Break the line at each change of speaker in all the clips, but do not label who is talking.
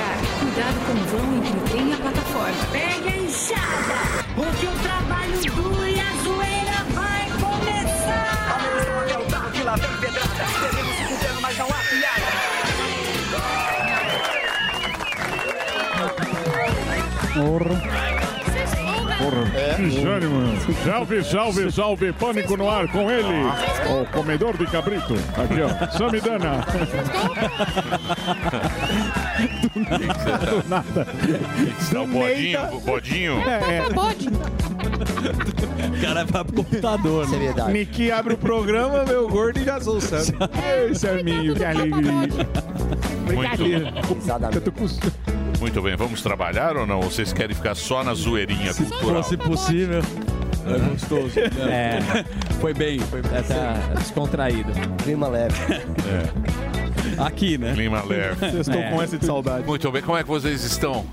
Cuidado com o vão entre o trem e a plataforma.
Pegue a enxada, porque o trabalho duro e a zoeira vai começar.
A munição até o carro que lá vem pedrada. Teremos se fudendo, mas não há piada.
Porra.
Jânimo. Salve, salve, salve. Pânico no ar com ele. O comedor de cabrito. Aqui, ó. Samidana.
Do nada.
Dá o Tá um bodinho, o
então
bodinho.
É,
Pode.
O cara vai pro computador. Seriedade.
Niki abre o programa, meu gordo, e já sou o Sam.
Ei,
é
Saminho, que alegria.
Brincadeira.
Eu tô com...
Muito bem, vamos trabalhar ou não? Ou Vocês querem ficar só na zoeirinha cultural?
fosse possível. É gostoso.
É.
Foi bem, foi bem. Tá descontraído. Clima leve. Aqui, né?
Clima leve.
Vocês estão com essa de
saudade. Muito bem, como é que vocês estão?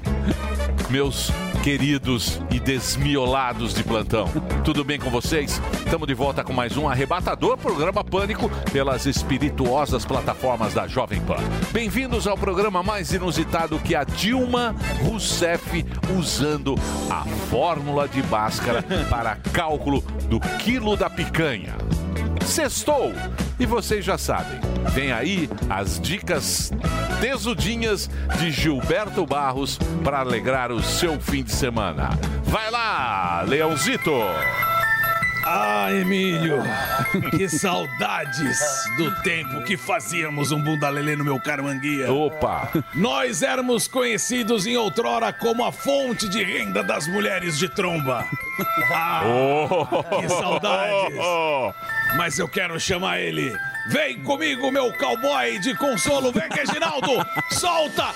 Meus queridos e desmiolados de plantão. Tudo bem com vocês? Estamos de volta com mais um arrebatador programa Pânico pelas espirituosas plataformas da Jovem Pan. Bem-vindos ao programa mais inusitado que a Dilma Rousseff usando a fórmula de Bhaskara para cálculo do quilo da picanha. Sextou! E vocês já sabem, vem aí as dicas tesudinhas de Gilberto Barros para alegrar o seu fim de semana. Vai lá, Leãozito!
Ah, Emílio, que saudades do tempo que fazíamos um bunda lelê no meu caranguia.
Opa!
Nós éramos conhecidos em outrora como a fonte de renda das mulheres de tromba. Ah, que saudades! Mas eu quero chamar ele. Vem comigo, meu cowboy de consolo. Vem que é Ginaldo. Solta!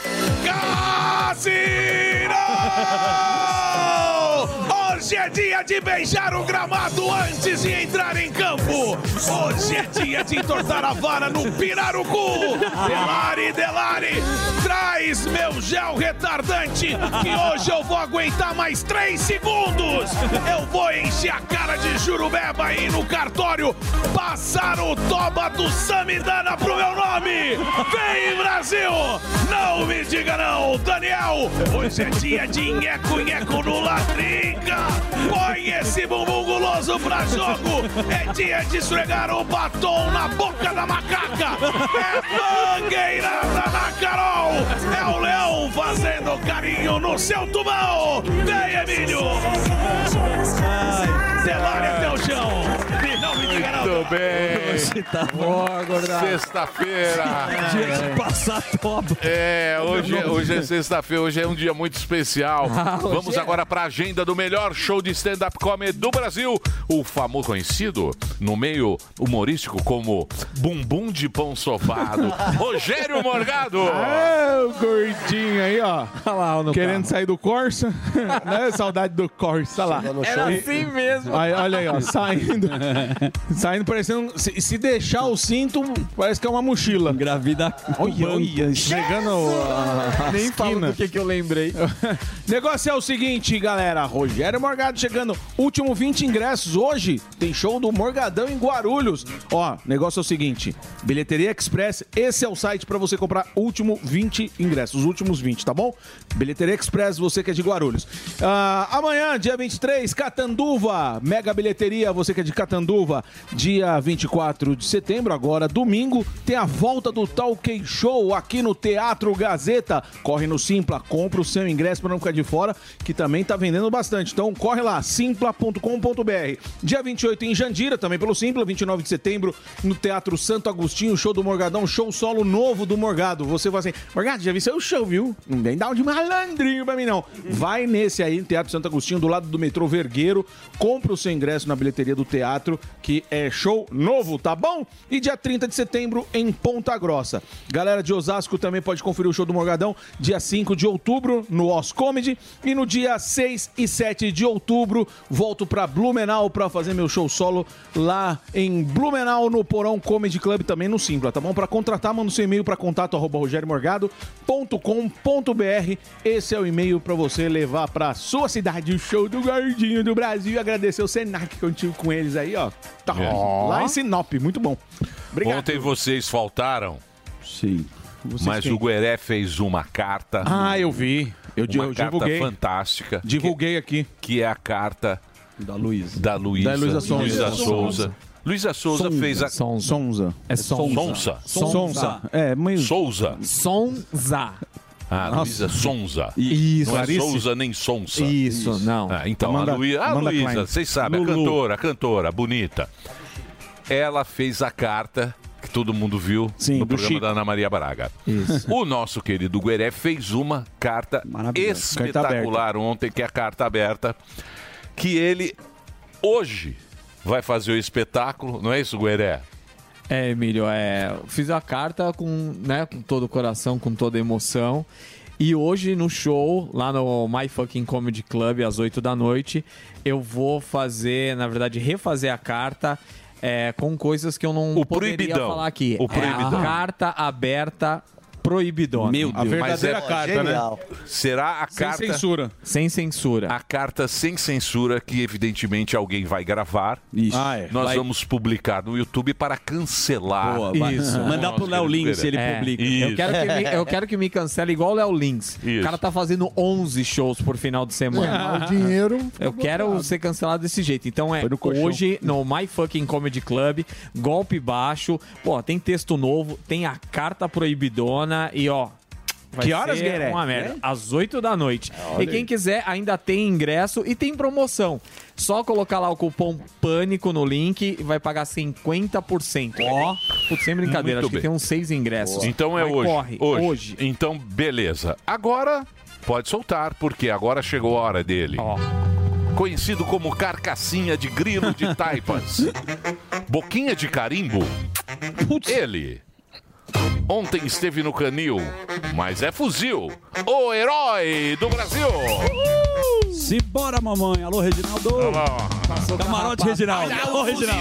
Cassino! Hoje é dia de beijar o gramado antes de entrar em campo. Hoje é dia de entortar a vara no pirarucu. Delari, Delari, traz meu gel retardante que hoje eu vou aguentar mais três segundos. Eu vou encher a cara de jurubeba aí no cartório, passar o toba do Samidana pro meu nome. Vem, Brasil! Não me diga não, Daniel. Hoje é dia de nheco-nheco no latrinca. Põe esse bumbum guloso pra jogo. É dia de esfregar o batom na boca da macaca. É mangueirada na Carol. É o leão fazendo carinho no seu tubão. Vem, Emílio. Delare até o chão. Não me diga não.
Muito bem. Hoje tá boa,
gordão.
Sexta-feira.
Dia de passar toba.
É, hoje, hoje é sexta-feira, hoje é um dia muito especial.
Ah, hoje
Vamos
é.
agora para a agenda do melhor show de stand-up comedy do Brasil. O famoso conhecido no meio humorístico como Bumbum de Pão Sovado, Rogério Morgado.
Ah, o gordinho aí, ó. Querendo sair do Corsa. né? Saudade do Corsa lá.
Chegou no Era show. assim mesmo.
Aí, olha aí, ó. Saindo. saindo parecendo. um, Se, se deixar o cinto, parece que é uma mochila.
Engravida.
Olha, olha. Chegando a, a
Nem falo
esquina.
do que que eu lembrei.
Negócio é o seguinte, galera. Rogério Morgado chegando. Último 20 ingressos hoje. Tem show do Morgadão em Guarulhos. Ó, negócio é o seguinte. Bilheteria Express. Esse é o site pra você comprar último 20 ingressos. Os últimos 20, tá bom? Bilheteria Express, você que é de Guarulhos. Ah, amanhã, dia 23, Catanduva. Mega bilheteria, você que é de Catanduva. Dia 24 de setembro, agora domingo, tem a volta do Talk Show aqui no Teatro Gazeta. Corre no Simpla, compra o seu ingresso para não ficar de fora, que também tá vendendo bastante. Então corre lá, simpla.com.br. Dia 28 em Jandira, também pelo Simpla, 29 de setembro, no Teatro Santo Agostinho, show do Morgadão, show solo novo do Morgado. Você vai assim, Morgado, já vi seu show, viu? Não vem dar um de malandrinho pra mim, não. Vai nesse aí, no Teatro Santo Agostinho, do lado do metrô Vergueiro. Compra o seu ingresso na bilheteria do teatro, que é show novo, tá bom? E dia 30 de setembro, em Ponta Grossa. Galera de Osasco também pode conferir o show do Morgadão, dia 5 de outubro, no Os Comedy. E no dia 6 e 7 de outubro, volto pra Blumenau pra fazer meu show solo lá em Blumenau, no Porão Comedy Club, também no Simpla, tá bom? Pra contratar, manda seu e-mail pra contato arroba rogeriomorgado.com.br. Esse é o e-mail pra você levar pra sua cidade o show do Gordinho do Brasil. E Agradecer o Senac que eu tive com eles aí, ó. Tá,
É.
Lá em Sinop, muito bom. Obrigado.
Ontem vocês faltaram.
Sim.
Vocês
Mas
têm.
o Gueré fez uma carta.
Ah, eu vi. Eu di-
uma
eu
carta
divulguei.
fantástica.
Divulguei aqui.
Que é a carta
da Luísa.
Da Luísa.
Da Luísa Sonza.
Luísa Souza. Luísa Souza
Sonza.
fez a.
Sonza.
Sonza.
É Sonza.
Sonza.
Sonza. É, mas...
Souza.
Sonza.
Ah, Luísa Sonza.
Isso.
Não é
Clarice.
Souza nem Sonsa.
Isso, não.
Ah, então,
Amanda-
a Luísa, a
Amanda
Luísa,
Klein.
vocês sabem, a cantora, a cantora, bonita. Ela fez a carta que todo mundo viu
Sim,
no
do
programa
Chico.
da Ana Maria Braga. O nosso querido Gueré fez uma carta
Maravilhosa. Carta
espetacular ontem, que é a carta aberta, que ele hoje vai fazer o espetáculo, não é isso, Gueré?
É, Emílio, é, eu fiz a carta com, né, com todo o coração, com toda a emoção. E hoje no show, lá no My Fucking Comedy Club, às 8 da noite, eu vou fazer, na verdade, refazer a carta é, com coisas que eu não
O
poderia
proibidão.
falar aqui.
O
É
proibidão.
a carta aberta proibidona.
Meu
A
Deus.
verdadeira
Mas é-
carta, né?
Será a
Sem
carta
censura.
Sem censura.
a carta sem censura que evidentemente alguém vai gravar.
Ixi.
Ah, é.
Nós vamos publicar no YouTube para cancelar.
Boa, vai.
Isso.
Mandar pro
Nossa,
Léo
querido
Lins se ele
É.
publica.
Isso.
Eu quero, que me, eu quero que me cancele igual o Léo Lins.
Isso.
O cara tá fazendo 11 shows por final de semana.
É, O dinheiro.
Eu quero ser cancelado desse jeito. Então é
Foi no colchão.
hoje no My Fucking Comedy Club, golpe baixo. Pô, tem texto novo, tem a carta proibidona e ó. Vai
Que horas,
ser
Gueré?
Uma merda.
É?
É, Às 8 da noite. e quem quiser ainda tem ingresso e tem promoção. Só colocar lá o cupom Pânico no link e vai pagar 50%. Ó, putz, sem brincadeira,
Muito
acho
bem.
que tem uns seis ingressos.
Então é
Mas
hoje,
Corre,
hoje.
hoje.
Então, beleza. Agora pode soltar, porque agora chegou a hora dele.
Ó.
Conhecido como carcassinha de grilo de taipas. Boquinha de carimbo. Ele. Ontem esteve no canil, mas é fuzil. O herói do Brasil.
Se bora, mamãe. Alô, Reginaldo. Camarote, Reginaldo. Alô, Reginaldo.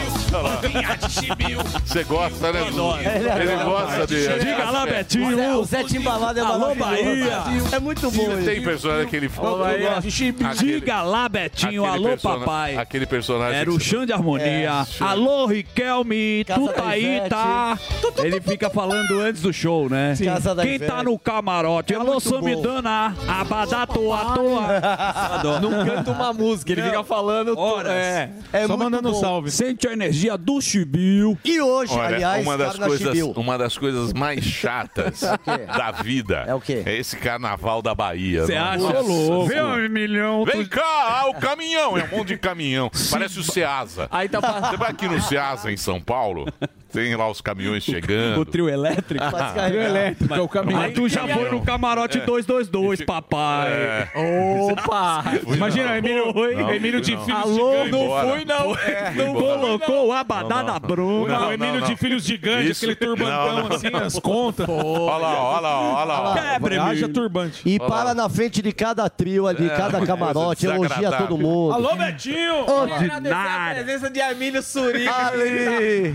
Você gosta, né? Dudu?
Ele é adora.
Ele gosta de...
É Diga lá, Betinho.
O Zé Timbalada é
Alô,
maravilhoso.
Bahia.
É muito bom
Ele
ele.
tem personagem que ele fala. Aquele-
Diga lá, Betinho.
aquele
Alô,
persona-
papai.
Aquele personagem.
tá, Era o
que você- É.
chão de
É,
harmonia. Alô, Riquelme,
Casa
tu
da
tá aí,
Ivete.
tá? Ele fica falando antes do show, né?
Casa da
Quem
Ivete. É
tá no camarote? Alô,
muito bom.
Samidana, Abadá, toa, toa.
Não canta uma música, ele fica falando. tu-
Horas.
É.
É
Só
muito
mandando um
bom.
salve.
Sente a energia do Chibiu.
E hoje,
Olha,
aliás,
uma, das
Carla
coisas,
Chibiu.
uma das coisas mais chatas da vida
É o quê?
é esse carnaval da Bahia. né?
Você
Nossa.
acha? louco.
um
milhão.
Vem cá, ah, o caminhão, é um monte de caminhão. Parece o Ceasa.
Aí tá passando.
Você vai aqui no Ceasa, em São Paulo, tem lá os caminhões chegando.
O trio elétrico.
Pra descarregar.
Elétrico, é o caminho.
Ah, Mas É. tu já foi no
É.
camarote 222, papai. Ah,
Opa!
Imagina, Emílio.
Não,
Emílio
fui
de
não.
Filhos
Fui
Alô, não
embora.
fui, não. É, Não
embora.
colocou o
Não,
abadá
não.
na Bruna.
Não, O Emílio não, não. de
Filhos Gigantes,
Isso. aquele turbantão Não, não, assim,
as contas.
Olha lá, olha lá, olha lá.
Quebra,
Haja
Emílio.
turbante.
E para na frente de cada trio ali, cada camarote,
coisa
elogia
desagradável.
todo mundo.
Alô, Betinho.
Agradecer a presença de Emílio Surico.
Ali!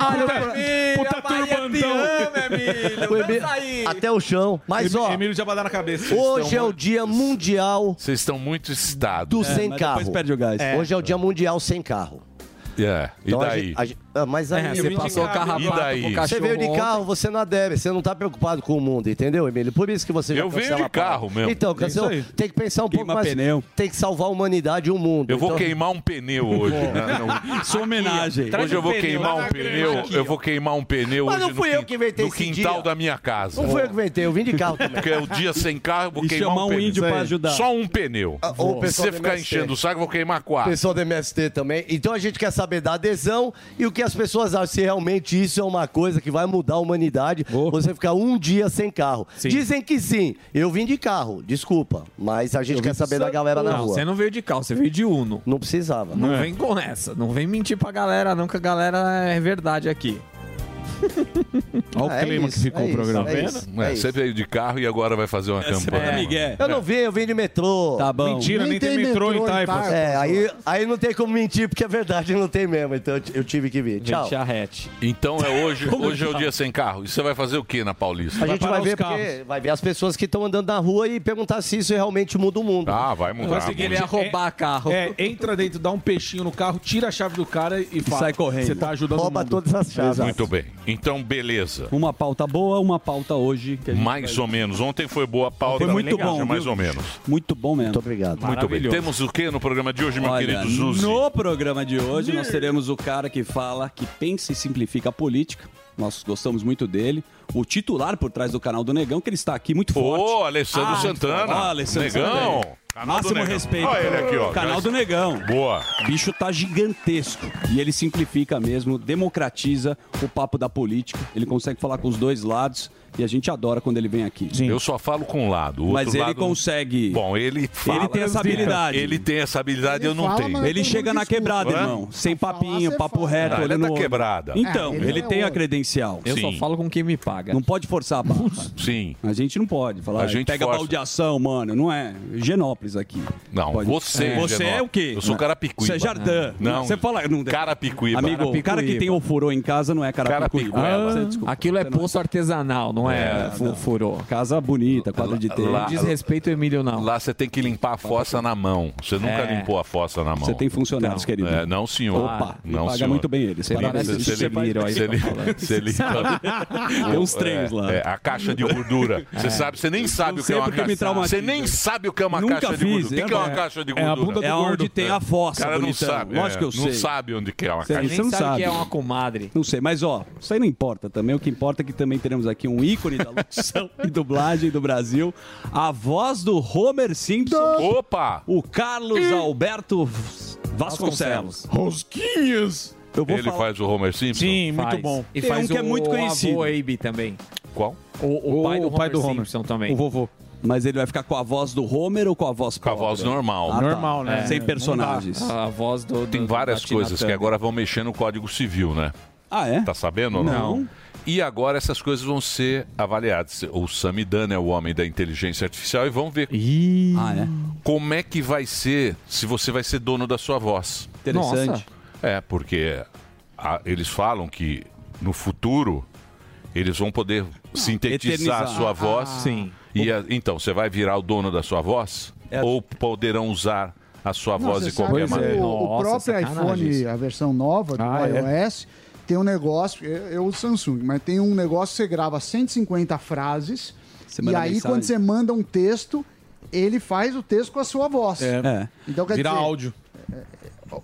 Puta,
Puta turbantão.
O Emi- Até o chão. Mas ó,
Emílio já vai dar na cabeça.
hoje é o dia mundial
Vocês estão muito
do
excitados.
sem
mas
carro.
depois perde o gás.
Hoje é o dia mundial sem carro.
É, e
Então a
daí?
gente- a gente- ah, mas aí,
É, você passou carrapato
E daí?
pro
você
cachorro.
veio de
ontem.
carro, você não deve. Você não tá preocupado com o mundo, entendeu, Emílio? Por isso que você já
Eu venho
cancela
de
a parada.
carro mesmo.
É
Então, cancela,
aí.
tem que pensar um
Queima
pouco mais.
pneu.
Tem que salvar a humanidade e o mundo.
Eu vou
Então,
queimar um pneu hoje. né? Não-
Sua homenagem.
Hoje eu vou queimar um pneu. Eu vou queimar um pneu
Mas
hoje
não fui
no
eu
quin-
que inventei
no
esse
quintal
dia.
da minha casa.
Não foi eu que inventei, eu vim de carro também.
Porque é o dia sem carro, eu vou
E
queimar
chamar
um
um
pneu.
índio pra ajudar.
Só um pneu.
Ah, ou o
Se
pessoal
você
do
ficar
MST.
enchendo o saco, eu vou queimar quatro.
Pessoal do MST também. Então a gente quer saber da adesão e o que as pessoas acham, se realmente isso é uma coisa que vai mudar a humanidade, você ficar um dia sem carro. Dizem que sim. Eu vim de carro, desculpa. Mas a gente quer saber da galera na
Não,
rua.
você
Não...
não veio de carro, você veio de Uno.
precisava. É.
Não
é.
vem com essa. Não vem mentir pra galera, não, que a galera é verdade aqui.
Olha
É
o clima
isso,
que ficou
é
o programa.
isso, é
Tá
isso,
É,
é
você
isso.
veio de carro e agora vai fazer uma
É.
campanha.
Miguel.
Eu não vim, eu vim de metrô.
Tá bom.
Mentira, nem, tem metrô em Taipas.
É, aí, aí não tem como mentir, porque é verdade, não tem mesmo. Então eu t- eu tive que vir. Tchau.
Gente, arrete.
Então é hoje, hoje é o dia sem carro. E você vai fazer o que na Paulista?
A gente
parar
vai
os
ver, porque
carros.
vai ver as pessoas que estão andando na rua e perguntar se isso realmente muda o mundo.
Ah, vai mudar.
Vai seguir
Ele ia
muito.
roubar carro.
É, entra dentro, dá um peixinho no carro, tira a chave do cara e, fala,
sai correndo.
Você tá ajudando o
Rouba
mundo."
todas as chaves.
Muito bem. Então, beleza. mesa.
Uma pauta boa, uma pauta hoje. que a gente
Mais
vai-
ou menos. Ontem foi boa a pauta.
Foi muito bom.
Mais
viu?
ou menos.
Muito bom mesmo. Muito obrigado.
Muito bem. Temos o que no programa de hoje, meu
Olha,
querido Zuzi?
No programa de hoje, nós teremos o cara que fala, que pensa e simplifica a política. Nós gostamos muito dele. O titular por trás do canal do Negão, que ele está aqui muito forte.
Ô, Alessandro Santana.
Ó, Alessandro
Negão.
Santana.
Canal do
Máximo
Negão.
respeito.
Olha ele aqui, ó.
Canal do Negão.
Boa.
O bicho tá gigantesco. E ele simplifica mesmo, democratiza o papo da política. Ele consegue falar com os dois lados. E a gente adora quando ele vem aqui.
Eu só falo com um lado. o
Mas
outro
ele
lado-
consegue.
Bom, ele fala.
Ele tem essa habilidade.
Ele tem essa habilidade, eu não
Fala,
tenho.
mas Ele todo chega mundo na escuta. quebrada, irmão. Sem papinho, papo reto.
Ele é
olhando
da
no olho.
quebrada.
Então, ele, tem a credencial.
Eu só Sim. falo
com quem me paga. Não pode forçar a barra.
Sim.
A gente não pode falar.
A gente
pega
força.
baldeação, mano. Não é. Genópolis aqui.
Não,
Pode-
você.
É, você
Genó.
é o quê?
Eu sou carapicuíba.
Você é Jardim.
Não.
Você fala. Não,
Carapicuíba.
Amigo, o cara que tem o furô em casa não é
Tá
carapicuíba.
Carapicuíba.
Ah, você- desculpa.
Aquilo é poço artesanal, não é,
É,
fu-
não.
furô.
Casa bonita, quadra de
Não diz respeito ao Emílio, não.
Lá você tem que limpar a fossa na mão. Você nunca
É.
limpou a fossa na mão.
Você tem funcionários, querido.
É, não, senhor.
Opa, e
não,
paga
senhor.
muito bem eles.
Você
Parabéns.
limpa-
Isso
você
você
limpa-
vira aí
você
pra
limpa-
falar.
você limpa-
Tem uns três
É,
lá.
é, a caixa de gordura. Você
É.
sabe, você nem sabe
Não
o que é
sei
uma
porque me
caixa.
traumatiza.
Você nem sabe o que é uma
Nunca
caixa de
fiz,
gordura. O que
é,
que é uma
é.
caixa de
É a
gordura?
bunda do É gordo. onde tem a fossa,
O cara não
bonitão.
sabe. é.
Lógico que eu
Não
sei.
sabe onde que é uma
Você
caixa.
você não sabe. comadre. Não sei, mas ó, isso aí não importa também. O que importa é que também teremos aqui um ícone da locução e dublagem do Brasil. A voz do Homer Simpson.
Opa!
O Carlos Alberto Vasconcelos.
Rosquinhas!
Eu vou
Ele
falar-
faz o Homer Simpson? Sim,
Faz. E
Tem
faz
um que é
o-
muito conhecido.
O avô Abe também.
Qual?
O, o pai do Homer Simpson também.
O vovô. Mas ele vai ficar com a voz do Homer ou com a voz Com a
voz normal. Normal, né?
Ah, tá. Sem
É,
personagens.
não dá.
A voz do...
Tem várias
da Tina
coisas que
Turner.
agora vão mexer no Código Civil, né?
Ah, é?
Tá sabendo ou não?
Não.
E agora essas coisas vão ser avaliadas. O Samidana é o homem da inteligência artificial e vão ver
Ah,
como é que vai ser se você vai ser dono da sua voz.
Interessante. Nossa.
É, porque a- eles falam que no futuro eles vão poder sintetizar
eternizar.
a sua voz.
Ah. Sim.
E a- então, você vai virar o dono da sua voz?
É.
Ou poderão usar a sua
Não,
voz
você
de
sabe
qualquer
que
maneira?
O, o próprio iPhone, a versão nova do
Ah, é?
iOS, tem um negócio, eu, eu uso Samsung, mas tem um negócio que você grava 150 frases
Você
e
manda
aí
mensagem.
quando você manda um texto, ele faz o texto com a sua voz.
É.
Então quer dizer, é,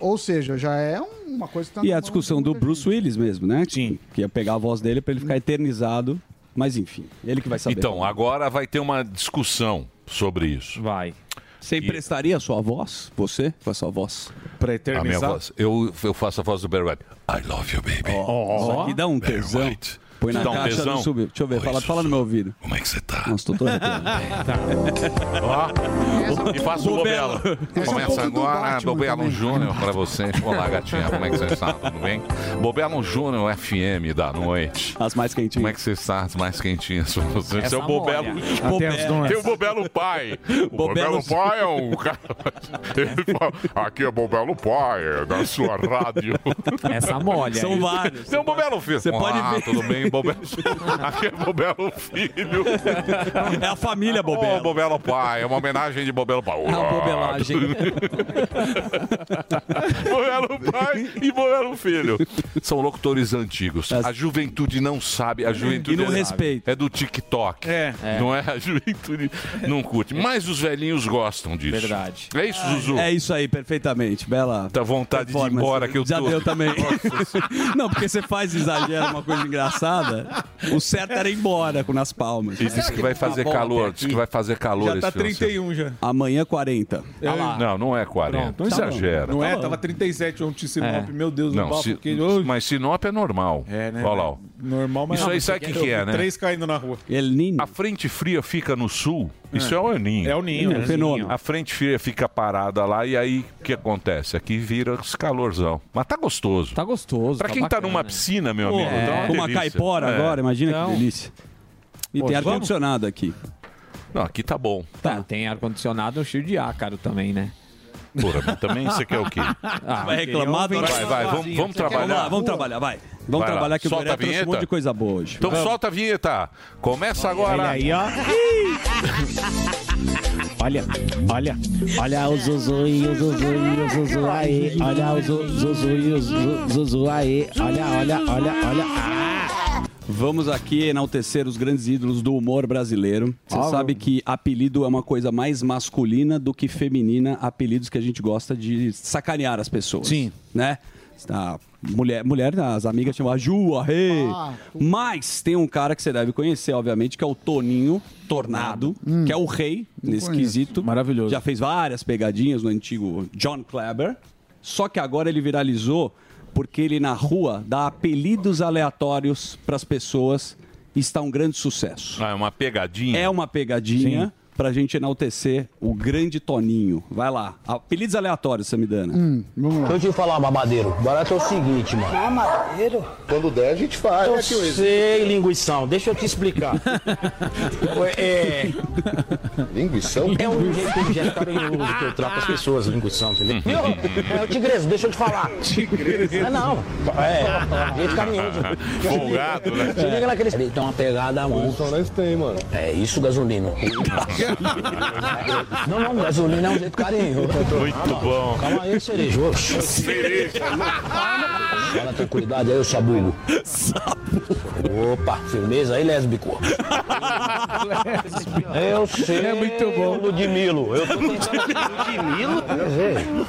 Ou seja, já é uma coisa que tá
E
na
a
mão.
discussão do Bruce Willis mesmo, né? Sim. Que ia pegar a voz dele pra ele ficar eternizado. Mas enfim, ele que vai saber.
Hum. Então, agora vai ter uma discussão sobre isso.
Vai.
Você emprestaria a sua voz? Você? Com a sua voz?
Pra
A minha voz. Eu, eu faço a voz do Barry White. I love you, baby.
Isso aqui dá um tesão. Põe na
Dá um
caixa
tesão? é
do sub. Deixa eu ver,
Oi,
fala,
Suzy.
fala no meu ouvido.
Como é que você tá?
Nossa, tô todo
Ó, e faço o Bobelo.
Essa é um pouco
Começa
do
agora,
Batman
Bobelo
também.
Júnior pra você. Olá, gatinha, como é que você está? Tudo bem? Bobelo Júnior FM da noite.
As mais quentinhas.
Como é que você está? As mais quentinhas pra você. Esse é o Bobelo. Tem o Bobelo Pai. O Bobelo Pai é um cara. Ele fala, aqui é Bobelo Pai, é da sua rádio.
Essa molha.
São
aí.
vários. Tem um Bobelo Filho.
Você pode
Olá,
ver.
tudo bem, Bobelo? Aqui é Bobelo Filho.
É a família
Bobelo. Ô, Bobelo Pai, é uma homenagem de Bobelo Pai. É
uma bobelagem.
Bobelo Pai e Bobelo Filho. São locutores antigos. A juventude não sabe, a juventude
E não
é,
respeita.
é do TikTok. É. Não é a juventude não curte, mas os velhinhos gostam disso. Verdade. É isso, Zuzu.
É isso aí, perfeitamente. Bela.
Tá vontade de ir
performance.
embora que eu
Já
tô.
deu também. Não, porque você faz exagero, uma coisa engraçada. O certo era ir embora com nas palmas.
E diz que vai fazer
Tá bom,
calor,
até tá
diz que vai fazer calor esse final de semana.
já.
um Amanhã 40.
Ah lá.
Não, não é 40.
Pronto,
não
tá bom.
exagera.
Não é? Tava 37 ontem em Sinop.
É.
Meu Deus,
Não,
do papo.
se-
que-
mas Sinop é normal. É,
né?
Olha lá. ó.
Normal, mas...
Isso aí sabe o que, que é, né?
Três caindo na rua.
A frente fria fica no sul. Isso é, o aninho.
É o Ninho, É o é o fenômeno. Ninho.
A frente fria fica parada lá e aí o que acontece? Aqui vira os calorzão. Mas tá gostoso. Tá
gostoso.
Pra
tá
quem tá
bacana.
numa piscina, meu
Pô,
amigo. tá
com uma
delícia.
caipora
É.
agora, imagina que delícia. E
Pô,
tem
vamos?
ar-condicionado aqui.
Não, aqui tá bom.
Tá, tem ar-condicionado cheio de ar, caro também, né?
Porra, mas também você quer o quê?
Ah,
Vai reclamar,
queria um
adora-
Vai,
ventilador.
vai, vamos, vamos trabalhar.
Vamos lá, vamos trabalhar, vai. Uh.
Vai
Vamos
lá.
trabalhar que o
Solta
Boré
a
trouxe um
vinheta.
monte de coisa boa hoje.
Então
Vamos.
solta a vinheta. Começa agora.
ele aí,
ó.
Olha, olha, olha o Zuzu e o Zuzu e o Zuzu aí, olha o Zu- Zuzu e o Zu- Zuzu aí, olha, olha, olha, olha. Ah!
Vamos aqui enaltecer os grandes ídolos do humor brasileiro. Você
Ah,
sabe que apelido é uma coisa mais masculina do que feminina, apelidos que a gente gosta de sacanear as pessoas. Sim. Né? A mulher, mulher, as amigas chamam a Ju, a Rê.
Ah,
Mas tem um cara que você deve conhecer, obviamente, que é o Toninho Tornado,
Hum.
que é o rei nesse
conheço.
quesito. Maravilhoso. Já fez várias pegadinhas no antigo John Kleber. Só que agora ele viralizou porque ele na rua dá apelidos aleatórios para as pessoas e está um grande sucesso.
Ah, é uma pegadinha.
É uma pegadinha pra gente enaltecer o grande Toninho. Vai lá. Apelidos aleatórios, Samidana.
Hum, vamos lá.
Deixa eu te falar, mamadeiro. O barato é o seguinte, mano. Mamadeiro? Quando der, a gente faz. Eu
né, tio Enzo?
sei, linguição. Deixa eu te explicar. é... Linguição? É um jeito que eu uso, que eu trato as pessoas, linguição, entendeu? Viu? É o tigres, deixa eu te falar. Tigres? É, não. É, jeito carinhoso.
Folgado, né?
Se liga naquele... Ele tem uma pegada, mano. nós tem, mano. É isso, gasolina. não, não, gasolina é um jeito carinhoso.
Muito bom.
Calma aí, cerejo. Fala tranquilidade aí, ô sabugo. Opa, firmeza aí, lésbico. Eu sei. É muito bom. Ludmilo. Eu tô Ludmilo?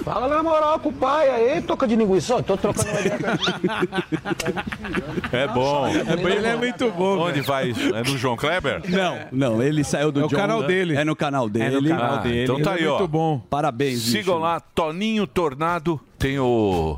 Fala na moral com o pai aí, toca de linguiça. Eu tô trocando uma ideia.
É bom.
É bom, ele é
muito bom. Onde vai isso? É no João Kleber?
Não, não, ele saiu do
É o
John,
canal
né?
dele.
É no canal dele.
É no canal Ah, dele. então tá aí, ó. Muito bom.
Parabéns,
Sigam
bicho.
lá, Toninho Tornado. Tem o.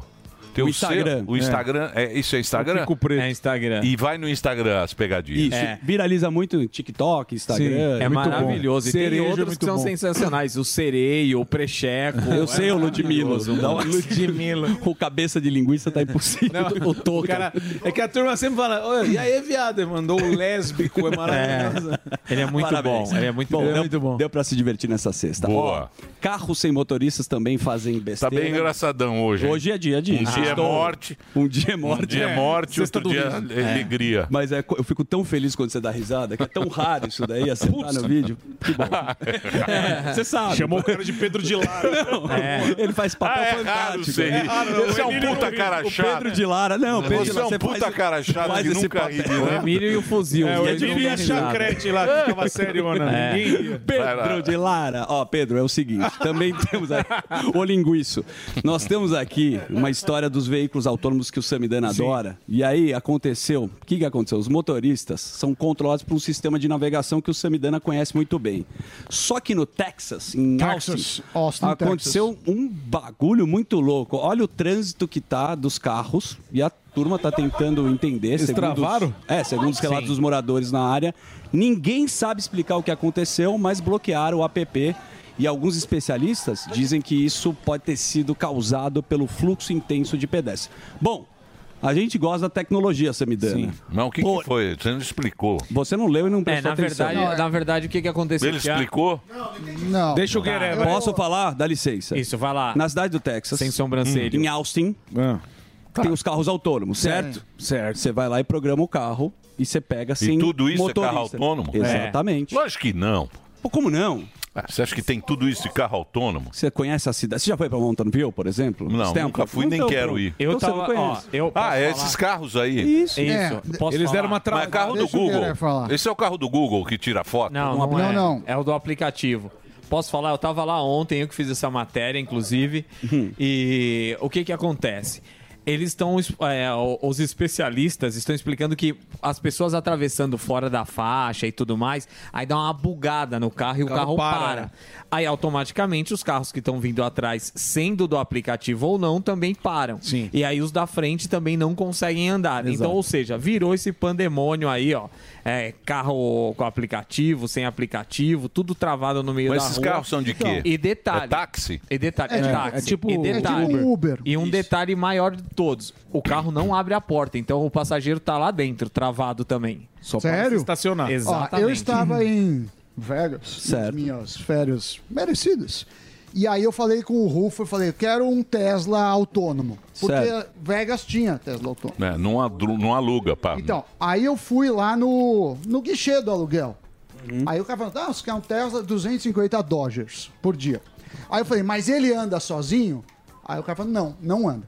Tem
O
o,
Instagram.
seu- o Instagram. É. isso é Instagram?
É Instagram.
E vai no Instagram as pegadinhas. É.
Isso. Viraliza muito no TikTok, Instagram.
é
muito bom.
maravilhoso. E
é
tem outros que são sensacionais. O Sereio, o Precheco. É
Eu sei o Ludmilo. Dá uma-
Ludmilo.
o cabeça de linguiça tá impossível. o
O
Toca.
cara, é que a turma sempre fala, "Ô, e aí, viado? Ele Mandou o lésbico, é maravilhoso.
Ele é muito
Parabéns.
bom. Ele é muito bom.
deu, Deu pra se divertir nessa sexta.
Boa.
Ó, carros sem motoristas também fazem
Tá
besteira.
bem engraçadão hoje. hein?
Hoje é dia de
Um dia é
Sextou.
morte.
Um dia é morte.
Um dia é morte,
Sexta
outro
do
dia
riso.
é alegria.
Mas é co- eu fico tão feliz quando você dá risada, que é tão raro isso daí, acertar no vídeo. Que bom. É, Você sabe.
Chamou o cara de Pedro de Lara. É.
Não, Ele faz papel
Ah, é
fantástico.
raro isso aí. É raro, não.
Você é
O
um
Emílio
puta
não ri.
cara
O
chato.
Pedro de Lara, não, Pedro de
Você é
Lara,
um
você
puta
faz-
cara chato
faz
que
esse
nunca ri,
papel.
né?
O Emílio e o Fuzil,
É,
os
o
dois
Emílio
não
e a
dão risada.
chacrete
lá, que ficava sério, mano.
É.
Ninguém ria. Vai lá.
Pedro de Lara. Ó, Pedro, é o seguinte, também temos aqui o linguiço. Nós temos aqui uma história dos veículos autônomos que o Samidana
Sim.
adora. E aí aconteceu, o que, que aconteceu? Os motoristas são controlados por um sistema de navegação que o Samidana conhece muito bem. Só que no Texas, em
Texas, Austin,
aconteceu um bagulho muito louco. Olha o trânsito que tá dos carros e a turma tá tentando entender.
Eles
segundo os-
travaram?
É, segundo os relatos
Sim.
dos moradores na área, ninguém sabe explicar o que aconteceu, mas bloquearam o app. E alguns especialistas dizem que isso pode ter sido causado pelo fluxo intenso de pedestres. Bom, a gente gosta da tecnologia, Samidana.
Mas o que, que foi? Você não explicou.
Você não leu e não
É,
prestou
na verdade,
atenção.
na verdade, o que, que aconteceu?
Ele
Que a-
explicou?
Não.
Deixa eu
Guerreiro, vai.
Posso falar? Dá licença. Isso, vai lá. Na cidade do Texas.
Sem sobrancelha.
Em Austin.
Ah.
Tem os carros autônomos, certo? Certo. Você vai lá e programa o carro e você pega sem
e tudo isso é
motorista.
carro autônomo?
Exatamente.
É. Lógico que não. Ah,
como não?
Você acha que tem tudo isso de carro autônomo?
Você conhece a cidade? Você já foi pra Mountain View, por exemplo?
Não,
Você tem
nunca
um-
fui nem
Então,
quero
pronto.
ir.
Então você não conhece.
ah, é esses carros aí.
Isso. Isso. É, posso
Eles
falar?
deram uma travada. Mas é carro do
Deixa o Guilherme
Google.
falar.
Esse é o carro do Google que tira foto?
Não, não, é. É o do aplicativo. Posso falar? Eu tava lá ontem, eu que fiz essa matéria, inclusive.
Hum.
E o que que acontece? Eles estão, es- é, o- os especialistas estão explicando que as pessoas atravessando fora da faixa e tudo mais, aí dá uma bugada no carro e o,
O carro
carro,
para,
para.
né?
Aí automaticamente os carros que estão vindo atrás, sendo do aplicativo ou não, também param. Sim. E aí os da frente também não conseguem andar. Então, ou seja, virou esse pandemônio aí, ó. É, carro com aplicativo, sem aplicativo, tudo travado no meio
Mas
da
esses
rua.
carros são de quê?
E detalhe.
É táxi?
E detalhe,
É
é,
tipo-
táxi.
é tipo-
e detalhe,
é tipo um Uber.
E um detalhe maior de todos, o carro não abre a porta, então o passageiro tá lá dentro, travado também. Só
Sério?
estacionar.
Ó,
Exatamente.
eu estava em Vegas,
Certo.
nas minhas férias merecidas. E aí eu falei com o Rufo, eu falei, quero um Tesla autônomo. Porque
Certo.
Vegas tinha Tesla autônomo.
É, não, adru- não aluga, pá.
Então, aí eu fui lá no, no guichê do aluguel.
Uhum.
Aí o cara falou, ah, você quer um Tesla 250 Dodgers por dia. Aí eu falei, mas ele anda sozinho? Aí o cara falou, não, não anda.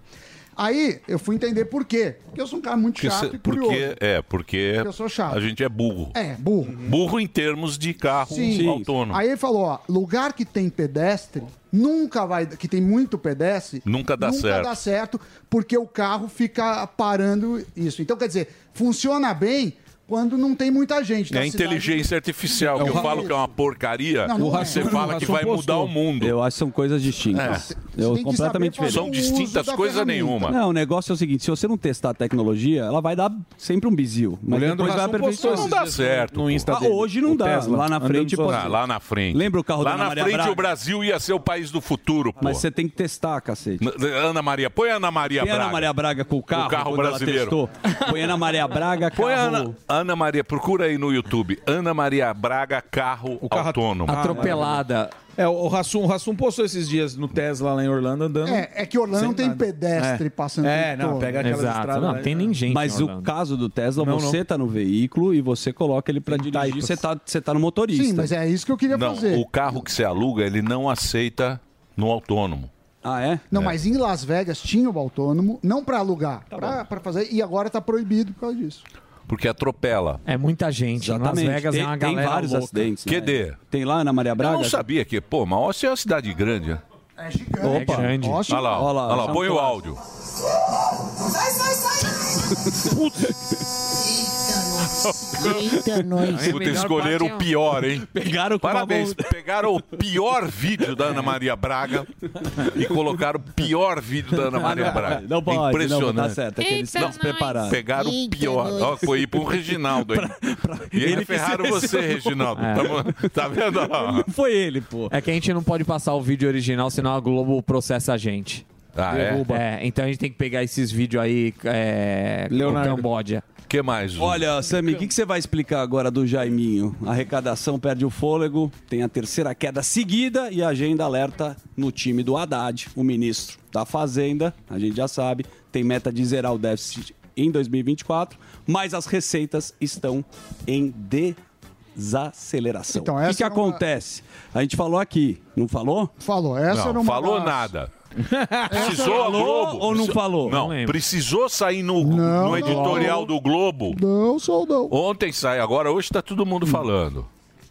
Aí eu fui entender por quê. Porque eu sou um cara muito
Porque,
chato
cê-
e curioso.
porque- é, porque
Eu sou chato.
a gente é burro.
É, burro.
Burro em termos de carro um, autônomo.
Aí ele falou, ó, lugar que tem pedestre, nunca vai, que tem muito pedestre,
Nunca dá
Nunca
certo.
dá certo, porque o carro fica parando isso. Então, quer dizer, funciona bem quando não tem muita gente.
É
na
a
cidade.
inteligência artificial, que eu falo que é uma porcaria,
Não, não é.
você
O
fala que vai mudar o mundo. É.
Eu acho que são coisas distintas. Eu,
Tem que
completamente
saber fazer
diferente.
São o uso distintas da coisa ferramenta. nenhuma.
Não, o negócio é o seguinte: se você não testar a tecnologia, ela vai dar sempre um bizil.
O
Mas
Leandro
depois vai
Hassum postou
aperfeiçoar.
esses Não dá dias certo, no pô. Insta
Ah,
dele.
hoje não
O
dá.
Tesla.
Lá na
Andando
frente
sozinho.
pode.
Ah, lá na frente.
Lembra o carro
Lá
da Ana
na
Maria
frente
Braga?
o Brasil ia ser o país do futuro, pô. é-
Mas você tem que testar, cacete.
N- Ana Maria, põe a Ana Maria
Põe a
Braga.
Ana Maria Braga com o carro,
O carro
quando ela
brasileiro.
testou. Põe a Ana Maria Braga, carro...
Põe a Ana, Ana Maria, procura aí no YouTube. Ana Maria Braga, carro, autônomo.
Ah,
É, o Rassum, o Rassum postou esses dias no Tesla lá em Orlando andando.
É, é que Orlando
Sem
tem
nada.
pedestre
É.
passando
É,
o
não,
tempo
pega
todo.
aquelas estradas. lá.
né? Mas o caso do Tesla,
Não,
você
não.
tá no veículo e você coloca ele pra dirigir, você tá, você tá no motorista.
Sim, mas é isso que eu queria
Não,
fazer.
o carro que você aluga, ele não aceita no autônomo.
Ah, é?
Não,
É.
mas em Las Vegas tinha o autônomo, não pra alugar,
Tá
pra para fazer, e agora tá proibido por causa disso.
Porque atropela.
É muita gente.
Exatamente.
Las Vegas
tem,
é uma
tem
galera
vários
louca.
acidentes. né?
QD.
Tem lá Ana Maria Braga?
Eu não sabia que, pô, mas Ócio é uma cidade grande. né?
Opa.
Olha lá, olha lá, põe o áudio.
Sai, sai, sai!
Eita,
nós.
Puta, escolheram o pior, hein?
Pegaram com
Parabéns,
uma mão-
pegaram o pior vídeo da Ana Maria Braga e colocaram o pior vídeo da Ana Maria
Ah, não,
Braga.
não pode, não,
Impressionante.
tá certo, é que eles Eita, se prepararam.
Pegaram o
Eita,
pior.
nós.
Ó, foi ir pro Reginaldo, hein? E
ele
aí
que
ferraram você,
selecionou.
Reginaldo.
É.
Tamo- Tá vendo? Ó.
Foi ele, pô.
É que a gente não pode passar o vídeo original, senão a Globo processa a gente.
Ah, é?
Derruba. então a gente tem que pegar esses vídeos aí, é,
Leonardo.
do Camboja.
que mais?
Olha, Sammy, o que, que você vai explicar agora do Jaiminho? A arrecadação perde o fôlego, tem a terceira queda seguida e a agenda alerta no time do Haddad, o ministro da Fazenda, a gente já sabe, tem meta de zerar o déficit em 2024, mas as receitas estão em desaceleração.
Então,
o que, que acontece? A gente falou aqui, não falou?
Falou, essa é era
não
uma
falou
das-
nada. Precisou a
Falou
Globo.
ou não falou?
Não,
Não
precisou sair no, no editorial do Globo.
Não, sou não. Hum.
Ontem sai, agora hoje tá todo mundo falando.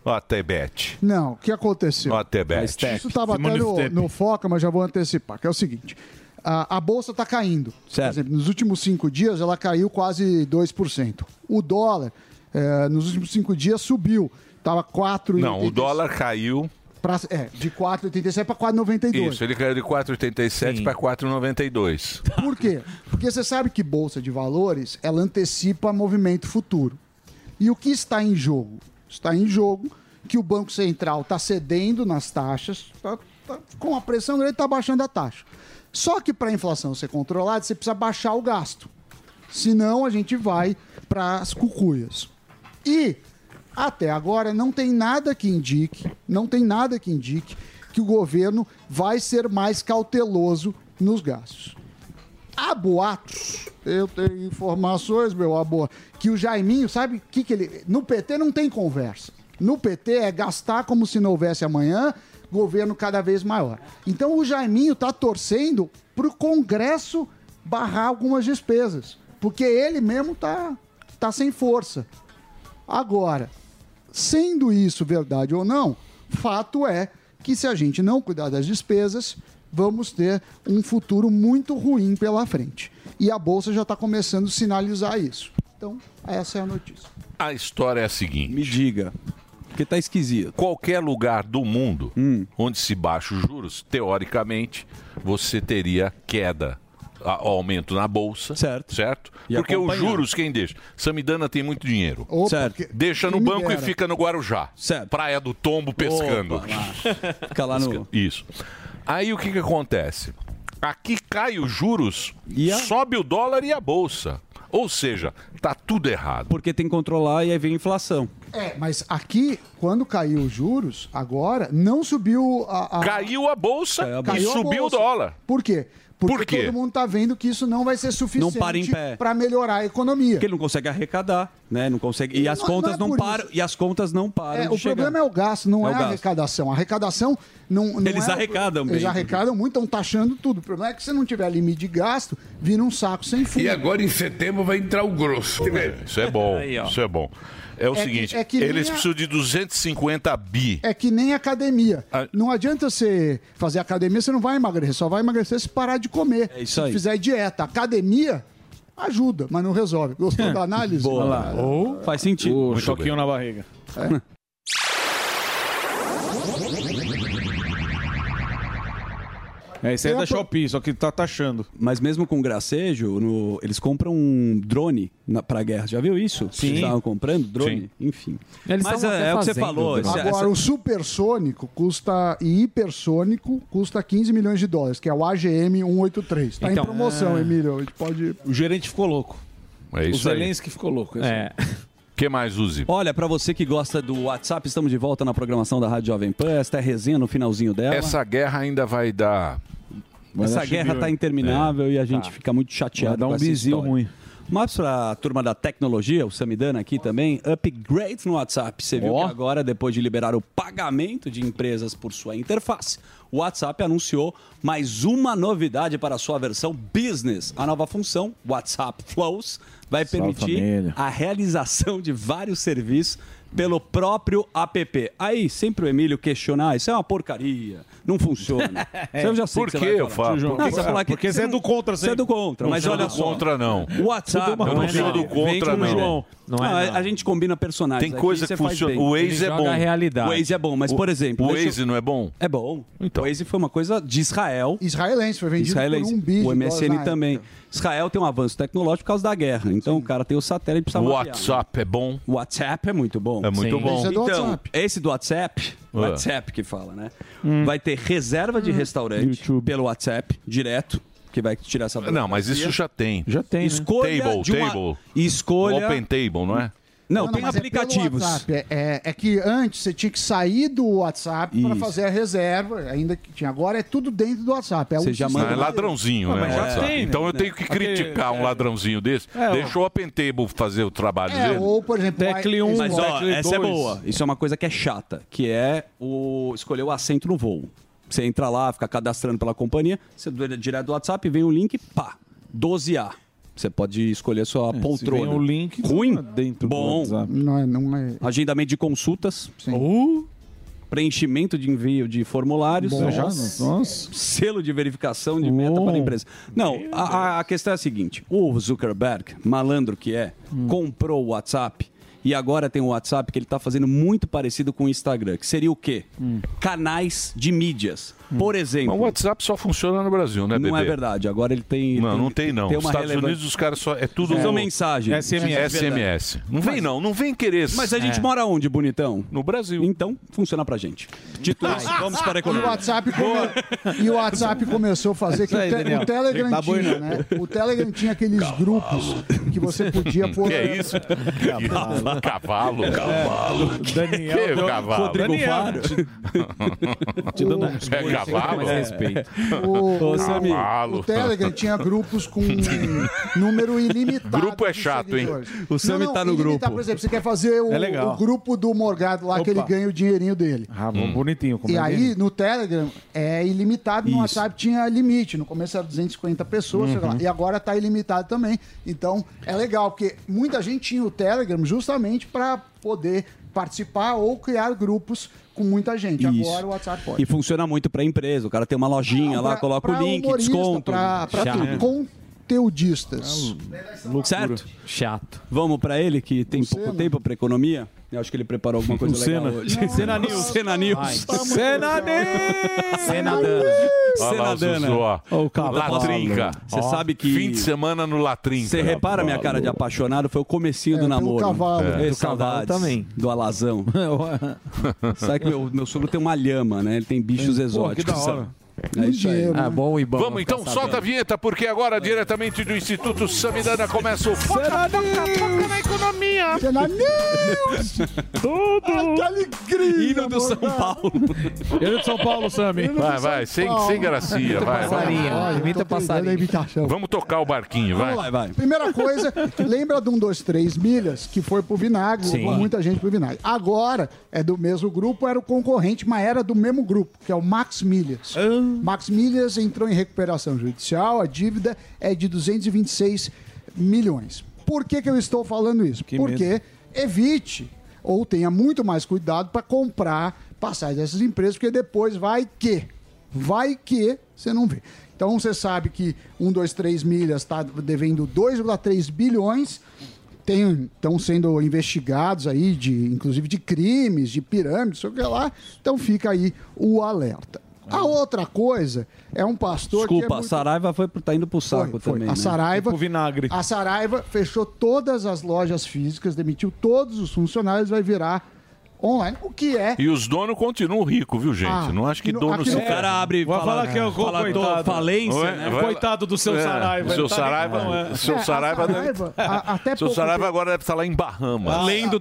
Ó, a Tebet.
Não, o que aconteceu?
Ó, a Tebet.
Isso estava até no, no foca, mas já vou antecipar, que é o seguinte. A, a bolsa está caindo. Por exemplo, nos últimos cinco dias ela caiu quase 2%. O dólar, eh, nos últimos cinco dias, subiu. Estava 4,87.
Não, o dólar caiu.
pra- é, de 4,87 para 4,92.
Isso, ele caiu de 4,87 para 4,92.
Por quê? Porque você sabe que bolsa de valores ela antecipa movimento futuro. E o que está em jogo? Está em jogo que o Banco Central está cedendo nas taxas, tá- tá- com a pressão dele está baixando a taxa. Só que para a inflação ser controlada, você precisa baixar o gasto. Senão a gente vai para as cucuias. E até agora não tem nada que indique, não tem nada que indique que o governo vai ser mais cauteloso nos gastos. Há boatos, eu tenho informações, meu amor, que o Jaiminho, sabe o que, que ele. No PT não tem conversa. No PT é gastar como se não houvesse amanhã, governo cada vez maior. Então o Jaiminho tá torcendo pro Congresso barrar algumas despesas. Porque ele mesmo tá, tá sem força. Agora, sendo isso verdade ou não, fato é que se a gente não cuidar das despesas, vamos ter um futuro muito ruim pela frente. E a Bolsa já está começando a sinalizar isso. Então, essa é a notícia.
A história é a seguinte.
Me diga. Porque tá esquisito. Hum.
Qualquer lugar do mundo onde se baixa os juros, teoricamente, você teria queda. a- Aumento na bolsa. Certo.
E
Porque os
acompanhando.
juros, quem deixa? Samidana tem muito dinheiro.
Opa, Certo. que-
Deixa no
quem me
banco e
dera.
fica no Guarujá. Praia do Tombo pescando.
Opa, Fica lá no...
Isso. Aí o que, que acontece? Aqui cai os juros, sobe o dólar e a bolsa. Ou seja, tá tudo errado.
Porque tem que controlar e aí vem a inflação.
É, mas aqui, quando caiu os juros, agora não subiu a. a-
Caiu a bolsa
Ah. Caiu
e
a
subiu
bolsa.
o dólar.
Por quê? Porque
Por quê?
todo mundo está vendo que isso não vai ser
Não para em
suficiente
pé.
para melhorar a economia.
Porque ele não consegue arrecadar. né? Não consegue. E as
Não- não
contas
é
não,
por
param, e as contas não param.
É,
de
o
chegar.
problema é o gasto, não
É o
é, a
gasto.
arrecadação. A arrecadação não, não
Eles
é o-
arrecadam bem.
Eles arrecadam muito, estão taxando tudo. O problema é que se não tiver limite de gasto, vira um saco sem fundo.
E agora em setembro vai entrar o grosso.
Isso é bom. isso é bom. É o
É que-
seguinte,
é que nem
eles
a-
precisam de 250 bi.
É que nem academia.
Ah.
Não adianta você fazer academia, você não vai emagrecer. Só vai emagrecer se parar de comer.
É isso aí.
Se fizer dieta. Academia ajuda, mas não resolve. Gostou da análise?
Hum. Boa. Ou faz sentido.
O Um choquinho na barriga.
É, isso
aí é da
Shopee, só que tá taxando. Mas mesmo com gracejo, no- eles compram um drone na, pra guerra. Já viu isso?
Sim.
Eles estavam comprando drone? Enfim. Mas é, é o que você falou.
né?
esse-
Agora,
essa-
o supersônico custa, e hipersônico custa 15 milhões de dólares, que é o AGM 183. Tá
Então,
em promoção,
ah.
Emílio. A gente pode...
O gerente ficou louco.
É isso
o
aí.
Zelensky ficou louco. isso aí.
O É. que mais, Uzi?
Olha, pra você que gosta do WhatsApp, estamos de volta na programação da Rádio Jovem Pan. Esta é a resenha no finalzinho dela.
Essa guerra ainda vai dar.
Essa guerra tá interminável e a gente fica muito chateado.
É. Tá. Vai dar um
com essa
bizil
história.
ruim.
Mas pra turma da tecnologia, o Samidana aqui também, upgrade no WhatsApp. Você viu
Ó.
que agora, depois de liberar o pagamento de empresas por sua interface, o WhatsApp anunciou mais uma novidade para a sua versão business. A nova função, WhatsApp Flows, vai
Salve,
permitir
família.
a realização de vários serviços pelo próprio app. Aí, sempre o Emílio questiona, ah, isso é uma porcaria, não funciona. Você eu já sei
Por
você
que
vai
eu falo?
falar.
Por
Não,
que
você
que-
vai falar que
porque você é
não-
do contra,
Você é
você-
do contra,
Não
mas
sou
olha
do
só.
contra, não.
O WhatsApp. é
Eu não sou do contra,
Vem com o
não.
João.
Não é,
Ah,
não.
A gente combina personagens.
Tem
aqui,
coisa
você
que
faz
funciona.
bem.
O Waze
Ele
é
joga
bom.
a realidade. O Waze é bom, mas, por exemplo.
O
deixa eu-
Waze não é bom?
É bom. O Waze foi uma coisa de Israel.
Israelense, foi vendido por um bilhão
O
de dólares na
MSN
época.
também.
Então.
Israel tem um avanço tecnológico por causa da guerra. Então o cara tem o satélite precisa
O
mapear.
WhatsApp é bom.
O WhatsApp é muito bom.
É muito Sim. bom. Esse é do
então,
WhatsApp. Hum.
esse do WhatsApp,
Ah.
WhatsApp que fala, né? Vai ter reserva
Hum.
de restaurante pelo WhatsApp direto, que vai tirar essa
Não, mas isso já tem. Já
tem, né? Escolha
Table,
de uma-
table.
Escolha-
Open table, não é?
Não,
Não,
tem
mas é pelo
aplicativos.
WhatsApp. É, é- é que antes você tinha que sair do WhatsApp para
Isso.
fazer a reserva, ainda que tinha. Agora é tudo dentro do WhatsApp. É um
Você já
Não,
sistema-
é ladrãozinho,
Não,
né?
mas
o
já
WhatsApp.
tem, né?
então eu tenho que criticar um ladrãozinho desse.
É, ó.
Deixou o Open Table fazer o trabalho
É,
dele.
ou, por exemplo,
Tecle
o-
1, mas ó,
Tecle
essa é
2.
boa. Isso é uma coisa que é chata, que é o escolher o assento no voo. Você entra lá, fica cadastrando pela companhia, você doa direto do WhatsApp, vem um link, pá, 12A. Você pode escolher a sua poltrona.
É, vem o link,
ruim,
tá dentro do
bom,
WhatsApp.
Não é, não é.
agendamento de consultas, Uh, preenchimento de envio de formulários,
Bom. Nossa. Oh.
selo de verificação de meta para a empresa. Não, a, a- a questão é a seguinte: o Zuckerberg, malandro que é,
Hum.
comprou o WhatsApp e agora tem o WhatsApp que ele está fazendo muito parecido com o Instagram, que seria o quê?
Hum.
Canais de mídias. Por exemplo.
Mas o WhatsApp só funciona no Brasil, né,
Não
bebê?
é verdade. Agora ele tem.
Não, não tem não.
Tem
Nos
uma
Estados
relevan-
Unidos os caras só... É tudo...
Usam mensagem.
SMS. SMS. Não vem não, não vem querer.
Mas a gente
É.
mora onde, bonitão?
No Brasil.
Então, funciona pra gente. Dito isso, vamos para
Ah,
a
E o
economia.
WhatsApp, come- e o WhatsApp começou a fazer que
É Isso aí,
o, te-
Daniel.
o Telegram
Tá boi,
tinha,
não.
né? O Telegram tinha aqueles grupos que você podia pôr.
Que é isso? Cavalo. Cavalo.
É.
Cavalo. um
Daniel
que
deu-
cavalo?
Rodrigo Daniel. Faro.
Te dando um É cavalo?
Mais respeito.
O,
Ô,
o-
Samir.
o Telegram tinha grupos com número ilimitado.
Grupo é chato, hein?
O Sammy tá no
ilimitado,
grupo.
Por exemplo, você quer fazer o,
É legal.
o grupo do Morgado lá que ele ganha o dinheirinho dele.
Ah, bom, bonitinho. como
E
é
aí,
dele.
no Telegram, é ilimitado. No WhatsApp tinha limite. No começo era 250 pessoas, sei lá. E agora tá ilimitado também. Então, é legal, porque muita gente tinha o Telegram justamente para poder participar ou criar grupos com muita gente.
Isso.
Agora o WhatsApp pode.
E funciona muito pra empresa. O cara tem uma lojinha lá, coloca
Pra
o link,
humorista,
desconto.
Pra, pra
Chato.
tudo. Conteudistas.
Ah,
Certo? Chato. Vamos pra ele, que tem pouco tempo pra economia. Eu acho que ele preparou alguma coisa legal
Senna.
hoje. Cena News. Cena News.
Senadana.
é
Senadana.
Ó,
cavalo.
Latrinca.
Você
Ó.
sabe que-
né? Fim de semana no Latrinca.
Você repara minha cara de apaixonado? Foi o comecinho do namoro.
cavalo. É.
Ei,
Do cavalo
saudades
também.
Do alazão. Sabe que meu, meu sogro tem uma lhama, né? Ele tem bichos
Pô,
exóticos.
que da hora.
sabe?
É
isso aí.
Ah, bom e bom.
Vamos então, solta a vinheta, porque agora, diretamente do Instituto Samidana, começa o Foca, Foca, Foca na Economia.
Tudo! que alegria! Hino do São Paulo.
Hino do São Paulo, Sammy.
Vai, vai, sem, sem gracinha, vai.
passarinho,
vai.
imita passarinho.
Vamos tocar o barquinho, vai.
Vamos lá, Primeira coisa, lembra do 1, 2, 3 milhas, que foi pro vinagre,
Sim.
levou muita gente pro vinagre. Agora é do mesmo grupo, era o concorrente, mas era do mesmo grupo, que é o Max Milhas. Max Milhas entrou em recuperação judicial, a dívida é de 226 milhões. Por que, que eu estou falando isso? Porque evite ou tenha muito mais cuidado para comprar passagens dessas empresas, porque depois vai que. Vai que você não vê. Então você sabe que 1, 2, 3 milhas está devendo 2,3 bilhões. Tem, estão sendo investigados aí, de, inclusive de crimes, de pirâmides, sei o que lá. Então fica aí o alerta. A outra coisa é um pastor que. é
É. Desculpa, a
muito-
Saraiva foi, pro- tá indo pro saco também.
a
né?
Saraiva.
vinagre.
A Saraiva fechou todas as lojas físicas, demitiu todos os funcionários, vai virar online. O que é
E os donos continuam ricos, viu, gente?
Ah,
não acho que
no-
dono
aqui
se
no- O cara abre e Vai fala- falar que é o fala coitado. do- falência,
Não é?
né?
Vai-
Coitado do seu Saraiva,
É, Seu
ele tá
Saraiva,
nem- não é.
seu
É, a
Saraiva, deve-
Saraiva, a- até
seu
pouco
Saraiva agora deve estar lá em Bahamas.
Ah, Até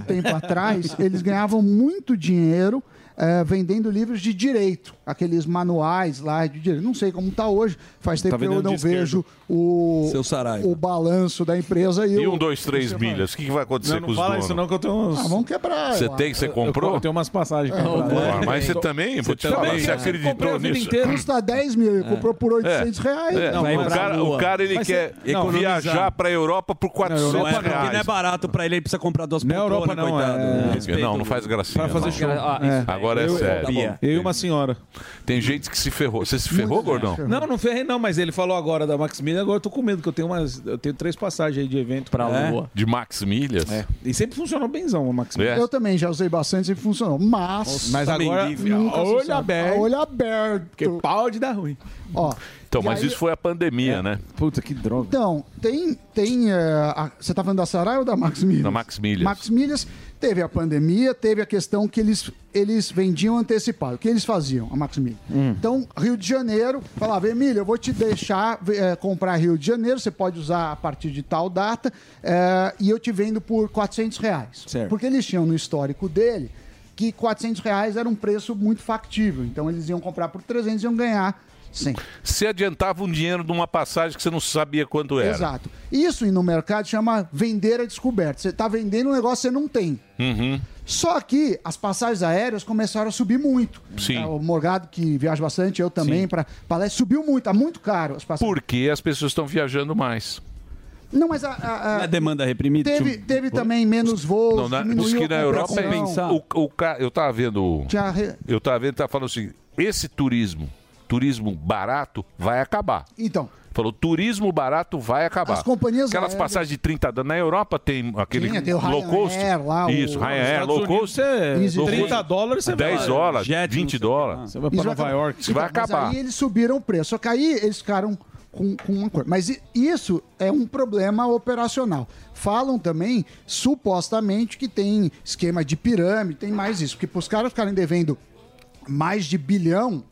tempo atrás, eles ganhavam muito dinheiro eh, vendendo livros de direito. Aqueles manuais lá de direito. Não sei como está hoje. Faz tempo que eu
Tá vendendo
não
de esquerda.
vejo o,
Seu Saraiva.
o balanço da empresa. E,
E
o-
um, dois, três milhas. O que, que vai acontecer
Não, não
com os
fala
donos?
isso não,
que eu tenho uns...
Ah, vamos quebrar.
Você
eu
tem, você
Eu-
comprou?
Eu tenho umas passagens.
É,
compradas.
Ah, mas você também, vou te falar, você acreditou nisso?
Custa 10 mil,
É.
ele comprou por 800 reais.
É,
tá Não,
o,
mas-
cara, o cara, ele
Mas
quer
você- não,
viajar
economizar.
pra Europa por 400
Não, é, porque
reais.
não é barato pra ele, ele precisa comprar duas poltronas,
Europa não,
coitado.
é-
É.
Não, né? não, faz gracinha.
Pra fazer
não.
show. Ah, isso.
Agora é
Eu-
sério.
Tá bom. Eu e uma senhora.
Tem gente que se ferrou. Você se ferrou, gordão?
Não, não ferrei não, mas ele falou agora da Maximilian, agora eu tô com medo, que eu tenho umas. Eu tenho três passagens aí de evento pra
É?
Lua.
De Max Milhas?
Ah, É. E sempre funcionou benzão a Maximilian.
Eu também já usei bastante e funcionou. Mas.
é. Mas
Tá
agora,
Nunca se
olho
sabe.
aberto.
Olho aberto.
Porque pode dar ruim.
Ó,
Então,
E
mas
aí- É.
isso foi a pandemia, né?
Puta, que droga.
Então, tem. tem eh, a- você tá falando da Sarai ou da Max Milhas?
Da Max Milhas.
Max Milhas teve a pandemia, teve a questão que eles, eles vendiam antecipado. O que eles faziam, a Max Milhas?
Hum.
Então, Rio de Janeiro, falava, Emílio, eu vou te deixar eh, comprar Rio de Janeiro, você pode usar a partir de tal data, eh, e eu te vendo por 400 reais.
Certo.
Porque eles tinham no histórico dele que 400 reais era um preço muito factível. Então, eles iam comprar por 300 e iam ganhar 100.
Você adiantava um dinheiro de uma passagem que você não sabia quanto era.
Exato. Isso no mercado chama vender a descoberta. Você está vendendo um negócio que você não tem.
Uhum.
Só que as passagens aéreas começaram a subir muito.
Sim.
É, O Morgado, que viaja bastante, eu também, para palestra, subiu muito, tá muito caro as passagens.
Porque as pessoas estão viajando mais.
Não, mas a. a- a-
Não é demanda reprimida?
Ah, teve,
tipo-
teve também menos voos,
Não, na, diz
diminuiu
que na
a
Europa é
competição.
O, o ca- eu tava vendo.
Tinha re-
Eu tava vendo, tava falando assim: esse turismo, turismo barato, vai acabar.
Então.
Falou, turismo barato vai acabar.
As companhias
Aquelas
aéreas-
passagens de 30 dólares. Na Europa tem aquele
Tinha, tem o
low cost.
Ryanair lá, o-
Isso, Ryanair,
Nos
low
Estados
cost.
Unidos é
Low
30
cost.
dólares, você
10
vai-
dólares, 20 dólares. Você
vai
Isso acabar.
Isso vai
Então, mas
acabar.
aí eles subiram o preço. Só que aí eles ficaram com, com uma coisa. Mas i- isso é um problema operacional. Falam também, supostamente, que tem esquema de pirâmide, tem mais isso. Porque para os caras ficarem devendo mais de bilhão,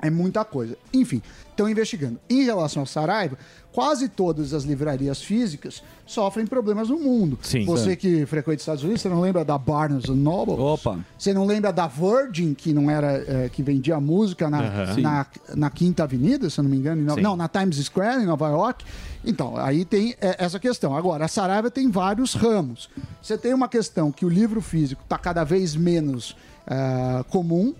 é muita coisa. Enfim, estão investigando. Em relação ao Saraiva, quase todas as livrarias físicas sofrem problemas no mundo.
Sim.
Você
Sim.
que frequenta os Estados Unidos, você não lembra da Barnes Noble? Opa. Você não lembra da Virgin, que não era eh, que vendia música na,
Aham. Sim.
na, na Quinta Avenida, se eu não me engano, em Nova-
Sim.
não, na Times Square, em Nova York. Então, aí tem eh, essa questão. Agora, a Saraiva tem vários ramos. Você tem uma questão que o livro físico está cada vez menos ah, comum.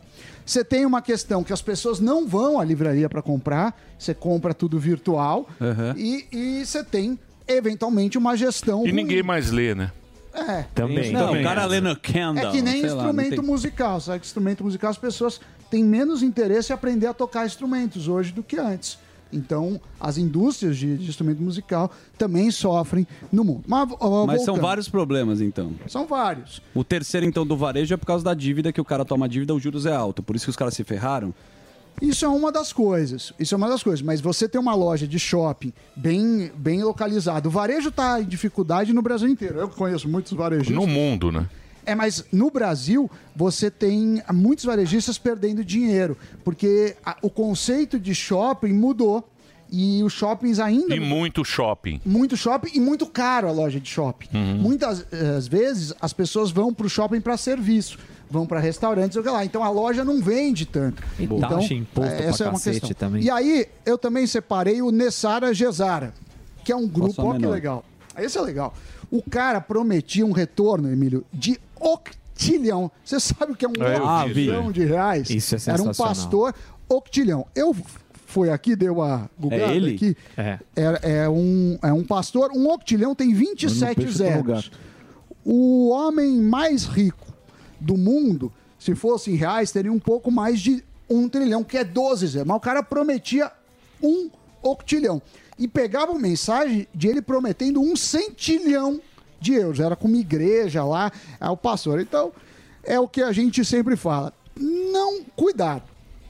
Você tem uma questão que as pessoas não vão à livraria para comprar, você compra tudo virtual.
Aham.
E e você tem, eventualmente, uma gestão.
E
ruim.
ninguém mais lê, né?
É.
Também.
Não,
Também.
o cara lê no
É
Kendall.
que nem
sei lá, não
instrumento
tem-
musical. Sabe que instrumento musical as pessoas têm menos interesse em aprender a tocar instrumentos hoje do que antes. Então, as indústrias de, de instrumento musical também sofrem no mundo. Mas, ó,
Mas são
voltando.
vários problemas, então.
São vários.
O terceiro, então, do varejo é por causa da dívida, que o cara toma dívida, os juros é alto. Por isso que os caras se ferraram.
Isso é uma das coisas. Isso é uma das coisas. Mas você tem uma loja de shopping bem, tá bem localizada. O varejo está em dificuldade no Brasil inteiro. Eu conheço muitos varejistas.
No mundo, né?
É, mas no Brasil você tem muitos varejistas perdendo dinheiro, porque a- o conceito de shopping mudou e os shoppings ainda
E muito shopping.
muito shopping e muito caro a loja de shopping.
Uhum.
Muitas eh, às vezes as pessoas vão para o shopping para serviço, vão para restaurantes, sei lá. Então a loja não vende tanto.
E
então,
taxa, imposto
eh,
pra cacete também.
E aí eu também separei o Nessara Gesara, que é um grupo,
Faço a
ó, que
menor.
legal. Esse é legal. O cara prometia um retorno, Emílio, de octilhão. Você sabe o que é um
É, eu vi isso
octilhão
aí.
de reais?
Isso é
Era um
sensacional.
pastor octilhão. Eu fui aqui, deu a Google
É ele?
aqui.
É.
É, é um, é um pastor, um octilhão tem 27
No
é um
peixe como
zeros. O homem mais rico do mundo, se fosse em reais, teria um pouco mais de um trilhão, que é 12 zeros. Mas o cara prometia um octilhão. E pegava uma mensagem de ele prometendo um centilhão de euros. Era com uma igreja lá, é o pastor. Então, é o que a gente sempre fala. Não, cuidado.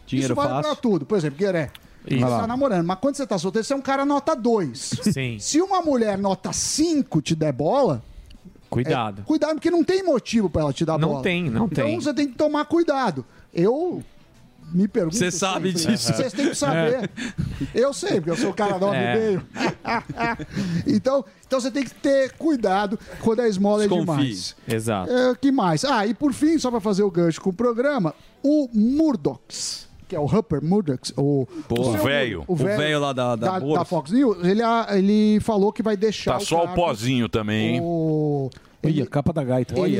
Dinheiro
Isso vale
fácil.
pra tudo. Por exemplo, Gueré. Você
Isso.
tá namorando, mas quando você tá solteiro, você é um cara nota 2.
Sim.
Se uma mulher nota 5 te der bola.
Cuidado.
é- cuidado, porque não tem motivo pra ela te dar
Não
bola.
tem, não
então
tem.
você tem que tomar cuidado. Eu me pergunto.
Você sabe
sempre,
disso.
Vocês têm que
É.
saber. Eu sei, porque eu sou o cara 9
É.
meio. então, então você tem que ter cuidado quando a esmola é demais.
Exato.
É, que mais? Ah, e por fim, só para fazer o gancho com o programa, o Murdox, que é o Rupert Murdox, o
Pô,
seu-
o velho.
o
O velho lá da- da Bolsa.
Fox News, ele, ah, ele falou que vai deixar
Tá só o
cargo.
pozinho também, hein?
O- Ele,
capa da gaita.
ele,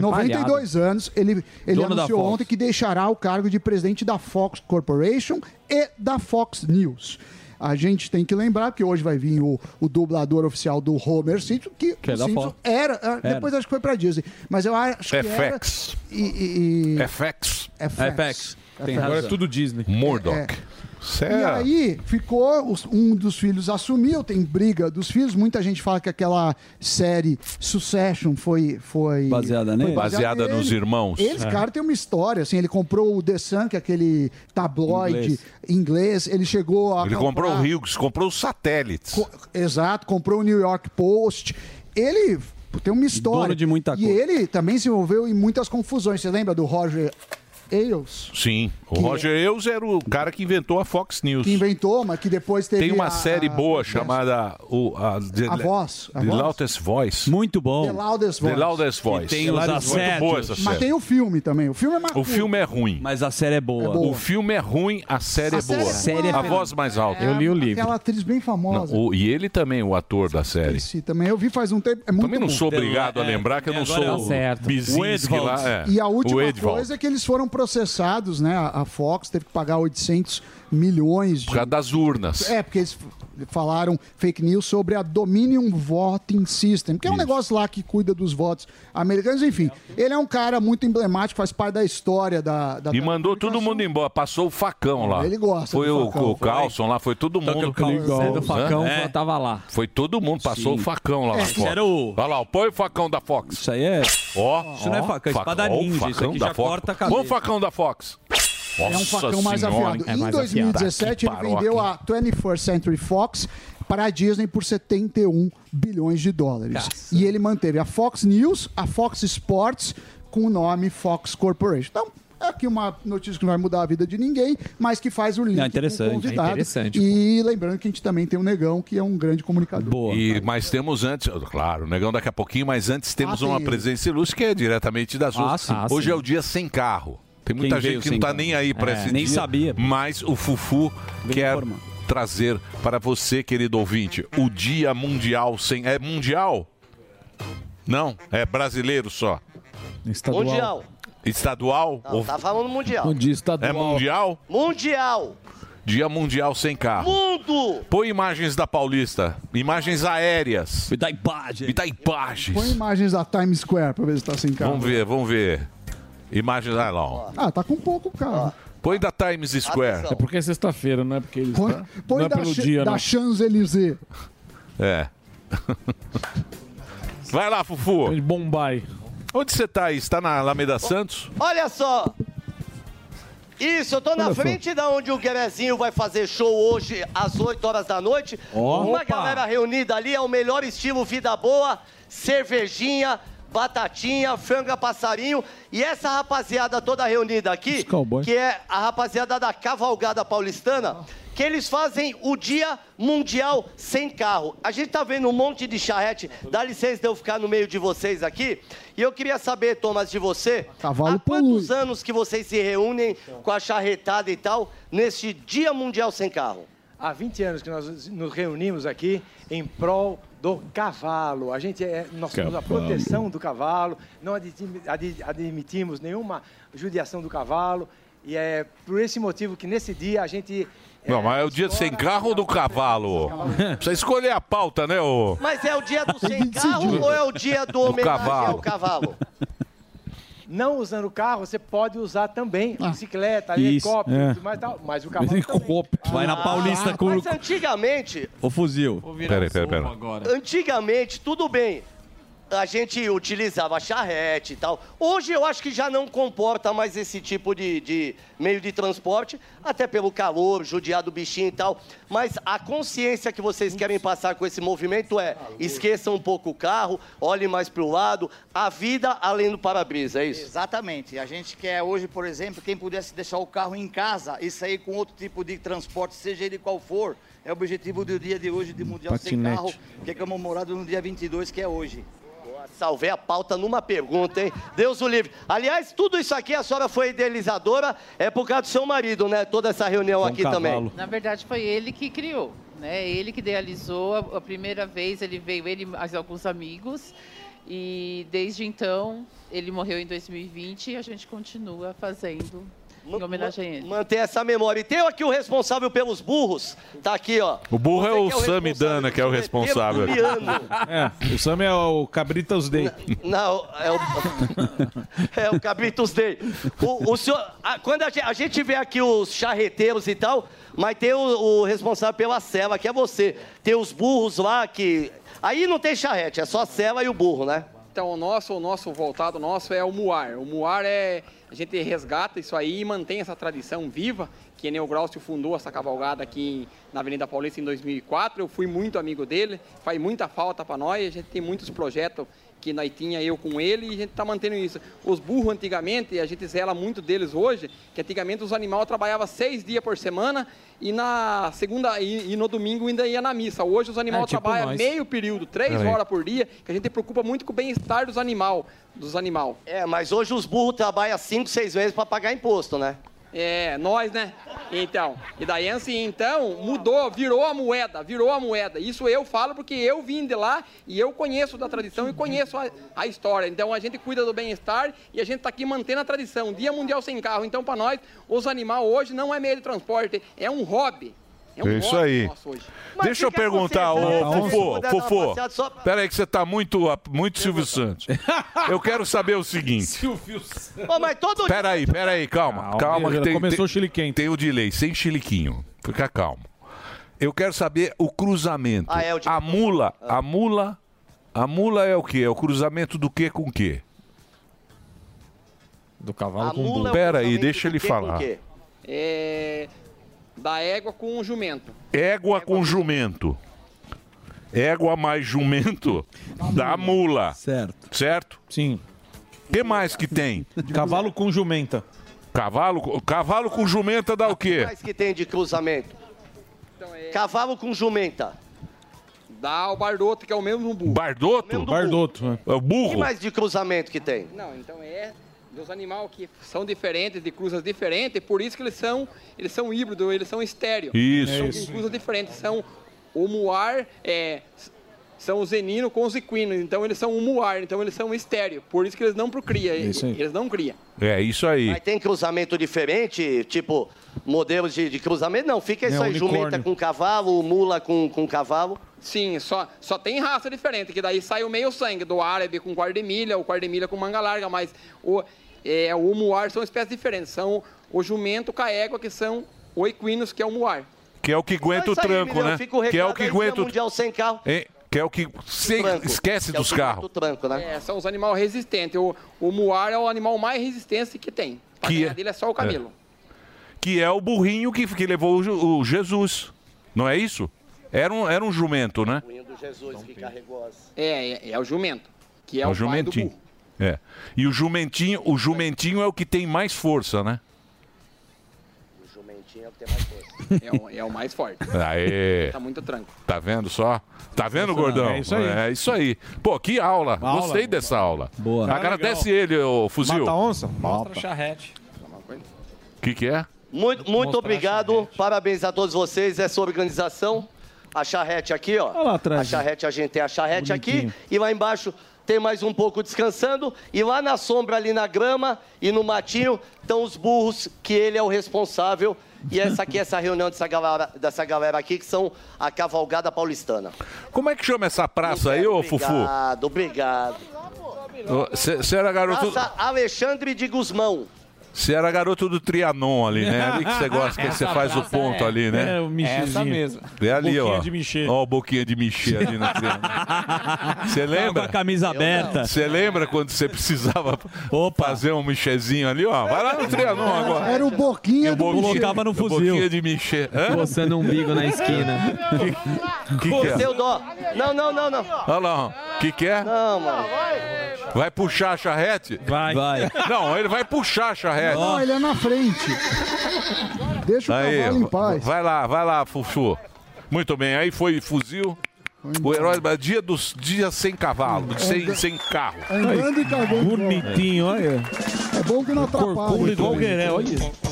92 anos, ele,
ah,
ele
tá Dono da
anunciou
Fox.
ontem que deixará o cargo de presidente da Fox Corporation e da Fox News. A gente tem que lembrar que hoje vai vir o, o dublador oficial do Homer Simpson, que,
Que é
o
da
Simpson
Fox.
era, ah,
Era.
Depois acho que foi pra Disney. Mas eu acho que era.
FX.
E, e, e...
FX.
É FX. Tem
Agora
razão.
é tudo
Disney.
É Murdoch. é-
É. E
Sério?
aí ficou, os- um dos filhos assumiu, tem briga dos filhos. Muita gente fala que aquela série Succession foi. foi
Baseada
foi
nele?
Baseada
nele.
nos irmãos.
Esse
É.
cara tem uma história, assim, ele comprou o The Sun, que é aquele tabloide inglês, ele chegou a.
Ele comprou o
comprar-
Hughes, comprou os satélites.
Exato, comprou o New York Post. Ele tem uma história.
Dono de muita
e
coisa.
ele também se envolveu em muitas confusões. Você lembra do Roger Ailes?
Sim. O
Que-
Roger Ailes era o cara que inventou a Fox News.
Que inventou, mas que depois teve.
Tem uma
a-
série
a-
boa chamada o, a, The,
A Voz, a
The
Voz.
Loudest Voice.
Muito bom.
The Loudest Voice.
The Loudest Voice. É
tem os
Muito boa essa
Mas
série.
tem o filme também. O filme é
O
maravilhoso.
filme é ruim.
Mas a série é boa.
É boa.
O filme é ruim, a série
A
é boa.
série é boa.
a voz mais alta.
É Aquela atriz bem
Não,
famosa.
o- e ele também, o ator da série.
Esse também. Eu vi faz um tempo. É muito
Também não
bom.
sou obrigado a lembrar que eu não
Então, é, agora
sou
tá
o
certo. O
Bizinski
Edvald.
lá. é.
E a última
o Edvald.
coisa é que eles foram processados, né? A a Fox teve que pagar 800 milhões de
Por causa das urnas.
É, porque eles f- falaram fake news sobre a Dominion Voting System, que é um negócio lá que cuida dos votos americanos. Enfim, ele é um cara muito emblemático, faz parte da história da. da
E mandou todo mundo embora, passou o facão lá.
Ele gosta
Foi
do
o,
facão,
o
foi.
Carlson lá, foi todo mundo.
o
é
Carlson do
Hã?
facão fa- tava lá.
É. Foi todo mundo, passou
Sim.
o facão lá
É,
na
isso
Fox.
era o-
Olha lá, põe o facão da Fox.
Isso aí é.
Ó,
Isso não é facão, é
Ó,
espada
ó, o
ninja, isso
facão
aqui
da
já
Fox.
corta a cabeça.
Põe o facão da Fox.
É um facão mais
Senhora,
afiado.
hein? É
em 2017,
Tá, que
ele vendeu
paróquia.
a 21st Century Fox para a Disney por 71 bilhões de dólares. E ele manteve a Fox News, a Fox Sports, com o nome Fox Corporation. Então, é aqui uma notícia que não vai mudar a vida de ninguém, mas que faz o link
É interessante.
com o convidado.
É interessante,
e lembrando que a gente também tem o Negão, que é um grande comunicador.
E, mas temos antes, claro, o negão daqui a pouquinho, mas antes temos
Ah, tem
uma
ele.
presença ilustre que é diretamente das
Ah,
ruas.
sim. Ah,
Hoje
sim.
é o dia sem carro. Tem muita
Quem veio
gente que não
sem
tá
carro?
nem aí para
É,
esse
nem
dia,
sabia.
Mas o Fufu quer trazer para você, querido ouvinte, o Dia Mundial sem. É mundial? Não, é brasileiro só.
Estadual. Mundial.
Estadual?
Não, tá falando mundial.
Um dia estadual. É mundial? Ah.
Mundial.
Dia Mundial sem carro.
Mundo.
Põe imagens da Paulista. Imagens aéreas. Me
dá imagens.
Me dá imagens.
Põe imagens da Times Square para ver se tá sem carro.
Vamos ver, vamos ver. Imagens. Ah, lá. ó.
Ah, tá com pouco carro.
Põe da Times Square.
É porque é sexta-feira, não é porque eles.
Põe,
tá-
põe
não é
da,
pelo
Cha-
dia,
da
né?
não.
Champs-Élysées.
É. Vai lá, Fufu.
É De Bombay.
Onde você tá aí? Você tá na Alameda Santos?
Olha só. Isso, eu tô na
Olha só.
frente da onde o Guerezinho vai fazer show hoje às 8 horas da noite.
Ó.
Uma
Opa.
galera reunida ali, é o melhor estilo vida boa, cervejinha, Batatinha, Franga Passarinho e essa rapaziada toda reunida aqui,
cowboys.
que é a rapaziada da Cavalgada Paulistana, que eles fazem o Dia Mundial Sem Carro. A gente tá vendo um monte de charrete, dá licença de eu ficar no meio de vocês aqui. E eu queria saber, Thomas, de você,
Cavalo polui.
quantos anos que vocês se reúnem com a charretada e tal, nesse Dia é Mundial Sem Carro?
Há 20 anos que nós nos reunimos aqui em prol do cavalo. A gente é, nós somos a
Cavalo.
proteção do cavalo, não admitimos, admitimos nenhuma judiação do cavalo. E é por esse motivo que nesse dia a gente.
Não, mas é o dia sem carro ou do cavalo? Precisa escolher a pauta, né, ô?
Mas é o dia do sem
decidiu.
carro ou é o dia do
Do
homenagem
cavalo.
ao cavalo?
Não usando o carro, você pode usar também bicicleta,
Ah. isso,
helicóptero,
é.
tudo mais, e tal, mas o cavalo. Ah,
Vai na Paulista com
Mas antigamente,
o fuzil.
Peraí, peraí, peraí.
Antigamente, tudo bem. A gente utilizava charrete e tal. Hoje eu acho que já não comporta mais esse tipo de, de meio de transporte, até pelo calor, judiar do bichinho e tal. Mas a consciência que vocês querem passar com esse movimento é: esqueçam um pouco o carro, olhem mais para o lado, a vida além do para-brisa, é isso?
Exatamente. A gente quer hoje, por exemplo, quem pudesse deixar o carro em casa e sair com outro tipo de transporte, seja ele qual for, é o objetivo do dia de hoje de Mundial
Patinete.
Sem Carro, que é comemorado no dia 22, que é hoje.
Salvei a pauta numa pergunta, hein? Deus o livre. Aliás, tudo isso aqui, a senhora foi idealizadora, é por causa do seu marido, né? Toda essa reunião aqui também.
Na verdade, foi ele que criou, né? Ele que idealizou. A, a primeira vez ele veio, ele e mais alguns amigos. E desde então, ele morreu em 2020 e a gente continua fazendo em homenagem a ele.
Manter essa memória. E tem aqui o responsável pelos burros. Tá aqui, ó.
O burro é o
Você que é o
Samidana, que é o responsável.
Juliano.
É, o Sam é o Cabritas Day.
Não, é o, é o Cabritos Day. O, o senhor, a- quando a gente, a gente vê aqui os charreteiros e tal, mas tem o, o responsável pela cela, que é você. Tem os burros lá que. Aí não tem charrete, é só a cela e o burro, né?
Então, o nosso, o nosso voltado nosso é o muar. O muar é. A gente resgata isso aí e mantém essa tradição viva, que Enel Graucio fundou essa cavalgada aqui em- na Avenida Paulista em 2004. Eu fui muito amigo dele, faz muita falta para nós. A gente tem muitos projetos que nós tinha eu com ele e a gente está mantendo isso. Os burros antigamente, a gente zela muito deles hoje, que antigamente os animais trabalhavam seis dias por semana e na segunda e, e no domingo ainda ia na missa. Hoje os animais
É, tipo
trabalham
nós.
meio período, três
Peraí.
horas por dia, que a gente preocupa muito com o bem-estar dos animal, dos animal.
É, mas hoje os burros trabalham cinco, seis meses para pagar imposto, né?
É, nós, né? Então, e daí assim, então, mudou, virou a moeda, virou a moeda. Isso eu falo porque eu vim de lá e eu conheço da tradição e conheço a, a história. Então a gente cuida do bem-estar e a gente tá aqui mantendo a tradição. Dia Mundial Sem Carro. Então, para nós, os animais hoje não é meio de transporte, é um hobby. É um
É isso
hobby
aí.
nosso hoje.
Deixa eu
é
perguntar,
consciência,
ô
né?
Fofô,
Tá
Fofô.
passeado só-
Peraí que você tá muito, muito Silvio Santos. Eu quero saber o seguinte.
Pô, mas todo dia-
Peraí, peraí, calma. Calma,
já
que tem,
começou
tem, o chiliquinho. Tem o delay, sem chiliquinho. Fica calmo. Eu quero saber o cruzamento.
Ah, é, o de-
a mula,
Ah.
a mula, a mula é o quê? É o cruzamento do quê com o quê?
Do cavalo
com mula burro. é o
Pera aí,
cruzamento
deixa
do
ele
quê com
falar.
quê? É, da égua com o jumento.
Égua com jumento. Égua mais jumento da mula. Certo. Certo? Sim. O que mais que tem? Cavalo com jumenta. Cavalo, co- cavalo com jumenta dá o quê?
mais que tem de cruzamento? Cavalo com jumenta.
Então é- Dá o bardoto, que é o mesmo burro.
Bardoto?
Bardoto.
É o
O que mais de cruzamento que tem?
Não, então é dos animais que são diferentes, de cruzas diferentes, por isso que eles são, eles são híbridos, eles são estéreo.
Isso.
São
É isso.
cruzas diferentes, são o muar, é, s- são o zenino com os equinos, então eles são um muar, então eles são estéreo, por isso que eles não procriam,
É Isso aí.
eles não criam.
É isso aí.
Mas tem cruzamento diferente, tipo, modelos de, de cruzamento? Não, fica isso
Não,
aí,
unicórnio.
jumenta com cavalo, mula com, com cavalo.
Sim, só, só tem raça diferente, que daí sai o meio sangue, do árabe com guardemilha, o guardemilha com manga larga, mas o, é, o muar são espécies diferentes, são o jumento com a égua, que são o equinos, que é o muar.
Que é o que aguenta o
isso aí,
tranco,
Emilhão,
né?
fica o
Que é o
recado
que
aí,
aguenta
Dia
o
Mundial sem carro.
Hein? Que é o que sem- esquece dos carros.
né?
É, são os animais resistentes. O, o muar é o animal mais resistente que tem. A
Que
ganhar
é-
dele é só o camelo.
Que é o burrinho que, que levou o, Je- o Jesus. Não é isso? Era um, era um jumento, né?
Do Jesus que carregou as...
É, é, é o jumento. que é,
É
o,
o
pai do
jumentinho.
burro.
É. E o jumentinho, o jumentinho é o que tem mais força, né?
O jumentinho é o que tem mais força. É o, é o mais forte.
Aê.
Tá muito tranco.
Tá vendo só? Tá vendo, gordão?
é isso aí.
É isso aí. Pô, que aula.
Uma aula.
Gostei dessa aula.
Boa. Ah,
Agradece
legal.
ele, ô fuzil.
Mata onça?
Mata.
Charrete.
O que, que é?
Muito, muito obrigado. Parabéns a todos vocês. Essa organização. A charrete aqui, ó.
Olha lá atrás.
A charrete, a gente tem a charrete
Bonitinho.
aqui. E lá embaixo tem mais um pouco descansando. E lá na sombra, ali na grama e no matinho, estão os burros, que ele é o responsável. E essa aqui é essa reunião dessa galera, dessa galera aqui, que são a Cavalgada Paulistana.
Como é que chama essa praça aí, ô Fufu?
Obrigado, obrigado.
Você era garoto.
Praça Alexandre de Guzmão.
Você era garoto do Trianon ali, né? Ali que você gosta, que
Essa
você faz o
praça
ponto
é-
ali, né?
é o michezinho. Essa mesmo.
É ali,
Boquinha
ó.
de michê.
Ó, o boquinha de michê ali no Trianon. Você lembra?
a camisa aberta.
Você lembra quando você precisava fazer um michezinho ali, ó? Vai lá no Trianon agora.
Era o Boquinha do
Boquinha-
Colocava
É
no fuzil.
Boquinha de michê. Hã?
Coçando o umbigo na esquina.
Que que é?
Seu dó. Não, não, não, não.
Olha lá, ó. que que é?
Não, mano.
Vai puxar a charrete? Vai.
Vai.
Não, ele vai puxar a charrete.
Não, ele é na frente. Deixa o cavalo em paz.
Vai lá, vai lá, Fufu. Muito bem, aí foi fuzil. O herói do dia dos dias sem cavalo, sem, sem carro.
Andando e cagando.
Bonitinho,
olha. É bom que não atrapalha. Então,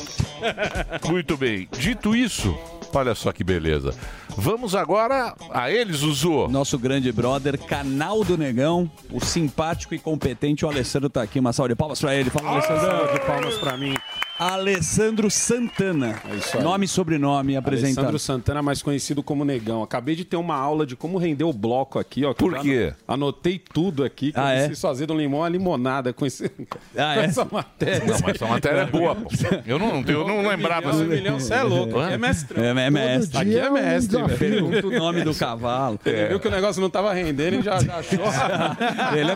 Muito bem. Dito isso, olha só que beleza. Vamos agora a eles, Zuzu.
Nosso grande brother, canal do Negão, o simpático e competente, o Alessandro tá aqui. Uma salva de palmas pra ele. Fala, Alessandro.
de palmas pra mim. É
Alessandro Santana.
aí.
Nome e sobrenome apresentado.
Alessandro Santana, mais conhecido como Negão. Acabei de ter uma aula de como render o bloco aqui, ó. que
Por
eu já
quê?
ano- Anotei tudo aqui, que
Ah,
eu
é?
preciso fazer do limão a limonada com, esse,
Ah,
com
é?
essa matéria.
Não, mas essa matéria é boa, pô. Eu não, eu não lembrava. assim.
Um milhão, você é louco.
Hã?
É mestre.
É, é mestre.
Aqui é mestre, velho.
Pergunta o nome do cavalo.
Ele
É.
viu que o negócio não tava rendendo e já, já achou.
Ele é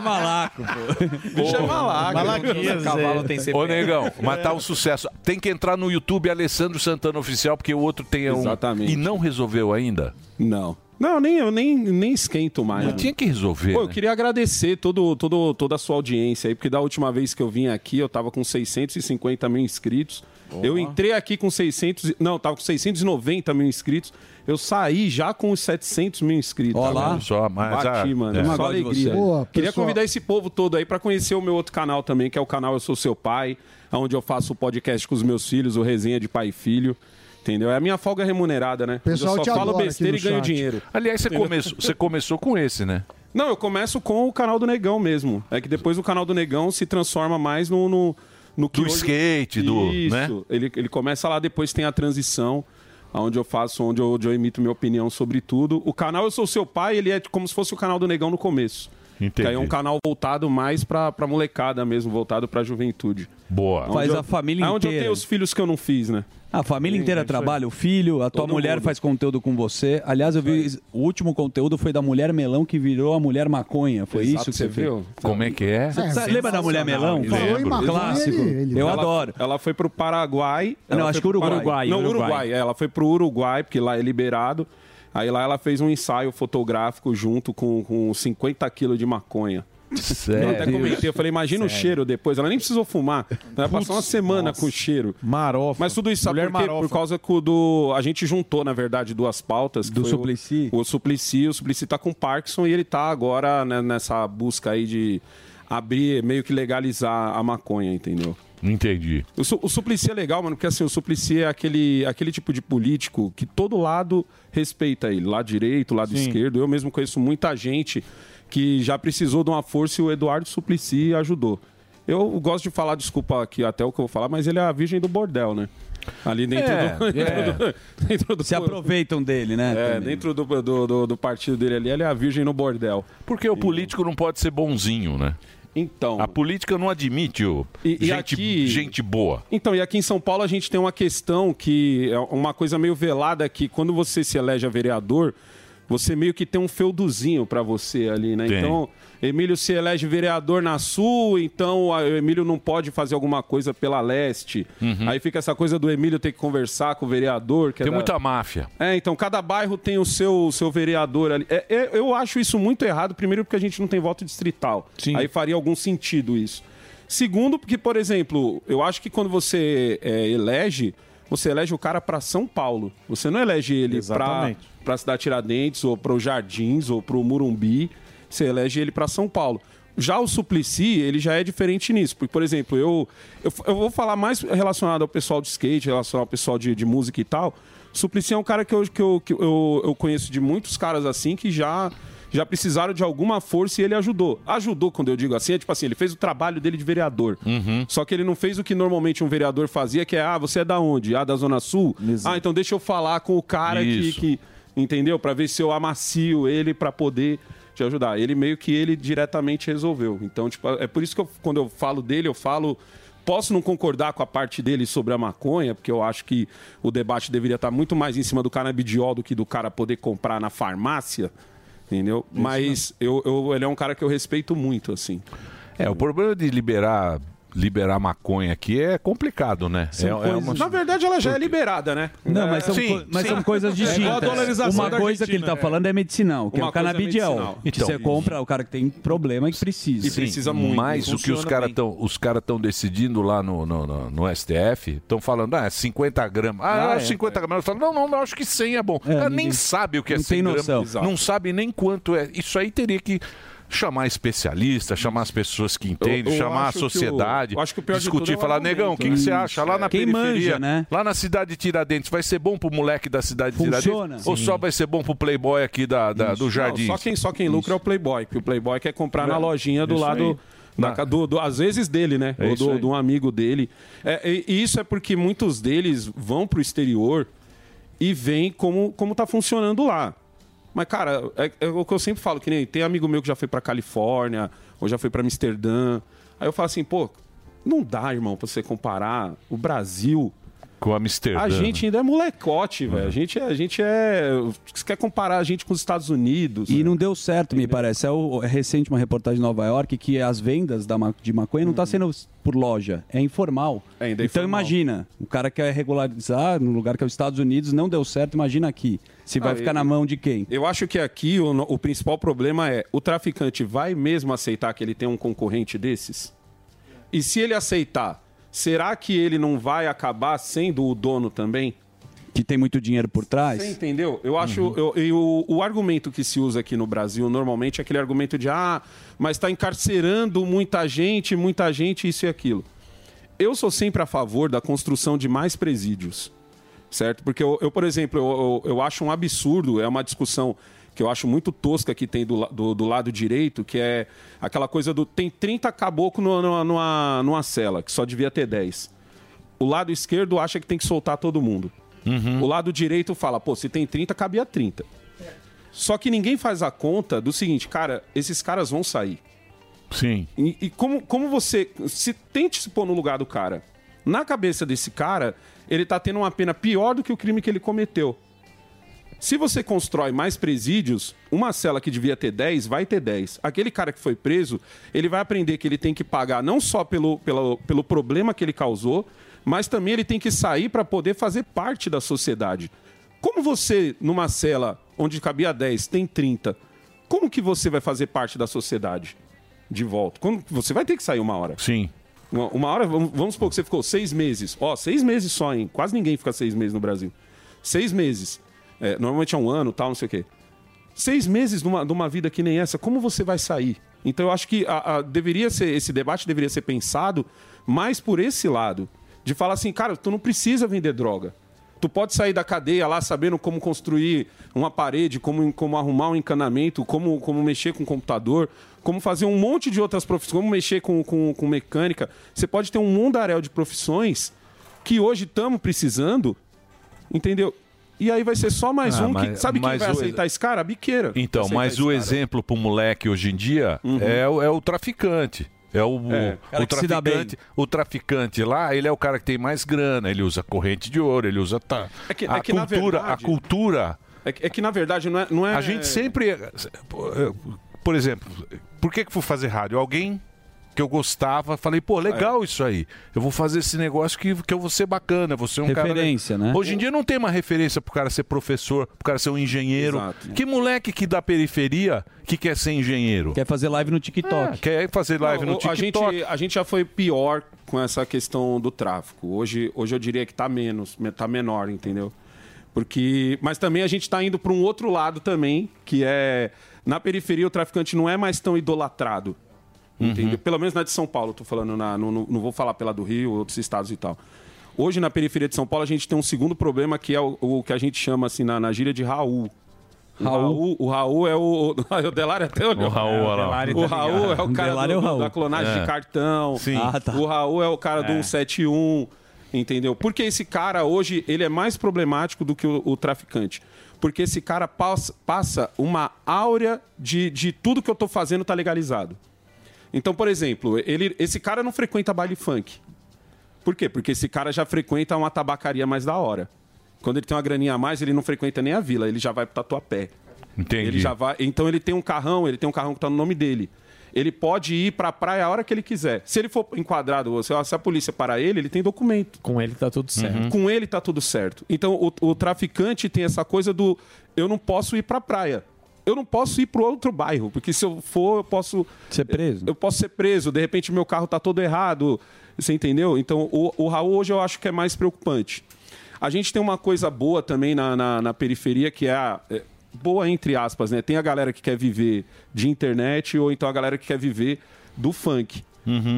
malaco, pô.
Bicho é malaco.
Malaquias,
cavalo tem CPF.
Ô, negão, mas tá um sucesso. Tem que entrar no YouTube Alessandro Santana Oficial, porque o outro tem um.
Exatamente.
E não resolveu ainda?
Não. Não, nem, eu nem, nem esquento mais.
Mas tinha que resolver.
Pô, eu
né?
queria agradecer todo, todo, toda a sua audiência aí, porque da última vez que eu vim aqui, eu tava com 650 mil inscritos. Eu entrei aqui com 600. e- Não, eu tava com 690 mil inscritos. Eu saí já com os 700 mil inscritos.
Olha
Tá
lá.
vendo?
Só, mas,
Bati,
ah,
mano.
é.
Só
Agora de
alegria.
você. Boa,
queria
pessoal.
convidar esse povo todo aí pra conhecer o meu outro canal também, que é o canal Eu Sou Seu Pai, onde eu faço o podcast com os meus filhos, o Resenha de Pai e Filho. Entendeu? É a minha folga remunerada, né?
Pessoal
eu
te
só falo
adora aqui
besteira
no
e ganho
chat.
dinheiro.
Aliás, você,
Entendeu?
começou, você começou com esse, né?
Não, eu começo com o canal do Negão mesmo. É que depois o canal do Negão se transforma mais no. no, no que
Do skate, do-
Isso.
né?
Ele, ele começa lá, depois tem a transição, onde eu faço, onde eu, onde eu emito minha opinião sobre tudo. O canal Eu Sou Seu Pai, ele é como se fosse o canal do Negão no começo. Que aí é um canal voltado mais pra, pra molecada mesmo, voltado pra juventude.
Boa.
Faz a família
É onde eu
inteira.
tenho os filhos que eu não fiz, né?
A família
Sim,
inteira
é isso aí.
trabalha, o filho, a tua
Todo
mulher
mundo.
faz conteúdo com você. Aliás, eu vi o último conteúdo foi da mulher melão que virou a mulher maconha. Foi
Exato,
isso que
você
você
viu?
viu?
Como é que é?
Você sabe- lembra da mulher melão?
Sensacional,
Falou em
lembro.
maconha, Clássico. ele- ele- Eu
Ela-
adoro.
Ela foi pro Paraguai.
Não,
ela
acho
foi
que
pro
Uruguai.
Paraguai. Não,
Uruguai.
Uruguai. é, Ela foi pro Uruguai, porque lá é liberado. Aí lá ela fez um ensaio fotográfico junto com, com 50 quilos de maconha.
Sério?
Eu até comentei, eu falei, imagina o
Sério.
cheiro depois. Ela nem precisou fumar. Ela passou uma semana com o cheiro. Marofa. Mas tudo isso sabe
Mulher
por quê?
marofa.
Por causa co- do. A gente juntou, na verdade, duas pautas. Do Suplicy? O, o Suplicy. O Suplicy tá com Parkinson e ele tá agora né, nessa busca aí de abrir, meio que legalizar a maconha, entendeu?
Entendi.
O, Su- o Suplicy é legal, mano, porque assim, o Suplicy é aquele, aquele tipo de político que todo lado respeita ele. Lado direito, lado esquerdo. Eu mesmo conheço muita gente que já precisou de uma força e o Eduardo Suplicy ajudou. Eu gosto de falar, desculpa aqui até o que eu vou falar, mas ele é a virgem do bordel, né? Ali dentro
É,
do.
é.
dentro do- dentro do-
Se aproveitam dele, né?
É, dentro do, do, do- do partido dele ali, ele é a virgem no bordel.
Porque o político não pode ser bonzinho, né?
Então.
A política não admite o
E- e
gente,
aqui-
gente boa.
Então, e aqui em São Paulo a gente tem uma questão que é uma coisa meio velada que quando você se elege a vereador, Você meio que tem um feudozinho para você ali, né?
Tem.
Então, Emílio se elege vereador na Sul, então a- o Emílio não pode fazer alguma coisa pela Leste. Aí fica essa coisa do Emílio ter que conversar com o vereador. Que é
Uhum. Tem
da-
muita máfia.
é, então, cada bairro tem o seu, o seu vereador ali. É, é, eu acho isso muito errado, primeiro, porque a gente não tem voto distrital. Aí faria algum sentido isso. Segundo, porque, por exemplo, eu acho que quando você é, elege, você elege o cara para São Paulo. Você não elege ele para
Exatamente.
para a cidade Tiradentes, ou para o Jardins, ou para o Murumbi, você elege ele para São Paulo. Já o Suplicy, ele já é diferente nisso. Porque, por exemplo, eu, eu, eu vou falar mais relacionado ao pessoal de skate, relacionado ao pessoal de, de música e tal. Suplicy é um cara que, eu, que, eu, que eu, eu conheço de muitos caras assim que já, já precisaram de alguma força e ele ajudou. Ajudou, quando eu digo assim, é tipo assim, ele fez o trabalho dele de vereador. Só que ele não fez o que normalmente um vereador fazia, que é, ah, você é da onde? Ah, da Zona Sul? Ah, então deixa eu falar com o cara que,
Isso.
que- entendeu? Pra ver se eu amacio ele pra poder te ajudar. Ele meio que ele diretamente resolveu. Então, tipo, é por isso que eu- quando eu falo dele, eu falo Posso não concordar com a parte dele sobre a maconha, porque eu acho que o debate deveria estar muito mais em cima do canabidiol do que do cara poder comprar na farmácia, entendeu? Mas eu, eu- ele é um cara que eu respeito muito, assim.
É, o problema de liberar liberar maconha aqui é complicado, né? É, é uma-
Na verdade, ela já é liberada, né?
Não, mas são,
Sim,
co- mas
sim.
são coisas
É igual a
distintas.
dolarização
Uma
da
coisa que ele
Argentina,
tá
é.
falando é medicinal, que é
Uma
o
coisa é
canabidiol.
medicinal.
Que
Então.
você compra o cara que tem problema e precisa.
Sim, Mas o que os caras estão os cara tão decidindo lá no, no, no- no STF, estão falando, ah, 50 gramas. Ah,
Ah,
é,
é.
50 gramas. Eu falo, não, não, não, acho que 100 é bom. O cara nem
ninguém-
sabe o que é
não
100
tem noção.
gramas. Não sabe nem quanto é. Isso aí teria que chamar especialista, chamar as pessoas que entendem,
eu
chamar a
acho que o-
sociedade,
eu acho que o pior de
discutir,
tudo é o
falar, negão, o que, que você
argumento,
acha?
né?
Lá na
Quem manja,
periferia,
né?
lá na cidade de Tiradentes, vai ser bom pro moleque da cidade de
Funciona?
Tiradentes? Ou
Sim.
só vai ser bom pro playboy aqui da, da- do
Não,
jardim?
só quem, só quem lucra é o Playboy, que o Playboy quer comprar na
É,
lojinha do
isso aí.
lado. Da, ca- do, do- às vezes dele, né?
É
Ou
isso
do,
aí.
de um amigo dele. É, e, e isso é porque muitos deles vão pro exterior e veem como, como tá funcionando lá. Mas, cara, é, é o que eu sempre falo, que nem tem amigo meu que já foi pra Califórnia, ou já foi pra Amsterdã. Aí eu falo assim, pô, não dá, irmão, pra você comparar o Brasil
Com Amsterdã. né?"
a gente ainda é molecote, velho. A gente é, a gente é. Você quer comparar a gente com os Estados Unidos? né?
E não deu certo, me parece. É, o, é recente uma reportagem em Nova York que as vendas da, ma- de maconha não
Uhum.
tá sendo por loja, é informal. então imagina, o cara quer regularizar no lugar que é os Estados Unidos, não deu certo, imagina aqui. Se vai
Ah,
ficar
e-
na mão de quem?
Eu acho que aqui o, no- o principal problema é o traficante vai mesmo aceitar que ele tem um concorrente desses? E se ele aceitar, será que ele não vai acabar sendo o dono também?
Que tem muito dinheiro por trás? Uhum.
Você entendeu? Eu acho. eu- e o, o argumento que se usa aqui no Brasil normalmente é aquele argumento de ah, mas está encarcerando muita gente, muita gente, isso e aquilo. Eu sou sempre a favor da construção de mais presídios. Certo? Porque eu, eu, por exemplo, eu, eu, eu acho um absurdo, é uma discussão que eu acho muito tosca que tem do, la- do, do lado direito, que é aquela coisa do tem 30 caboclo numa, numa, numa, numa cela, que só devia ter 10. O lado esquerdo acha que tem que soltar todo mundo. O lado direito fala, pô, se tem 30, cabia 30. Só que ninguém faz a conta do seguinte, cara, esses caras vão sair.
Sim.
E, e como, como você. Se tente se pôr no lugar do cara. Na cabeça desse cara, ele tá tendo uma pena pior do que o crime que ele cometeu. Se você constrói mais presídios, uma cela que devia ter 10 vai ter 10. Aquele cara que foi preso, ele vai aprender que ele tem que pagar não só pelo, pelo, pelo problema que ele causou, mas também ele tem que sair para poder fazer parte da sociedade. Como você, numa cela onde cabia 10, tem 30, como que você vai fazer parte da sociedade de volta? Como- você vai ter que sair uma hora.
Sim.
Uma, uma hora, vamos, vamos supor que você ficou seis meses. Ó, seis meses só, hein? Quase ninguém fica seis meses no Brasil. Seis meses. É, normalmente é um ano, tal, não sei o quê. Seis meses numa, numa vida que nem essa, como você vai sair? Então eu acho que a- a- deveria ser, esse debate deveria ser pensado mais por esse lado. De falar assim, cara, tu não precisa vender droga. Tu pode sair da cadeia lá sabendo como construir uma parede, como, como arrumar um encanamento, como, como mexer com o computador, como fazer um monte de outras profissões, como mexer com, com, com mecânica. Você pode ter um mundaréu de profissões que hoje estamos precisando, entendeu? E aí vai ser só mais
Ah,
um que.
mas-
Sabe quem
mas
vai
o-
aceitar esse cara? A biqueira.
Então,
Aceitar
mas
esse
o
cara. Uhum.
exemplo pro moleque hoje em dia é, o- é o traficante. É o,
É.
o,
Cara que se dá bem.
traficante. O traficante lá, ele é o cara que tem mais grana, ele usa corrente de ouro, ele usa. Tá.
É que-
a,
é que, na
cultura, a
verdade-
cultura
É, que- é que, na verdade, não é... Não é...
A gente sempre. eh, Por exemplo, por que, que fui fazer rádio? Alguém que eu gostava, falei, pô,
É.
legal isso aí. Eu vou fazer esse negócio que, que eu vou ser bacana, eu vou ser um cara-
Referência, né?
Hoje em dia não tem uma referência pro cara ser professor, pro cara ser um engenheiro. Que moleque que da periferia que quer ser engenheiro? É,
Quer fazer live no TikTok.
quer fazer live
Não,
no
o- a gente-
TikTok.
A gente, já foi pior com essa questão do tráfico. Hoje, hoje eu diria que tá menos, me- tá menor, entendeu? Porque, mas também a gente tá indo para um outro lado também, que é na periferia o traficante não é mais tão idolatrado.
Uhum.
Entendeu? Pelo menos na de São Paulo, tô falando, na, não, não- não vou falar pela do Rio, outros estados e tal. Hoje, na periferia de São Paulo, a gente tem um segundo problema que é o, o que a gente chama assim na, na gíria de Raul. O Raul, o Raul é o. O, o Delari até olhou.
O Raul,
É,
olha lá.
Delari
O
tá
Raul
ligado.
é o cara
Delari é
do-
o Raul.
da clonagem de cartão.
cartão.
Sim. Ah, tá.
O Raul é o cara do
É.
171, entendeu? Porque esse cara hoje, ele é mais problemático do que o, o traficante. Porque esse cara passa, passa uma áurea de, de tudo que eu tô fazendo tá legalizado. Então, por exemplo, ele, esse cara não frequenta baile funk. Por quê? Porque esse cara já frequenta uma tabacaria mais da hora. Quando ele tem uma graninha a mais, ele não frequenta nem a vila, ele já vai pro Tatuapé.
Entendi.
Ele já vai, então ele tem um carrão, ele tem um carrão que tá no nome dele. Ele pode ir pra praia a hora que ele quiser. Se ele for enquadrado, se a se a polícia parar ele, ele tem documento.
Com ele tá tudo certo.
Com ele tá tudo certo. Então o, o traficante tem essa coisa do eu não posso ir pra praia. Eu não posso ir pro outro bairro, porque se eu for, eu posso ser preso. Eu, posso ser preso, de repente meu carro tá todo errado. Você entendeu? Então o, o Raul hoje eu acho que é mais preocupante. A gente tem uma coisa boa também na, na, na periferia que é a é, boa entre aspas, né? Tem a galera que quer viver de internet ou então a galera que quer viver do funk.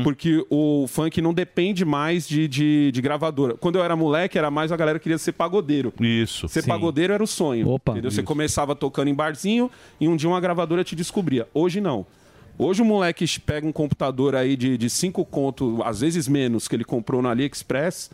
Porque o funk não depende mais de, de, de gravadora. Quando eu era moleque, era mais a galera que queria ser pagodeiro.
Isso.
Ser pagodeiro era o sonho. entendeu? Você começava tocando em barzinho e um dia uma gravadora te descobria. Hoje não. Hoje o moleque pega um computador aí de, de cinco conto, às vezes menos, que ele comprou na AliExpress,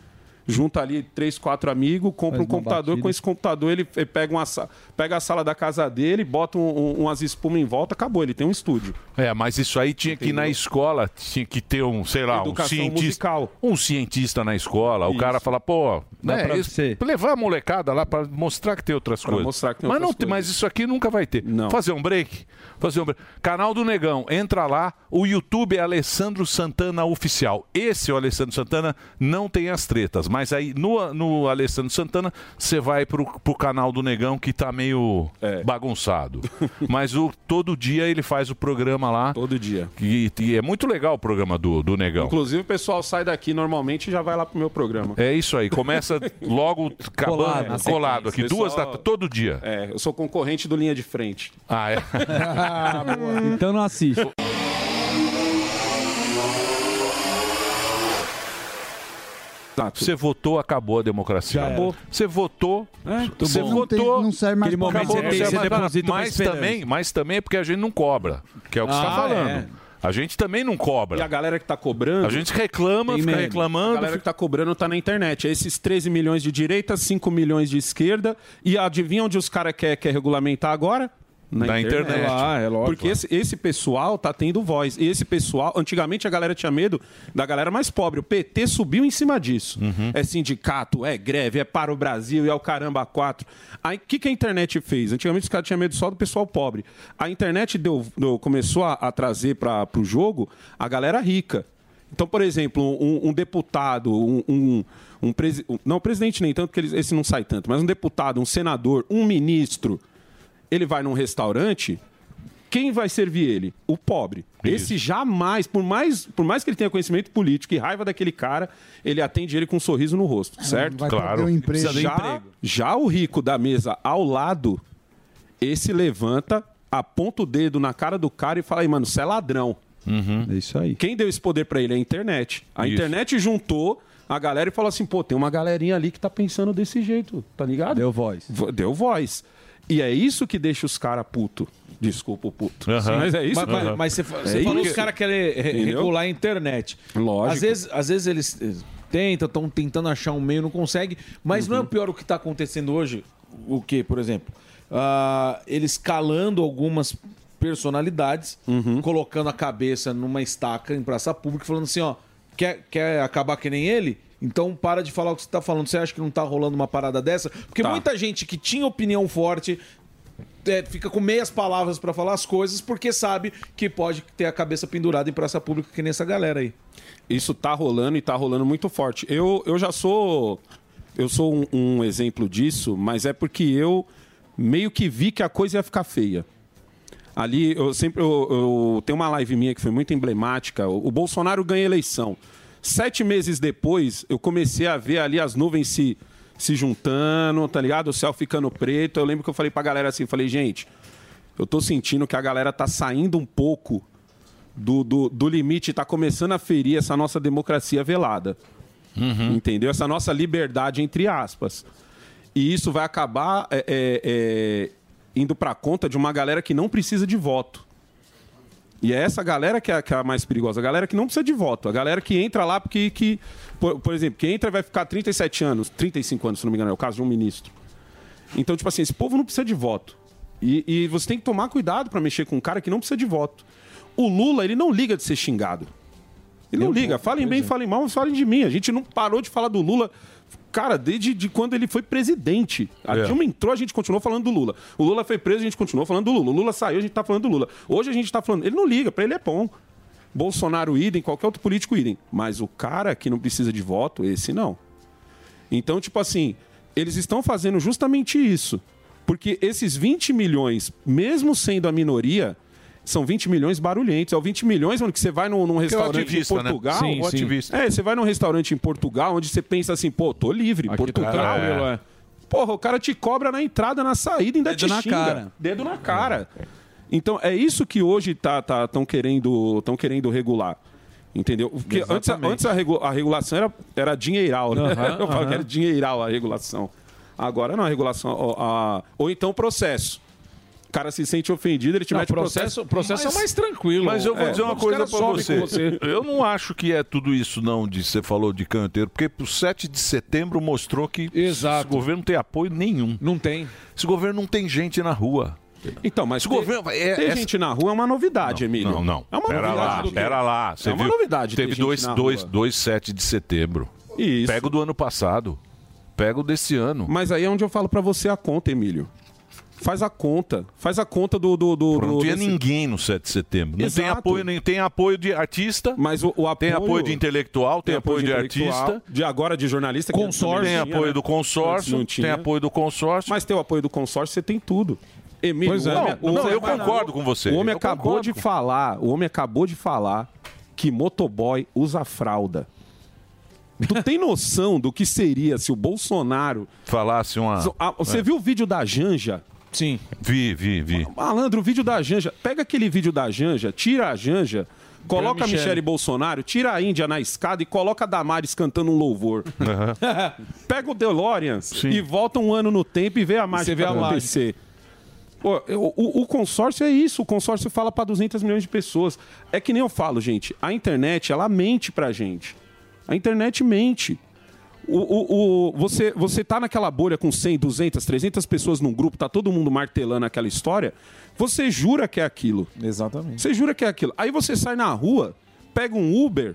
junta ali três, quatro amigos, compra um
Faz uma
computador,
batida.
com esse computador ele ele pega, uma, sa- pega a sala da casa dele, bota um- um- umas espumas em volta, acabou, ele tem um estúdio.
É, mas isso aí tinha que ir na escola, tinha que ter um, sei lá, um
Educação
cientista.
musical.
Um cientista na escola. O cara fala, pô,
Dá
né,
pra
isso- levar a molecada lá pra mostrar que tem outras coisas.
mostrar que tem
mas,
outras
não, tem- mas isso aqui nunca vai ter. Fazer um break. Fazer um break. Canal do Negão, entra lá. O YouTube é Alessandro Santana Oficial. Esse é o Alessandro Santana, não tem as tretas. Mas aí no, no Alessandro Santana, você vai pro, pro canal do Negão que tá meio
É.
bagunçado. mas o, todo dia ele faz o programa lá.
Todo dia.
E, e é muito legal o programa do, do Negão.
Inclusive o pessoal sai daqui normalmente e já vai lá pro meu programa.
É isso aí. Começa logo acabando,
Colado, na
colado,
sequência.
aqui. Duas da
Pessoal-
todo dia.
É, eu sou concorrente do Linha de Frente.
Ah, é. Ah,
Ah,
então não assiste.
Tá,
Você votou, acabou a democracia.
Já é.
Acabou. Você votou, você
bom.
votou.
Não tem- não serve mais pra
acabou,
nada.
não serve
Você
mais pra nada.
deposita uma
Mas
esperança.
também, mas também é porque a gente não cobra, que é o que você
Ah,
está falando.
é.
A gente também não cobra.
E a galera que tá cobrando.
A gente reclama,
Tem
fica
medo.
reclamando,
A galera
fica-
que tá cobrando tá na internet. É Esses 13 milhões de direita, 5 milhões de esquerda. E adivinha onde os caras querem quer regulamentar agora?
Na internet.
É lá, é lógico. Porque esse, esse pessoal tá tendo voz. E esse pessoal, antigamente a galera tinha medo da galera mais pobre. O PT subiu em cima disso. É sindicato, é greve, é para o Brasil, é o caramba quatro. Aí o que, que a internet fez? Antigamente os caras tinham medo só do pessoal pobre. A internet deu, deu- começou a, a trazer para o jogo a galera rica. Então, por exemplo, um, um deputado, um, um, um presi- um- não presidente nem tanto, porque ele- esse não sai tanto, mas um deputado, um senador, um ministro, ele vai num restaurante, quem vai servir ele? O pobre. Esse jamais, por mais, por mais que ele tenha conhecimento político e raiva daquele cara, ele atende ele com um sorriso no rosto, certo?
Ah, vai Claro. perder o emprego.
Precisa de um
Já-
emprego. Já o rico da mesa ao lado, esse levanta, aponta o dedo na cara do cara e fala aí, mano, você é ladrão.
É isso aí.
Quem deu esse poder pra ele é a internet. A
Isso.
internet juntou a galera e falou assim, pô, tem uma galerinha ali que tá pensando desse jeito, tá ligado? Deu voz. Deu voz. E é isso que deixa os caras puto. Desculpa o puto.
Sim,
Mas é isso. É
Mas, mas- mas você, fa- você falou que os caras querem re-
Entendeu?
regular a internet.
Lógico.
Às vezes, às vezes eles eh, tentam, estão tentando achar um meio, não consegue. Mas
Uhum.
não é o pior o que está acontecendo hoje. O que, por exemplo? Ah, eles calando algumas personalidades,
Uhum.
colocando a cabeça numa estaca em praça pública, falando assim, ó, quer, quer acabar que nem ele? Então para de falar o que você tá falando. Você acha que não tá rolando uma parada dessa? Porque
Tá.
muita gente que tinha opinião forte é, fica com meias palavras pra falar as coisas porque sabe que pode ter a cabeça pendurada em praça pública que nem essa galera aí.
Isso tá rolando e tá rolando muito forte. Eu, eu já sou. Eu sou um, um exemplo disso, mas é porque eu meio que vi que a coisa ia ficar feia. Ali, eu sempre. Eu, eu- tem uma live minha que foi muito emblemática. O, o Bolsonaro ganha a eleição. Sete meses depois, eu comecei a ver ali as nuvens se, se juntando, tá ligado? O céu ficando preto. Eu lembro que eu falei pra galera assim: falei, gente, eu tô sentindo que a galera tá saindo um pouco do, do, do limite, tá começando a ferir essa nossa democracia velada. Entendeu? Essa nossa liberdade, entre aspas. E isso vai acabar é, é, é, indo para conta de uma galera que não precisa de voto. E é essa galera que é, a- que é a mais perigosa, a galera que não precisa de voto, a galera que entra lá porque, que, por, por exemplo, que entra e vai ficar 37 anos, 35 anos, se não me engano, é o caso de um ministro. Então, tipo assim, esse povo não precisa de voto. E, e você tem que tomar cuidado para mexer com um cara que não precisa de voto. O Lula, ele não liga de ser xingado. Ele não liga. Falem bem, falem mal, mas falem de mim. A gente não parou de falar do Lula, cara, desde de quando ele foi presidente. A
É.
Dilma entrou, a gente continuou falando do Lula. O Lula foi preso, a gente continuou falando do Lula. O Lula saiu, a gente tá falando do Lula. Hoje a gente tá falando. Ele não liga, pra ele é bom. Bolsonaro idem, qualquer outro político idem. Mas o cara que não precisa de voto, esse não. Então, tipo assim, eles estão fazendo justamente isso. Porque esses 20 milhões, mesmo sendo a minoria, são 20 milhões barulhentos. É o 20 milhões, mano, que você vai num, num
Que é o
restaurante em
ativista, né?
Portugal.
Sim, O sim. ativista.
É, você vai num restaurante em Portugal onde você pensa assim, pô, tô livre, Portugal.
tranquilo, tá é.
Porra, o cara te cobra na entrada, na saída, ainda
Dedo
te
na
xinga.
cara.
Dedo na cara. Então, é isso que hoje tá, tá, tão querendo, tão querendo regular. Entendeu? Porque antes, a-
Exatamente.
antes a, regu- a regulação era, era dinheiral, né?
Aham,
Eu falo que
aham.
era dinheiral a regulação. Agora não, a regulação. ó, a- ou então processo. O cara se sente ofendido, ele te
Não,
mete processo.
processo- processo é mais tranquilo.
Mas eu vou
É,
dizer uma
os
coisa
caras
pra
sobem
você.
com você.
Eu não acho que é tudo isso, não, de você falou de canhoteiro, porque o 7 de setembro mostrou que esse governo não tem apoio nenhum.
Não tem.
Esse governo não tem gente na rua.
Então, mas
esse
ter-
governo. É,
ter
é-
gente na rua é uma novidade, Emílio.
Não, não.
É uma
pera
novidade
lá,
do quê?
pera lá. Você
é uma
viu?
novidade. ter
Teve
gente
dois,
na
dois,
rua.
dois 7 de setembro.
Isso.
Pega o do ano passado. Pega o desse ano.
Mas aí é onde eu falo pra você a conta, Emílio. Faz a conta. Faz a conta do. do, do,
Pô, Não
do-
tinha
desse-
é ninguém no 7 de setembro. Não tem
Exato.
apoio nem tem apoio de artista.
Mas o,
tem
apoio-
apoio de intelectual, tem, apoio, de,
intelectual,
artista.
De agora de jornalista. que antes não
Tem
tinha,
apoio
né?
do
Antes
consórcio,
não tinha.
tem apoio do consórcio.
Mas tem o apoio do consórcio, você tem tudo. Emílio,
Pois é.
o homem-
Não,
o
não,
homem
eu
acabou-
concordo com você.
O homem
Eu
acabou
concordo
de falar, o homem acabou de falar que motoboy usa fralda. Tu tem noção do que seria se o Bolsonaro
falasse assim, uma
Ah,
é.
Você viu o vídeo da Janja?
Sim.
Vi, vi, vi.
Malandro, o vídeo da Janja. Pega aquele vídeo da Janja, tira a Janja, coloca a
Michele.
Michele Bolsonaro, tira a Índia na escada e coloca a Damares cantando um louvor. Pega o DeLorean e volta um ano no tempo e vê a mágica
você vê a mágica.
acontecer. Pô, eu- o, o consórcio é isso. O consórcio fala para 200 milhões de pessoas. É que nem eu falo, gente. A internet, ela mente pra gente. A internet mente. O, o- o- você, você tá naquela bolha com 100, 200, 300 pessoas num grupo, tá todo mundo martelando aquela história. Você jura que é aquilo.
Exatamente.
Você jura que é aquilo. Aí você sai na rua, pega um Uber,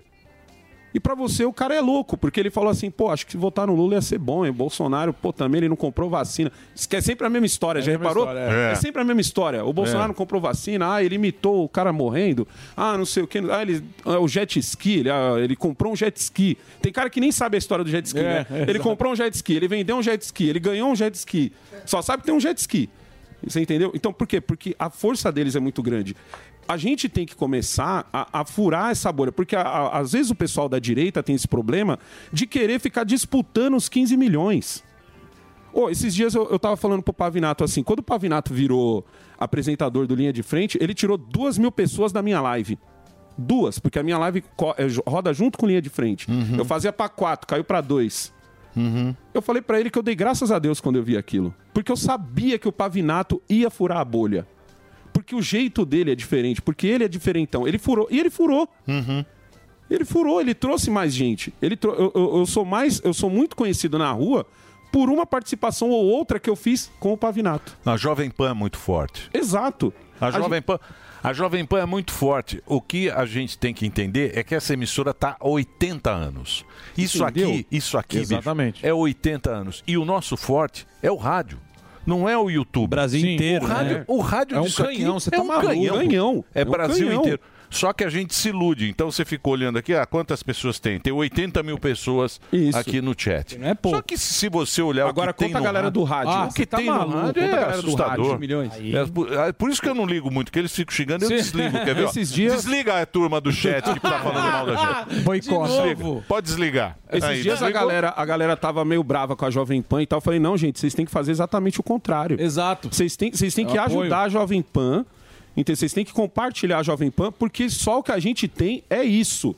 e pra você o cara é louco, porque ele falou assim, pô, acho que votar no Lula ia ser bom, e Bolsonaro, pô, também ele não comprou vacina. Isso que é sempre a mesma história, já
a mesma
reparou?
história, é.
É. sempre a mesma história. O Bolsonaro
É.
não comprou vacina, ah, ele imitou o cara morrendo, ah, não sei o que, ah, ele, ah, o jet ski, ele, ah, ele comprou um jet ski. Tem cara que nem sabe a história do jet ski,
É,
né?
é,
ele
exato.
comprou um jet ski, ele vendeu um jet ski, ele ganhou um jet ski. Só sabe que tem um jet ski. Você entendeu? Então, por quê? Porque a força deles é muito grande. A gente tem que começar a, a furar essa bolha, porque a- a- às vezes o pessoal da direita tem esse problema de querer ficar disputando os 15 milhões. Ô, esses dias eu, eu tava falando pro Pavinato assim, quando o Pavinato virou apresentador do Linha de Frente, ele tirou duas mil pessoas da minha live. Duas, porque a minha live co- é, jo- roda junto com Linha de Frente. Eu fazia pra quatro, caiu pra dois. Eu falei pra ele que eu dei graças a Deus quando eu vi aquilo. Porque eu sabia que o Pavinato ia furar a bolha. Porque o jeito dele é diferente, porque ele é diferentão. Ele furou, e ele furou. Ele furou, ele trouxe mais gente. Ele trou- eu, eu- eu sou mais, eu sou muito conhecido na rua por uma participação ou outra que eu fiz com o Pavinato.
A Jovem Pan é muito forte.
Exato.
A Jovem
gente-
Pan. A Jovem Pan é muito forte. O que a gente tem que entender é que essa emissora está há 80 anos. Isso
Entendeu?
aqui, isso aqui, bicho,
Exatamente.
é 80 anos. E o nosso forte é o rádio. Não é o YouTube. Brasil
inteiro,
O rádio,
né?
o rádio
É um
disso
canhão,
aqui
você
é
tá
um
maluco.
canhão.
Canhão.
É,
É um
Brasil
canhão.
inteiro. Só que a gente se ilude. Então você ficou olhando aqui, ah, quantas pessoas tem? Tem 80 mil pessoas aqui no chat. Não é pouco. Só que se você olhar
Agora,
o que tem
conta a
no
galera do rádio.
Ah,
Ah,
o
você
que
tá
tem
maluco,
no rádio
conta a
é
galera do rádio,
assustador.
milhões. Aí.
É, por, é por isso que eu não ligo muito, que eles ficam xingando, eu
Sim.
desligo, quer ver? ó?
Esses dias-
Desliga a turma do chat que tá falando mal da gente.
Boicote.
Desliga.
De novo.
Pode desligar.
Esses
Aí,
dias a
desligou.
galera, a galera tava meio brava com a Jovem Pan e tal. Eu falei, não, gente, vocês têm que fazer exatamente o contrário. Exato. Vocês têm, vocês têm
É
que
o apoio.
ajudar a Jovem Pan, entendeu? vocês têm que compartilhar a Jovem Pan, porque só o que a gente tem é isso.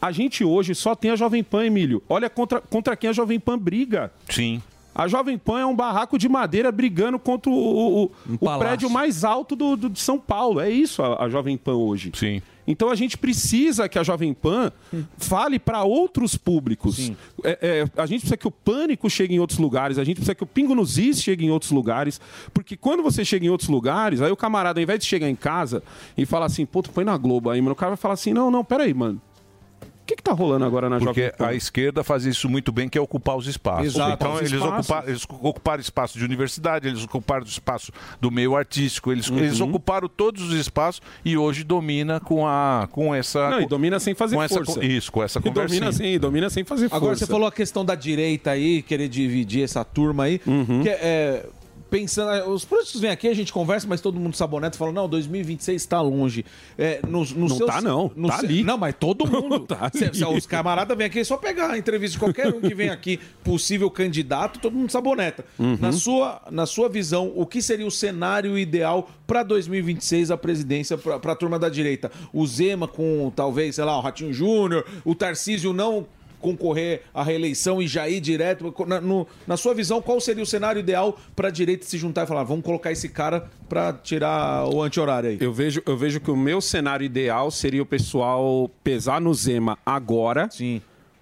A gente hoje só tem a Jovem Pan, Emílio. Olha contra, contra quem a Jovem Pan briga.
Sim.
A Jovem Pan é um barraco de madeira brigando contra o, o- o- o
palácio.
prédio mais alto do, do- de São Paulo. É isso a, a Jovem Pan hoje.
Sim.
Então a gente precisa que a Jovem Pan fale para outros públicos. É, é, a gente precisa que o pânico chegue em outros lugares, a gente precisa que o pingo nos is chegue em outros lugares. Porque quando você chega em outros lugares, aí o camarada, ao invés de chegar em casa e falar assim, pô, tu põe na Globo aí, mano, o cara vai falar assim: não, não, peraí, mano. O que, que tá rolando agora na Jovem
Porque
Pan?
a esquerda faz isso muito bem, que é ocupar os espaços.
Exato,
Então,
os
eles,
espaços.
Ocuparam, eles ocuparam espaço de universidade, eles ocuparam o espaço do meio artístico, eles,
Uhum.
eles ocuparam todos os espaços e hoje domina com, a, com essa.
Não, e domina sem fazer
com essa
força.
con- isso, com essa
E domina
conversinha.
sem- domina sem fazer
Agora
força.
você falou a questão da direita aí, querer dividir essa turma aí.
Uhum.
Que é, é, pensando, os políticos vêm aqui, a gente conversa, mas todo mundo saboneta fala: não, 2026 está tá longe. É, nos, nos
Não
seus-
tá, não.
nos
Tá
se-
ali. tá
Não, mas todo mundo. Se- se os camaradas vêm aqui, é só pegar a entrevista de qualquer um que vem aqui, possível candidato, todo mundo saboneta.
Uhum.
Na, sua, na sua visão, o que seria o cenário ideal para 2026 a presidência, para a turma da direita? O Zema com, talvez, sei lá, o Ratinho Júnior, o Tarcísio não concorrer à reeleição e já ir direto. Na, no- na sua visão, qual seria o cenário ideal para a direita se juntar e falar, "Ah, vamos colocar esse cara para tirar o anti-horário aí?
Eu vejo, eu vejo que o meu cenário ideal seria o pessoal pesar no Zema agora,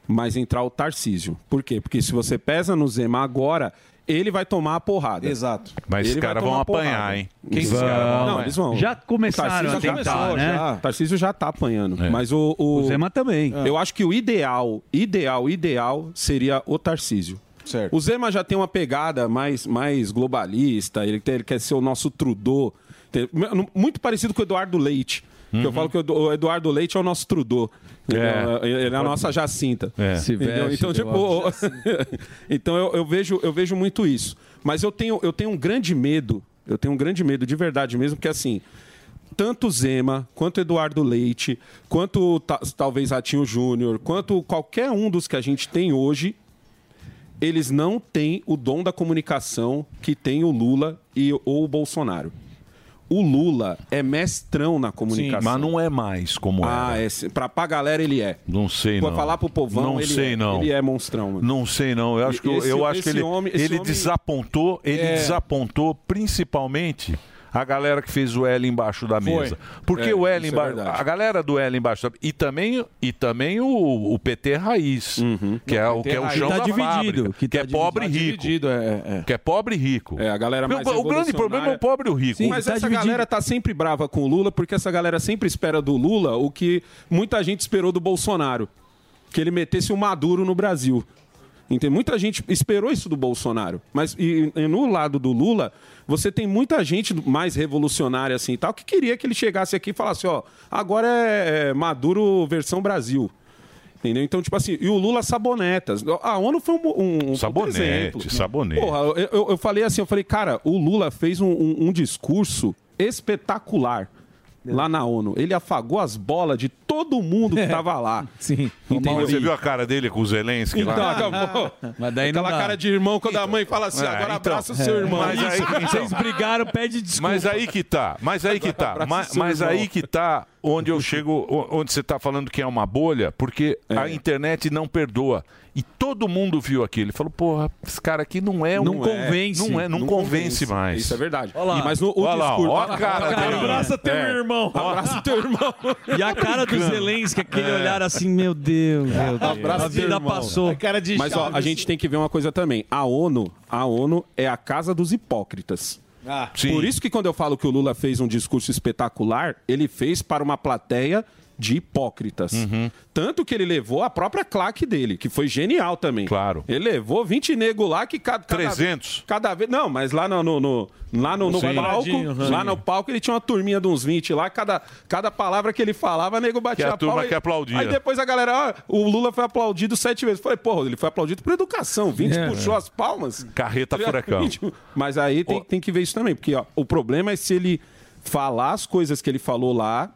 mas entrar o Tarcísio. Por quê? Porque se você pesa no Zema agora, ele vai tomar a porrada. Exato.
Mas esses caras vão apanhar, hein?
Quem
Esses
esses caras
caras
vão?
vão,
Não,
é.
eles vão.
Já começaram
Tarcísio
a tentar,
começou,
né?
já. Tarcísio já tá
É.
apanhando. Mas o, É.
O Zema também.
Eu acho que o ideal, ideal, ideal seria o Tarcísio. Certo. O Zema já tem uma pegada mais, mais globalista, ele, tem- ele quer ser o nosso Trudeau. Tem- Muito parecido com o Eduardo Leite. que Eu falo que o Edu- o Eduardo Leite é o nosso Trudeau. entendeu? Ele Uhum. é a nossa Jacinta.
É. Se
Entendeu?
veste,
então,
deu
tipo, o- então eu, eu vejo, eu vejo muito isso. Mas eu tenho, eu tenho um grande medo, eu tenho um grande medo de verdade mesmo, porque assim, tanto o Zema, quanto o Eduardo Leite, quanto o ta- talvez Ratinho Júnior, quanto qualquer um dos que a gente tem hoje, eles não têm o dom da comunicação que tem o Lula e, ou o Bolsonaro. O Lula é mestrão na comunicação.
mas não é mais como
ah, era. É, pra, pra galera ele é.
Não sei,
Pra
não.
falar pro povão,
Não
ele,
sei,
é,
não.
ele é monstrão. mano.
Não sei, não. Eu acho que, eu-
Esse-
eu acho que
esse
ele,
homem- esse
ele
homem-
desapontou, ele
É.
desapontou principalmente a galera que fez o L embaixo da
Foi.
mesa. Porque
É,
o L
isso é
embaixo,
verdade.
a galera do L embaixo da e também e também o, o PT raiz,
Uhum.
que é o que é o
raiz.
chão
Tá
da
dividido,
fábrica, que,
que tá
é pobre e
dividido. Tá
rico. Que é pobre e rico.
É, a galera
Meu,
mais
o grande
revolucionária.
problema é o pobre e o rico.
mas essa galera tá sempre brava com o Lula, porque essa galera sempre espera do Lula o que muita gente esperou do Bolsonaro. Que ele metesse o Maduro no Brasil. Entende? Muita gente esperou isso do Bolsonaro. Mas e- e no lado do Lula, você tem muita gente mais revolucionária assim e tal, que queria que ele chegasse aqui e falasse, ó, agora é é Maduro versão Brasil. Entendeu? Então, tipo assim, e o Lula sabonetas. A ONU foi um- um. um puta
Sabonete,
exemplo.
sabonete.
Porra, eu, eu- eu falei assim, eu falei, cara, o Lula fez um, um- um discurso espetacular lá na ONU. Ele afagou as bolas de todo mundo que tava lá. Sim.
Mas Você viu a cara dele com o Zelensky
Então,
lá?
acabou.
Mas daí não
Aquela
dá.
cara de irmão quando a mãe fala assim,
É,
agora
então.
abraça o seu
É.
irmão.
Mas aí- então. Vocês
brigaram, pede desculpa.
Mas aí que tá, mas aí que tá,
Abraça
mas,
seu
mas
irmão.
aí que tá onde eu chego, o- onde você tá falando que é uma bolha, porque
É.
a internet não perdoa. E todo mundo viu aquilo e falou, porra, esse cara aqui não é um...
Não convence.
Não, é, não,
Não convence.
convence, mais.
Isso é verdade.
Olha lá,
E- mas no- o
olha lá,
discurso-
ó a cara dele.
Abraça teu
É.
irmão. Abraça teu irmão.
E a cara do Zelensky, aquele
É.
olhar assim, meu Deus, meu Deus.
Abraço
a vida
irmão.
passou.
Mas ó, a gente tem que ver uma coisa também. A ONU, a ONU é a casa dos hipócritas. Ah, Por isso que quando eu falo que o Lula fez um discurso espetacular, ele fez para uma plateia de hipócritas.
Uhum.
Tanto que ele levou a própria claque dele, que foi genial também. Claro. Ele levou 20 nego lá que cada... cada
300.
Cada vez... Não, mas lá no, no- no- lá no, no
Sim.
palco,
Sim.
lá no palco ele tinha uma turminha de uns 20 lá, cada, cada palavra que ele falava, nego batia
Que a
pau
turma
e-
que aplaudia.
Aí depois a galera, ó, o Lula foi aplaudido sete vezes. Falei, porra, ele foi aplaudido por educação, 20
É.
puxou as palmas. Tá
Carreta furacão.
Mas aí tem, tem que ver isso também, porque ó, o problema é se ele falar as coisas que ele falou lá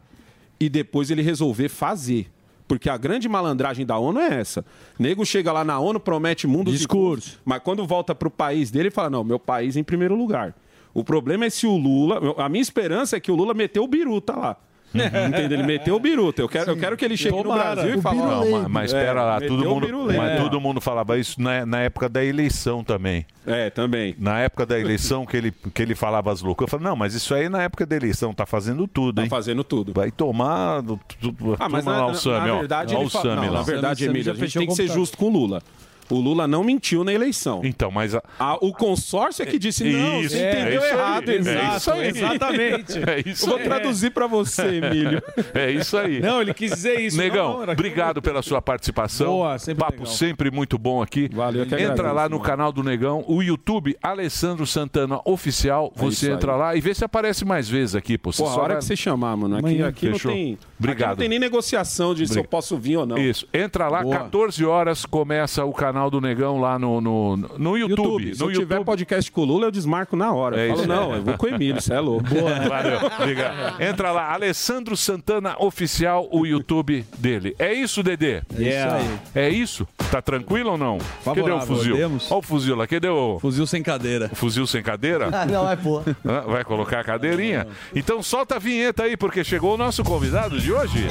e depois ele resolver fazer. Porque a grande malandragem da ONU é essa. Nego chega lá na ONU, promete mundo discurso, mas quando volta pro país dele, ele fala: "Não, meu país em primeiro lugar". O problema é se o Lula, a minha esperança é que o Lula meteu o biruta lá.
É.
Entendeu? Ele meteu o biruta. Eu quero, eu quero que ele chegue
Tomara.
no Brasil e fale.
Não, mas, mas espera lá, todo
é, meteu o
mundo,
biruleiro.
mas
É.
todo mundo falava isso na, na época da eleição também.
É, também.
Na época da eleição que ele, que ele falava as loucuras. Eu falei, não, mas isso aí na época da eleição, tá fazendo tudo, hein? Tá
fazendo tudo.
Vai tomar. do- do- do-
Ah, mas
turma
na,
lá,
na-
é o Sami,
na
ó.
verdade,
Ó
ele
o
fa-
Sami
não,
lá.
na verdade,
Sami
Emílio,
já
a gente
fechou
tem
o
que ser
computador.
justo com o Lula. O Lula não mentiu na eleição. Ah,
Então, mas
o consórcio é que disse não,
Isso,
você
é
entendeu
isso aí,
errado,
é
exato,
isso aí.
exatamente.
É isso
Vou
aí.
traduzir pra você, Emílio.
É isso aí.
Não, ele quis dizer isso,
Negão,
não, não, era-
obrigado pela sua participação.
Boa, sempre
Papo
legal.
sempre muito bom aqui. Valeu,
que
Entra
agradeço,
lá no canal do Negão, o YouTube Alessandro Santana Oficial.
É isso
Você
aí.
entra lá e vê se aparece mais vezes aqui. Pô,
Porra, a
só
hora
vai-
que você chamar, mano. Aqui,
Amanhã.
aqui não
Fechou.
tem.
Obrigado.
aqui não tem nem negociação de se eu
Obrigado.
posso vir ou não.
Isso. Entra lá,
Boa.
14 horas começa o canal do Negão lá no, no, no YouTube.
Se
No
eu tiver podcast com o Lula, eu desmarco na hora.
É
eu falo,
isso.
não, eu vou com o Emílio, você é louco.
Valeu, obrigado. Entra lá, Alessandro Santana Oficial, o YouTube dele. É isso, Dedê?
É isso aí.
É isso? Tá tranquilo ou não?
Favorável,
Cadê o fuzil?
temos?
Olha o fuzil lá, cadê o...
Fuzil sem cadeira.
o fuzil sem cadeira?
Ah, não, vai pôr.
Hã? Vai colocar a
Ah.
cadeirinha? Então solta a vinheta aí, porque chegou o nosso convidado de hoje.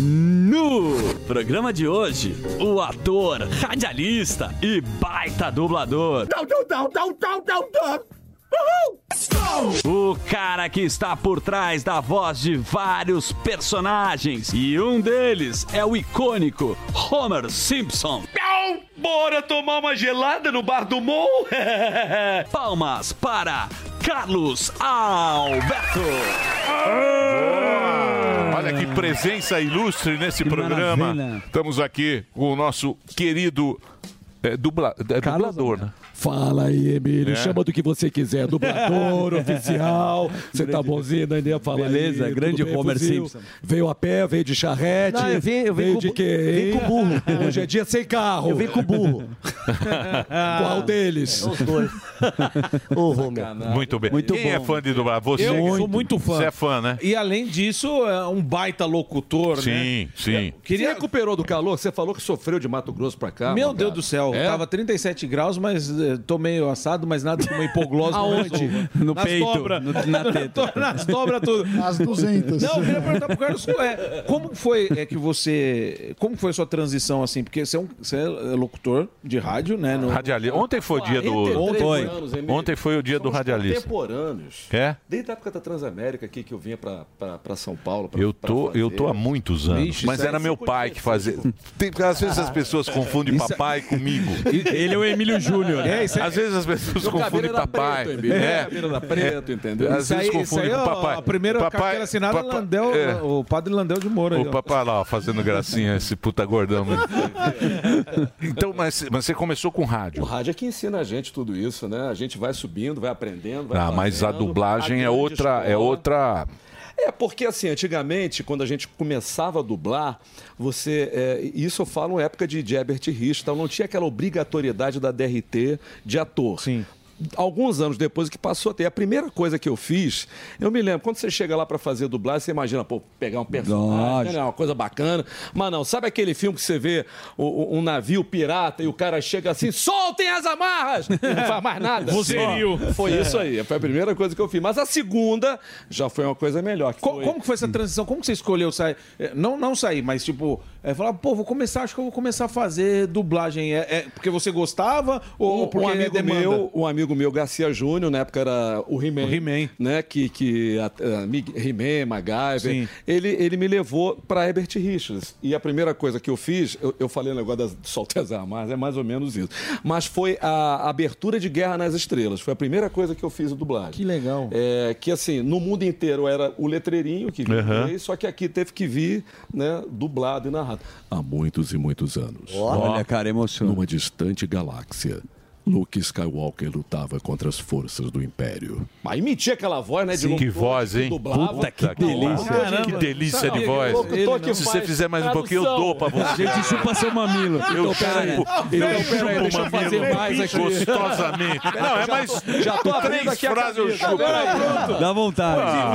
No programa de hoje, o ator, radialista e baita dublador. O cara que está por trás da voz de vários personagens. E um deles é o icônico Homer Simpson. Bora tomar uma gelada no bar do Mon? Palmas para Carlos Alberto.
Olha que presença ilustre nesse programa. Estamos aqui com o nosso querido é, dubla- é, dublador. né?
Fala aí, Emílio.
É.
Chama do que você quiser. Dublador, oficial. Você tá bonzinho, Nenê? Fala
Beleza,
aí, tudo
grande
bem,
Homer
fuzil?
Simpson.
Veio a pé, veio de charrete.
Não, eu vim- eu vim
veio
com
de
bu-
quê?
vim com burro.
Hoje é dia sem carro.
Eu vim com
burro. Qual deles?
Os dois. Ô, Romeu.
Muito bem.
Muito
Quem
bom.
é fã de dublar? Você
eu
que-
sou muito fã.
Você é fã, né?
E além disso, é um baita locutor, né?
Sim, sim.
Queria...
Você recuperou do calor? Você falou que sofreu de Mato Grosso pra cá.
Meu
mano,
Deus
cara.
do céu,
É?
tava 37 graus, mas eh, tô meio assado, mas nada como hipoglose.
Aonde?
No
No
nas
peito,
dobra.
no- na teta.
Nas dobras tudo.
Nas 200.
Não, eu queria perguntar pro Carlos, é, como foi é, que você... Como foi a sua transição, assim? Porque você é, um, você é locutor de rádio, né? No...
Radiali- Ontem foi o dia do.
43
Ontem,
anos,
foi.
Emílio.
Ontem foi o dia do radialista.
Contemporâneos.
É?
Desde a época da Transamérica aqui que eu vinha pra, pra, pra São Paulo. Pra,
Eu
pra
tô, eu
fazer.
tô há muitos anos.
Vixe,
mas
isso aí
era
você Ah.
meu pai que fazia. Tem- às vezes as pessoas confundem
Isso-
papai comigo.
Ele é o Emílio Júnior. É, isso aí-
Às vezes as pessoas
Meu cabelo
confundem
era
papai. É.
preto, Emílio.
É,
É, Meu cabelo era preto, entendeu?
Às
Isso
vezes
aí-
confundem
isso aí,
com
ó,
papai.
A primeira
papai,
carteira assinada,
papai-
Landel,
é.
o padre Landel de Moura. aí,
O
ó.
papai lá, ó, fazendo gracinha, esse puta gordão. Então, mas, mas você começou com rádio.
O rádio é que ensina a gente tudo isso, né? A gente vai subindo, vai aprendendo. Vai
Ah, mas a
fazendo.
dublagem é
grande
outra, é
escola-
outra.
É, porque assim, antigamente, quando a gente começava a dublar, você. é, isso eu falo na época de de Herbert Rich, tal, não tinha aquela obrigatoriedade da DRT de ator. Sim. Alguns anos depois que passou a ter. A primeira coisa que eu fiz, eu me lembro, quando você chega lá para fazer dublagem, você imagina, pô, pegar um personagem, né, uma coisa bacana. Mas não, sabe aquele filme que você vê o- o- um navio pirata e o cara chega assim, soltem as amarras! E não faz mais nada.
Vozerio.
Só. Foi isso aí. Foi a primeira coisa que eu fiz. Mas a segunda já foi uma coisa melhor. que
Co-
foi-
Como que foi essa transição? Como que você escolheu sair? eh, Não, não sair, mas tipo, é, falar, pô, vou começar, acho que eu vou começar a fazer dublagem. É, é porque você gostava ou
Um-
porque
um amigo
demanda?
meu, um amigo meu, Garcia Júnior, na época era o He-Man.
He-Man.
Né? Que, que a- a- Mig- He-Man, MacGyver. Ele, ele me levou para Herbert Richards. E a primeira coisa que eu fiz, eu, eu falei o negócio das soltas armas, é mais ou menos isso. Mas foi a abertura de Guerra nas Estrelas. Foi a primeira coisa que eu fiz em dublagem.
Que legal.
É, que assim, no mundo inteiro era o letreirinho que vinha
Aham.
em inglês, só que aqui teve que vir, né, dublado e narrado. Há muitos e muitos anos.
Olha, cara, emociona.
Numa distante galáxia, Luke Skywalker lutava contra as forças do Império. Mas metia aquela voz, né? De
Sim.
locutor,
Que voz, hein?
dublava.
Puta, que
Pelo amor
delícia.
de Deus.
Que delícia de
Sabe,
voz.
o locutor
Ele é
que
não. Se você
faz
fizer mais um pouquinho, eu dou pra você.
Tradução.
Gente, chupa seu mamilo. Eu
Então, pera aí.
chupo.
Então,
Eu
pera aí,
chupo
deixa
o
eu fazer
mamilo.
mais aqui.
Gostosamente. Não,
Já
é mais
tô- já tô abrindo
três
aqui a
frases eu
camisa.
chupo.
Agora pronto.
Dá vontade.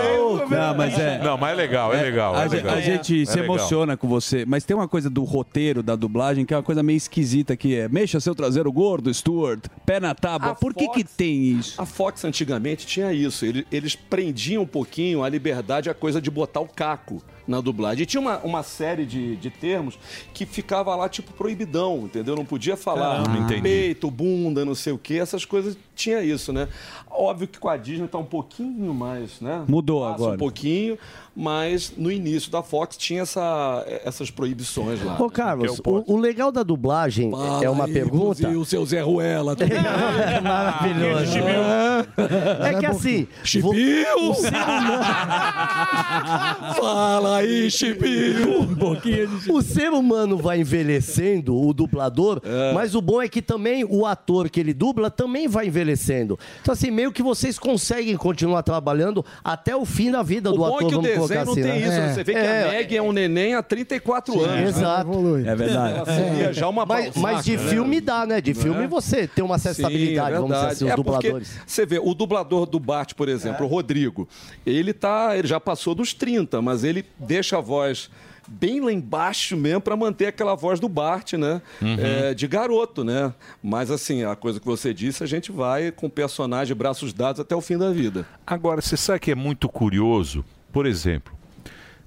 Não, mas é.
Não, mas é legal, é legal.
A,
é
ge-
legal.
a gente
É
se
legal.
emociona com você, mas tem uma coisa do roteiro da dublagem que é uma coisa meio esquisita que é mexa seu traseiro gordo, Stuart, pé na tábua. Por que que tem isso?
A Fox antigamente tinha isso. Ele- Eles prendiam um pouquinho a liberdade, a coisa de botar o caco na dublagem. E tinha uma, uma série de, de termos que ficava lá, tipo, proibidão, entendeu? Não podia falar
Caramba, entendi.
peito, bunda, não sei o quê. Essas coisas tinha isso, né? Óbvio que com a Disney tá um pouquinho mais, né?
Mudou
Passa
agora.
um pouquinho, mas no início da Fox tinha essa- essas proibições lá.
Ô, Carlos, é o, o legal da dublagem é uma pergunta.
E o seu Zé Ruela.
Maravilhoso. É que assim.
Chipio! Fala aí, Chipio!
Um O ser humano vai envelhecendo, o dublador, mas o bom é que também o ator que ele dubla também vai envelhecendo. Então, assim, meio que vocês conseguem continuar trabalhando até o fim da vida
O
do
bom
ator,
é que o
vamos
desenho
colocar
não
assim.
tem
né?
isso. né? Você vê que
É.
a Meg é um neném há 34 anos. né?
Exato.
É
verdade. Ela seria já uma
mas,
Balzac,
mas de
né?
filme dá, né? De
Não
filme
é?
você tem uma acessibilidade,
Sim, é
vamos dizer assim, os
verdade. É porque
dubladores.
Você vê, o dublador do Bart, por exemplo, o Rodrigo, ele tá, ele já passou dos 30, mas ele deixa a voz bem lá embaixo mesmo para manter aquela voz do Bart, né?
Uhum.
É, de garoto, né? Mas assim, a coisa que você disse, a gente vai com o personagem braços dados até o fim da vida.
Agora, você sabe que é muito curioso, por exemplo,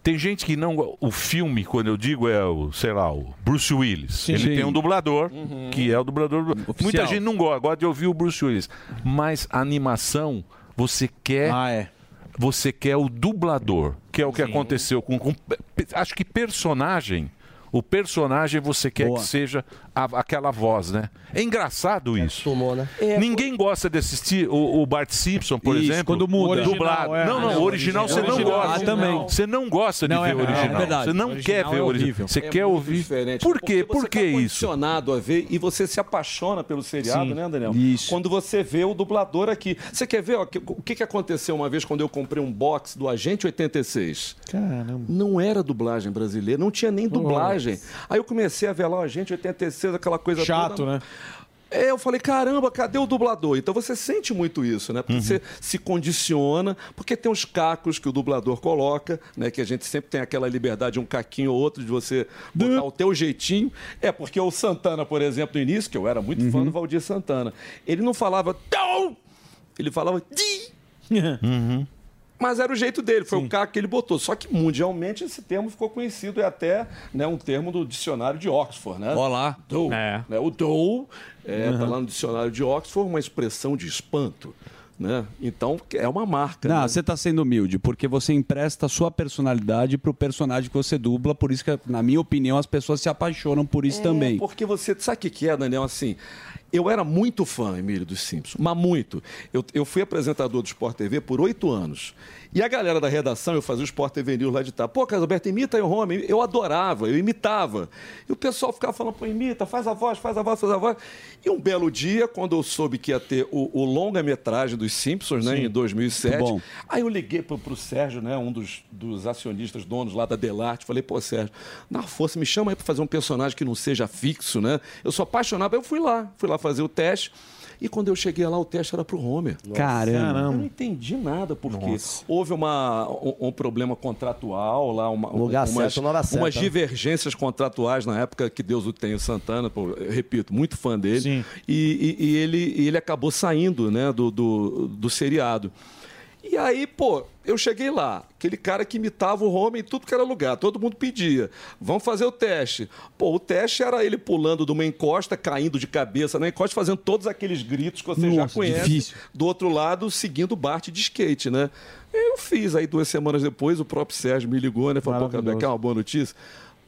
tem gente que não. go- O filme, quando eu digo, é o, sei lá, o Bruce Willis.
Sim.
Ele
Sim.
tem um dublador, que é o dublador. Muita gente não gosta, gosta de ouvir o Bruce Willis. Mas a animação, você quer. Você quer o dublador, que é o que aconteceu com, com- pe- Acho que personagem. O personagem você quer
Boa.
que seja a- aquela voz, né? É engraçado isso.
né?
Ninguém gosta de assistir o, o Bart Simpson, por
Isso,
exemplo.
quando muda. Original,
Dublado.
é.
Não, não,
Ah,
o original, você não
original.
gosta.
Ah, também.
Você não gosta de
Não,
ver
é
o
verdade,
original.
é verdade.
você não quer
original
ver
é
o original.
horrível.
Você
É
quer
muito
ouvir.
diferente, tá
Por quê? Por que isso?
condicionado a ver e você se apaixona pelo seriado,
Sim,
né, Daniel? Quando você vê o dublador aqui. Você quer ver ó, que- o que, que aconteceu uma vez quando eu comprei um box do Agente 86?
Caramba.
Não era dublagem brasileira, não tinha nem dublagem. Aí eu comecei a ver lá o Agente 86, aquela coisa
Chato,
toda.
né?
É, eu falei, caramba, cadê o dublador? Então você sente muito isso, né? Porque
Uhum.
você se condiciona, porque tem os cacos que o dublador coloca, né? Que a gente sempre tem aquela liberdade, um caquinho ou outro, de você botar o teu jeitinho. É, porque o Santana, por exemplo, no início, que eu era muito
Uhum.
fã do Valdir Santana, ele não falava tão, ele falava di.
Uhum.
Mas era o jeito dele, foi o caco que ele botou. Só que mundialmente esse termo ficou conhecido, é até né, um termo do dicionário de Oxford, né?
Olá.
Dou,
É.
né? O dou é, tá lá no dicionário de Oxford, uma expressão de espanto. Né? Então, é uma marca.
Não, você tá sendo humilde, porque você empresta a sua personalidade pro personagem que você dubla, por isso que, na minha opinião, as pessoas se apaixonam por isso
É,
também.
Porque você. Sabe o que que é, Daniel? Assim. Eu era muito fã, Emílio, dos Simpsons, mas muito. Eu, eu fui apresentador do Sport TV por oito anos. E a galera da redação, eu fazia o Sport TV News lá de tá. Pô, Carlos Alberto, imita aí o Homem. Eu adorava, eu imitava. E o pessoal ficava falando, pô, imita, faz a voz, faz a voz, faz a voz. E um belo dia, quando eu soube que ia ter o, o longa-metragem dos Simpsons, né,
Sim.
em 2007,
Muito bom.
Aí eu liguei pro, pro Sérgio, né, um dos, dos acionistas, donos lá da Delarte, falei, pô, Sérgio, na força, me chama aí pra fazer um personagem que não seja fixo, né? Eu sou apaixonado, aí eu fui lá, fui lá fazer o teste. E quando eu cheguei lá, o teste era pro Homer.
Caramba.
Eu não entendi nada, porque houve uma, um, um problema contratual lá, uma,
Lugar
umas,
certo, na hora certa,
umas
né?
divergências contratuais na época, que Deus o tenha, o Santana, pô, eu repito, muito fã dele. E, e- e ele, e ele acabou saindo né, do, do, do seriado. E aí, pô, eu cheguei lá, aquele cara que imitava o homem em tudo que era lugar, todo mundo pedia, vamos fazer o teste. Pô, o teste era ele pulando de uma encosta, caindo de cabeça na encosta, fazendo todos aqueles gritos que você já
Nossa,
conhece.
difícil.
Do outro lado, seguindo o Bart de skate, né? Eu fiz, aí duas semanas depois, o próprio Sérgio me ligou, né? Falou, pô, Cabé, quer uma boa notícia?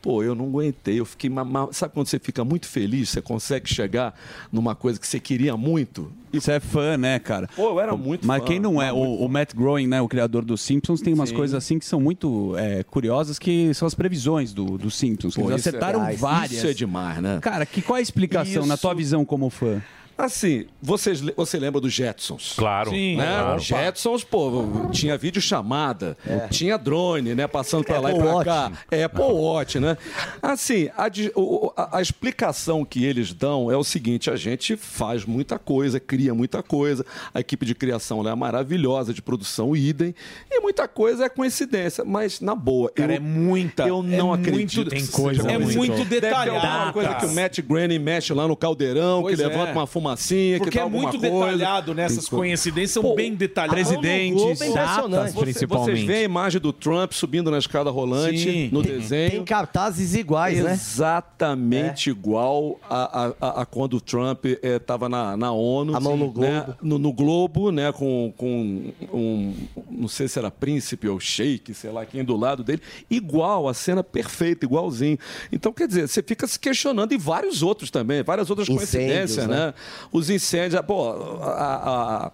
Pô, eu não aguentei, eu fiquei... ma- ma- Sabe quando você fica muito feliz, você consegue chegar numa coisa que você queria muito?
Você é fã, né, cara?
Pô, eu era muito
Mas
fã.
quem não é? O, o Matt Groening, né, o criador dos Simpsons, tem umas
Sim.
coisas assim que são muito é, curiosas, que são as previsões do- dos Simpsons.
Pô,
Eles
isso é-
acertaram
ah, isso-
várias.
isso é demais, né?
Cara, que, qual é a explicação na
Isso-
tua visão como fã?
Assim, vocês, le- você lembra dos Jetsons?
Claro.
Sim,
né?
claro.
Os Jetsons, pô, tinha vídeo chamada, tinha drone, né? Passando pra lá e É. Apple pra Watch. cá. É, Apple Watch, né? Assim, a, de- o- o- a- a explicação que eles dão é o seguinte, a gente faz muita coisa, cria muita coisa, a equipe de criação lá é maravilhosa, de produção, idem, e muita coisa é coincidência, mas na boa. eu, é muita. Eu não
é muito-
acredito. que
tem
isso
coisa
seja
é
coincidência. Deve
muito
ter
detalhada.
alguma coisa que o Matt Groening mexe lá no caldeirão,
Pois
que
é.
levanta uma fumacinha, que
Porque
dá
é
alguma
muito
coisa.
detalhado, né?
Tem
Essas
coisa.
coincidências são
Pô, Tá
bem detalhadas.
Presidente,
impressionante.
Vocês veem a imagem do Trump subindo na escada rolante
Sim.
no
Tem-
desenho.
tem cartazes iguais, né? É.
Exatamente igual a, a- a- a quando o Trump estava na, na ONU.
A mão no
né?
globo.
No, no Globo, né? Com, com um, Não sei se era príncipe ou sheik, sei lá quem do lado dele. Igual, a cena perfeita, igualzinho. Então, quer dizer, você fica se questionando e vários outros também, várias outras
Incêndios,
coincidências,
né?
né? Os incêndios, ah, pô, a- a- a-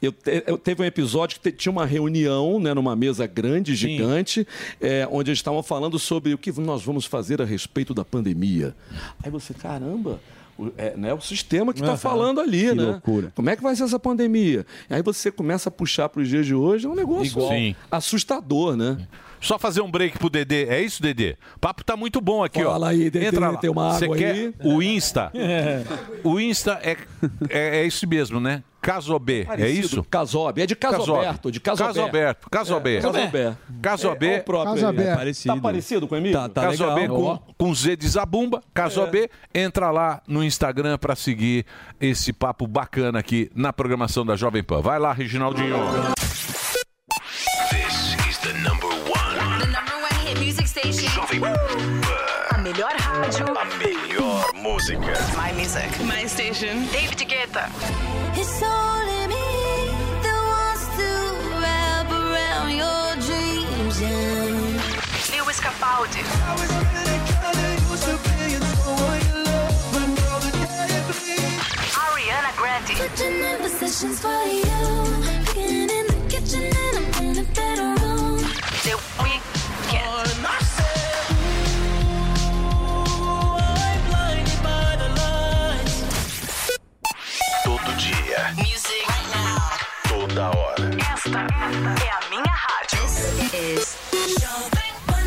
eu, te- eu teve um episódio que te- tinha uma reunião né, numa mesa grande, gigante, é, onde eles estavam falando sobre o que nós vamos fazer a respeito da pandemia. Aí você, caramba, o- é né, o sistema que está Aham. falando ali, Que né? loucura. Como é que vai ser essa pandemia? Aí você começa a puxar para os dias de hoje, é um negócio
Igual. Sim.
assustador, né?
Só fazer um break pro Dedê. É isso, Dedê? O papo tá muito bom aqui, ó.
Fala aí, Dedê,
Entra lá.
tem uma
Você
água
quer
aí?
o Insta? O Insta é, é, é isso mesmo, né? Casob, é
Parecido,
isso?
Casob, é de Casoberto, de Casoberto.
Casoberto, Casoberto.
É, Casoberto.
Casob.
É, é o próprio
Casob.
aí. É parecido. Tá parecido com o Emílio?
Tá, tá Casob
legal. É.
com, com Z de Zabumba. Casob, entra lá no Instagram pra seguir esse papo bacana aqui na programação da Jovem Pan. Vai lá, Reginaldinho.
This is the number one.
The number one hit music station.
Jovem Pan.
A melhor rádio.
A melhor música.
My music. My station. David Guetta.
It's only me that wants to wrap around your dreams and
Lewis Capaldi. Ariana Grande.
putting in positions for you. Cooking in the kitchen and I'm in the bedroom.
The Weeknd.
Todo dia.
Music.
Toda hora.
Esta é a minha rádio. This is Jovem Pan.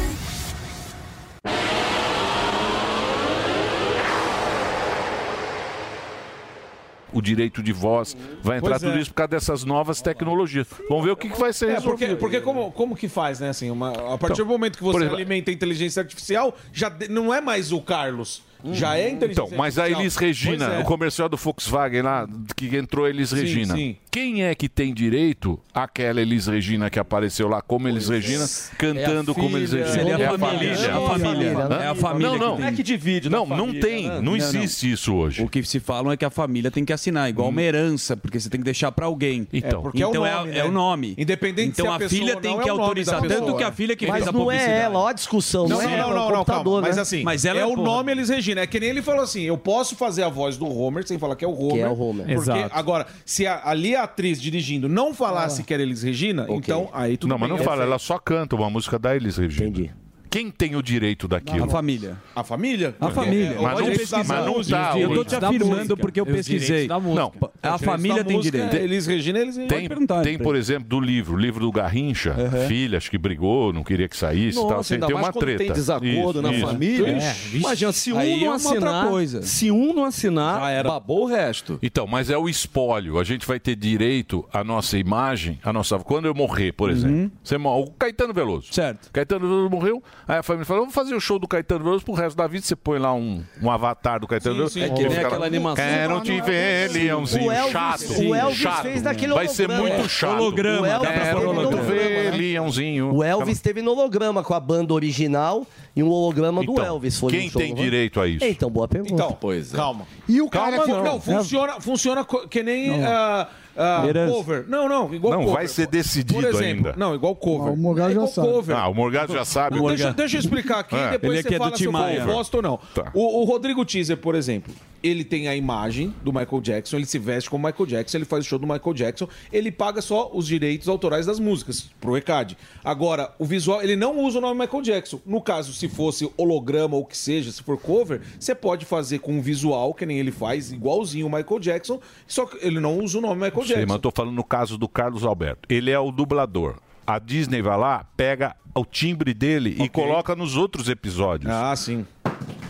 O direito de voz vai entrar
Pois é.
tudo isso por causa dessas novas tecnologias. Vamos ver o que, que vai ser
É, porque,
resolvido.
porque como, como que faz, né? Assim, uma- a partir
Então,
do momento que
por
você
exemplo-
alimenta a inteligência artificial, já de- não é mais o Carlos. Já é a inteligência
Então, mas a
artificial.
Elis Regina,
Pois é.
o comercial do Volkswagen lá, que entrou a Elis
Sim,
Regina.
sim.
Quem é que tem direito àquela Elis Regina que apareceu lá como Elis Regina, cantando
É a
como Elis
filha,
Regina?
seria a
é
família.
família.
É a família, né? É a família
Não,
que
não.
tem. Não é que divide, né?
Não, não
Família,
tem.
né?
Não existe isso hoje. Hum.
O que se falam é que a família tem que assinar, igual uma herança, porque você tem que deixar pra alguém.
Então,
porque é, o
né?
nome, é, o nome.
Independente
então
se é a
a
pessoa
filha
ou
tem
não,
que
é o nome da
autorizar,
pessoa.
tanto que a filha que
Mas
fez a
não é
publicidade.
ela,
ó a discussão. é
Não, não, não, não, calma.
né?
Mas assim,
Mas ela
é, o
porra.
nome Elis Regina. É que nem ele falou assim: eu posso fazer a voz do Homer sem falar que é o Homer.
Que é o Homer.
Porque
Exato.
agora, se a- ali a atriz dirigindo não
Ah.
falasse que era Elis Regina, então aí tudo
não, mas
bem.
não fala, ela só canta uma música da Elis Regina. Quem tem o direito daquilo? É,
A família.
A família?
A família.
Mas não, mas não tá
Eu tô
hoje.
te afirmando porque eu
Os direitos
pesquisei.
da música.
Não,
Os
a
direitos
família
da
tem
música,
direito.
eles-
Regina, eles
Tem, é tem, por exemplo, do livro, o livro do Garrincha, filha, acho que brigou, não queria que saísse,
Nossa,
tal, tem,
ainda
tem
mais
uma
quando
treta.
tem desacordo
Isso,
na
isso.
família.
Ixi.
Imagina, se um
É, Aí é
não
uma
assinar,
outra coisa.
se um não assinar, babou o resto.
Então, mas é o espólio. A gente vai ter direito à nossa
Uhum.
imagem, à nossa. Quando eu morrer, por exemplo. Você mo- O Caetano Veloso. Certo. Caetano Veloso morreu, Aí a família falou: vamos fazer o show do Caetano Veloso pro resto da vida. Você põe lá um, um avatar do Caetano Veloso.
sim. É que nem
Fica lá,
aquela animação.
Quero te ver,
Sim.
leãozinho.
O Elvis-
chato.
o Elvis
chato.
fez naquele
Vai ser
holograma.
muito
É,
chato.
holograma, dá pra
Quero
falar
te
holograma,
ver,
né?
leãozinho.
O Elvis teve no holograma com a banda original e um holograma do
Então,
Elvis. Foi
quem
um show,
tem
né?
direito a isso?
Então, boa pergunta.
Então,
pois
Calma.
E o
Calma,
cara que-
não. É,
Não,
funciona, funciona co- que nem
Não.
ah, ah,
Herança.
cover. Não, não, igual
Não,
cover.
vai ser decidido
Por exemplo,
ainda.
Não, igual cover.
o Morgado já sabe.
Ah, o Morgado já sabe.
Deixa, deixa eu explicar aqui,
É.
depois você fala se eu gosto ou não.
Tá.
O, o Rodrigo Teaser, por exemplo, ele tem a imagem do Michael Jackson, ele se veste como Michael Jackson, ele faz o show do Michael Jackson, ele paga só os direitos autorais das músicas pro ECAD. Agora, o visual, ele não usa o nome Michael Jackson. No caso, se fosse holograma ou que seja, se for cover, você pode fazer com um visual, que nem ele faz, igualzinho o Michael Jackson, só que ele não usa o nome Michael
Sim, mas
Jackson.
eu tô falando no caso do Carlos Alberto. Ele é o dublador. A Disney vai lá, pega o timbre dele e coloca nos outros episódios.
Ah, sim.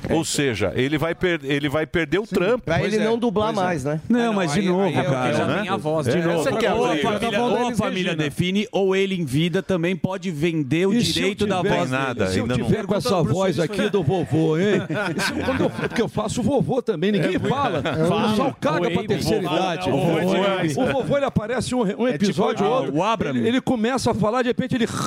Ou seja, ele vai, per ele vai perder o trampo.
Pra ele não dublar
é.
mais, né?
Não, mas de novo, cara.
já
né?
tem a voz,
de
né?
novo.
Essa que é a
ou a
briga.
família,
Tá bom,
ou a
Elis
família
Regina.
define, ou ele em vida também pode vender o
E se eu
direito da
tiver-
voz
nada,
dele.
se eu ainda não- tiver com essa voz
né?
aqui do vovô, hein? Isso é quando eu- porque eu faço vovô também, ninguém
É,
fala.
é,
O
fala.
pessoal caga pra
Wave.
terceira
Vovô,
idade.
não, o vovô é demais,
ele-
cara.
O vovô, ele aparece um, um
É tipo
episódio
a-
ou outro.
o Abraham.
Ele, ele começa a falar, de repente ele...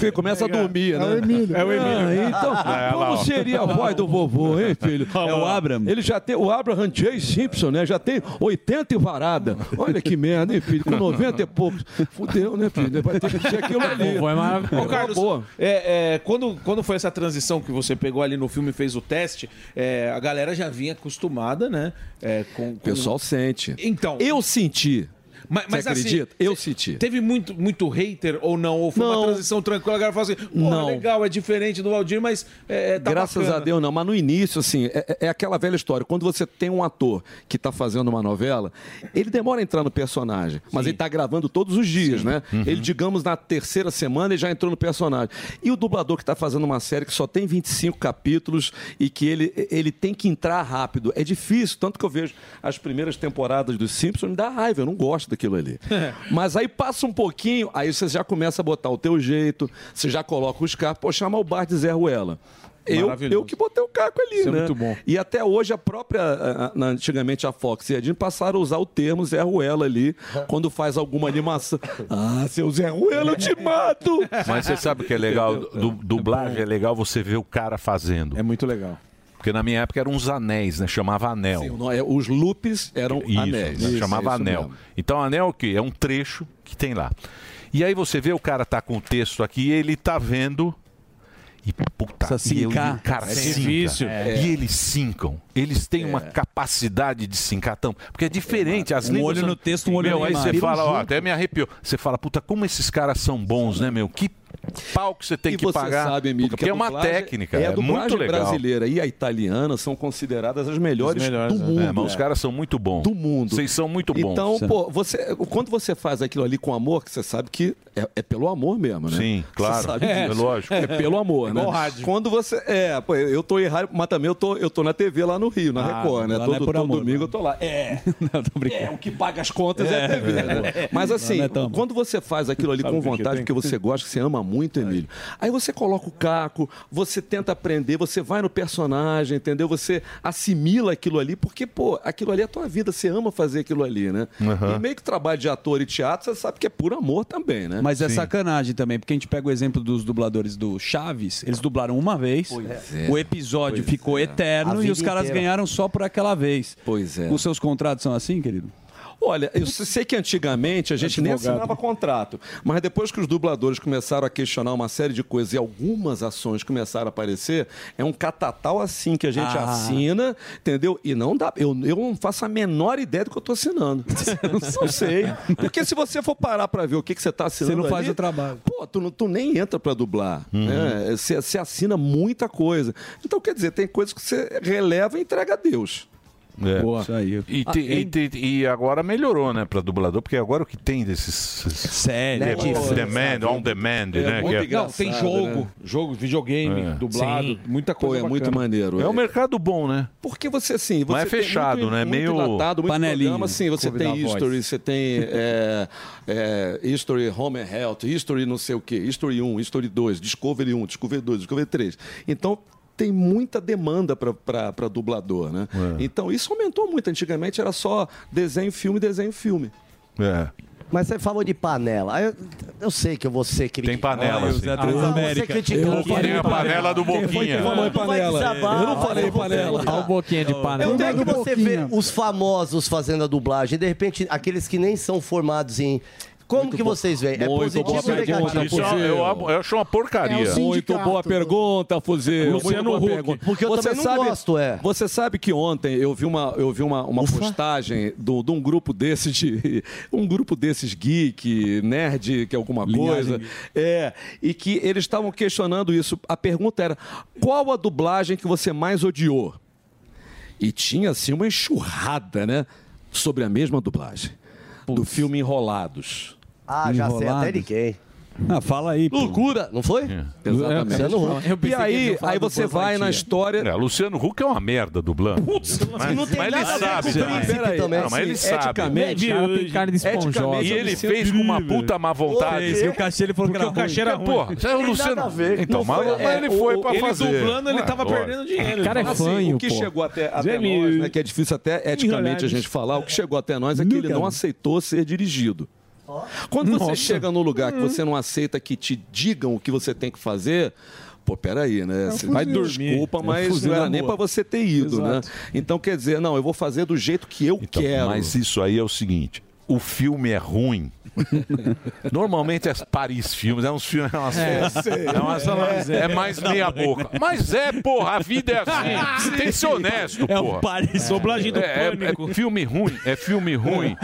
ele começa a dormir, né?
É o Emílio. É o Emílio.
Ah, então,
É, olha lá, ó.
como seria a voz do vovô, hein, filho? É o Abraham. Ele já tem... O Abraham J. Simpson, né? Já tem 80 e varada. Olha que merda, hein, filho? Com 90 e poucos. Fudeu, né, filho? Vai ter que ser aquilo ali.
Vovô é maravilhoso. Ô,
Uma
Carlos,
boa.
é, é, quando, quando foi essa transição que você pegou ali no filme e fez o teste, é, a galera já vinha acostumada, né? É, com, com...
O pessoal sente.
Então.
Eu senti.
Mas, mas
Você
assim,
acredita? eu senti.
Teve muito, muito hater ou não? Ou foi
Não.
uma transição tranquila? A galera fala assim, pô,
Não.
é legal, é diferente do Valdir, mas é, é, tá
Graças
bacana.
a Deus, não. Mas no início, assim, é, é aquela velha história. Quando você tem um ator que está fazendo uma novela, ele demora a entrar no personagem, mas ele está gravando todos os dias, né? Ele, digamos, na terceira semana, ele já entrou no personagem. E o dublador que está fazendo uma série que só tem 25 capítulos e que ele, ele tem que entrar rápido. É difícil, tanto que eu vejo as primeiras temporadas dos Simpsons, me dá raiva, eu não gosto daquilo ali. Mas aí passa um pouquinho, aí você já começa a botar o teu jeito, você já coloca os caras. Pô, chamar o Bart de Zé Ruela. Eu, eu que botei o caco ali,
Isso é
né?
muito bom.
E até hoje a própria, a- a- antigamente a Fox e a Disney passaram a usar o termo Zé Ruela ali, quando faz alguma animação. Ah, seu Zé Ruela, eu te mato!
Mas você sabe o que é legal? Du dublagem é legal você ver o cara fazendo. É
muito legal.
Porque na minha época eram uns anéis, né? Chamava anel.
Sim, o nó- é- os loops eram
Isso,
anéis.
né?
Isso,
chamava
isso
anel.
mesmo.
Então, anel é o quê? É um trecho que tem lá. E aí você vê o cara tá com o texto aqui, ele tá vendo. E puta,
Precisa
e eu- e
sincar.
o cara
É
sinca.
difícil. É.
E eles sincam. Eles têm
É.
uma capacidade de sincar tão. Porque é diferente. As
Um
línguas
olho
são-
no texto, um olho
meu,
na
Aí
imagem.
você fala, ó,
Junto.
até me arrepiou. Você fala, puta, como esses caras são bons, né, meu? Que pau que você tem
e
que
você
pagar.
sabe, Emílio,
Porque
que a
é uma
dublagem-
técnica.
é,
É,
a dublagem
muito legal.
brasileira e a italiana são consideradas as melhores, do mundo.
né?
É, mas os caras são muito bons.
Do mundo.
Vocês são muito bons.
Então, pô, você, quando você faz aquilo ali com amor, que você sabe que é, é pelo amor mesmo, né?
Sim, claro.
Você sabe
É,
disso.
é lógico.
É pelo amor, né?
Igual rádio.
Quando você. É, pô, eu tô em rádio, mas também eu tô, eu tô na TV lá no Rio, na
Ah,
Record, né?
lá não
Todo,
é por
todo
amor,
domingo eu tô lá. É.
Não, tô brincando.
É, o que paga as contas é, a TV. né?
É.
Mas assim,
Não é tão-
quando você faz aquilo ali
Sabe
com
o que que
vontade,
tem? É.
porque você gosta, que você ama muito, Emílio, aí você coloca o caco, você tenta aprender, você vai no personagem, entendeu? Você assimila aquilo ali, porque, pô, aquilo ali é a tua vida, você ama fazer aquilo ali, né?
Uhum.
E meio que trabalho de ator e teatro, você sabe que é por amor também, né?
Mas é sacanagem também, porque a gente pega o exemplo dos dubladores do Chaves, eles dublaram uma vez,
Pois é.
o episódio
Pois
ficou
é.
eterno
A
e
vida
os caras
inteira.
ganharam só por aquela vez.
Pois é.
Os seus contratos são assim, querido?
Olha, eu sei que antigamente a gente nem
Advogado.
assinava contrato, mas depois que os dubladores começaram a questionar uma série de coisas e algumas ações começaram a aparecer, é um catatal assim que a gente
Ah.
assina, entendeu? E não dá, eu, eu não faço a menor ideia do que eu estou assinando. não sei, porque se você for parar para ver o que, que você está assinando,
Você não faz
ali,
o trabalho. Uhum.
Pô, tu, não- tu nem entra para dublar, né? Você você assina muita coisa. Então quer dizer, tem coisas que você releva e entrega a Deus.
É. Boa. Isso aí. E, te, ah, e, te, e, agora melhorou, né, para dublador, porque agora o que tem desses.
Série,
Né,
de, oh, demand, on demand, é, né?
É... Não, tem jogo, né? jogo, videogame, é. dublado, Sim. muita coisa.
Pô, é muito maneiro.
É um mercado bom, né?
Porque você, assim. Você
Não é fechado, muito, né? Muito Meio.
Datado, muito panelinha. Programa, assim, você tem history, você tem é, history home and health, history não sei o quê, history 1, history 2, discovery 1, discovery 2, discovery 3. Então, tem muita demanda para dublador, né? É. Então isso aumentou muito. Antigamente era só desenho, filme, desenho, filme.
É.
Mas você falou de panela. Eu, eu sei que eu vou ser
criticado. Tem panela. Ah, sim. Ah,
você criticando.
Tem a panela do Boquinha.
Falou panela. Eu não falei panela.
Olha o Boquinha de panela.
Eu tenho que você ver os famosos fazendo a dublagem. De repente, aqueles que nem são formados em, como muito que bom. vocês veem? É positivo ou negativo?
Isso é, eu, eu acho uma porcaria. É
um muito boa pergunta, Fuzil.
né? Luciano Huck. Pergunta. Porque eu você também sabe, não gosto, é.
Você sabe que ontem eu vi uma, eu vi uma, uma Ufa. postagem do, de um grupo desses de, um grupo desses geek, nerd, que é alguma coisa. Linhagem. É, e que eles estavam questionando isso. A pergunta era: qual a dublagem que você mais odiou? E tinha assim uma enxurrada, né, sobre a mesma dublagem. Do filme Enrolados.
Ah, já sei até de quem.
Ah, fala aí. Pô.
Loucura, não foi?
É. Exatamente. É, Huck. E aí, aí você vai na história.
É, Luciano Huck é uma merda dublando.
um
Putz, mas, não tem mas nada ele sabe,
sabe. Também. Não,
mas ele sabe.
Eticamente,
cara tem carne de esponjosa.
E ele fez com uma puta má vontade.
Fez, e o cachê ele falou que
era o cachê era ruim. Porra, já é o Luciano. Então, mas,
é,
ele foi pra fazer. Ah, Assim,
Ele dublando, ele tava perdendo dinheiro.
cara é fanho,
Assim, O que chegou até nós, né, que é difícil até eticamente a gente falar, o que chegou até nós é que ele não aceitou ser dirigido. Quando você Nossa. chega num lugar que você não aceita que te digam o que você tem que fazer, pô, peraí, né? Você vai dormir. Desculpa, mas não era nem para você ter ido, Exato. né? Então quer dizer, não, eu vou fazer do jeito que eu então, quero.
Mas isso aí é o seguinte. O filme é ruim. Normalmente é Paris filmes, é uns filmes, é umas, é, sei, é, umas, é, é mais meia boca. Mas é, porra, a vida é assim. Tem que ser honesto, porra. É
o Paris, dublagem do
é, é, filme ruim, é filme ruim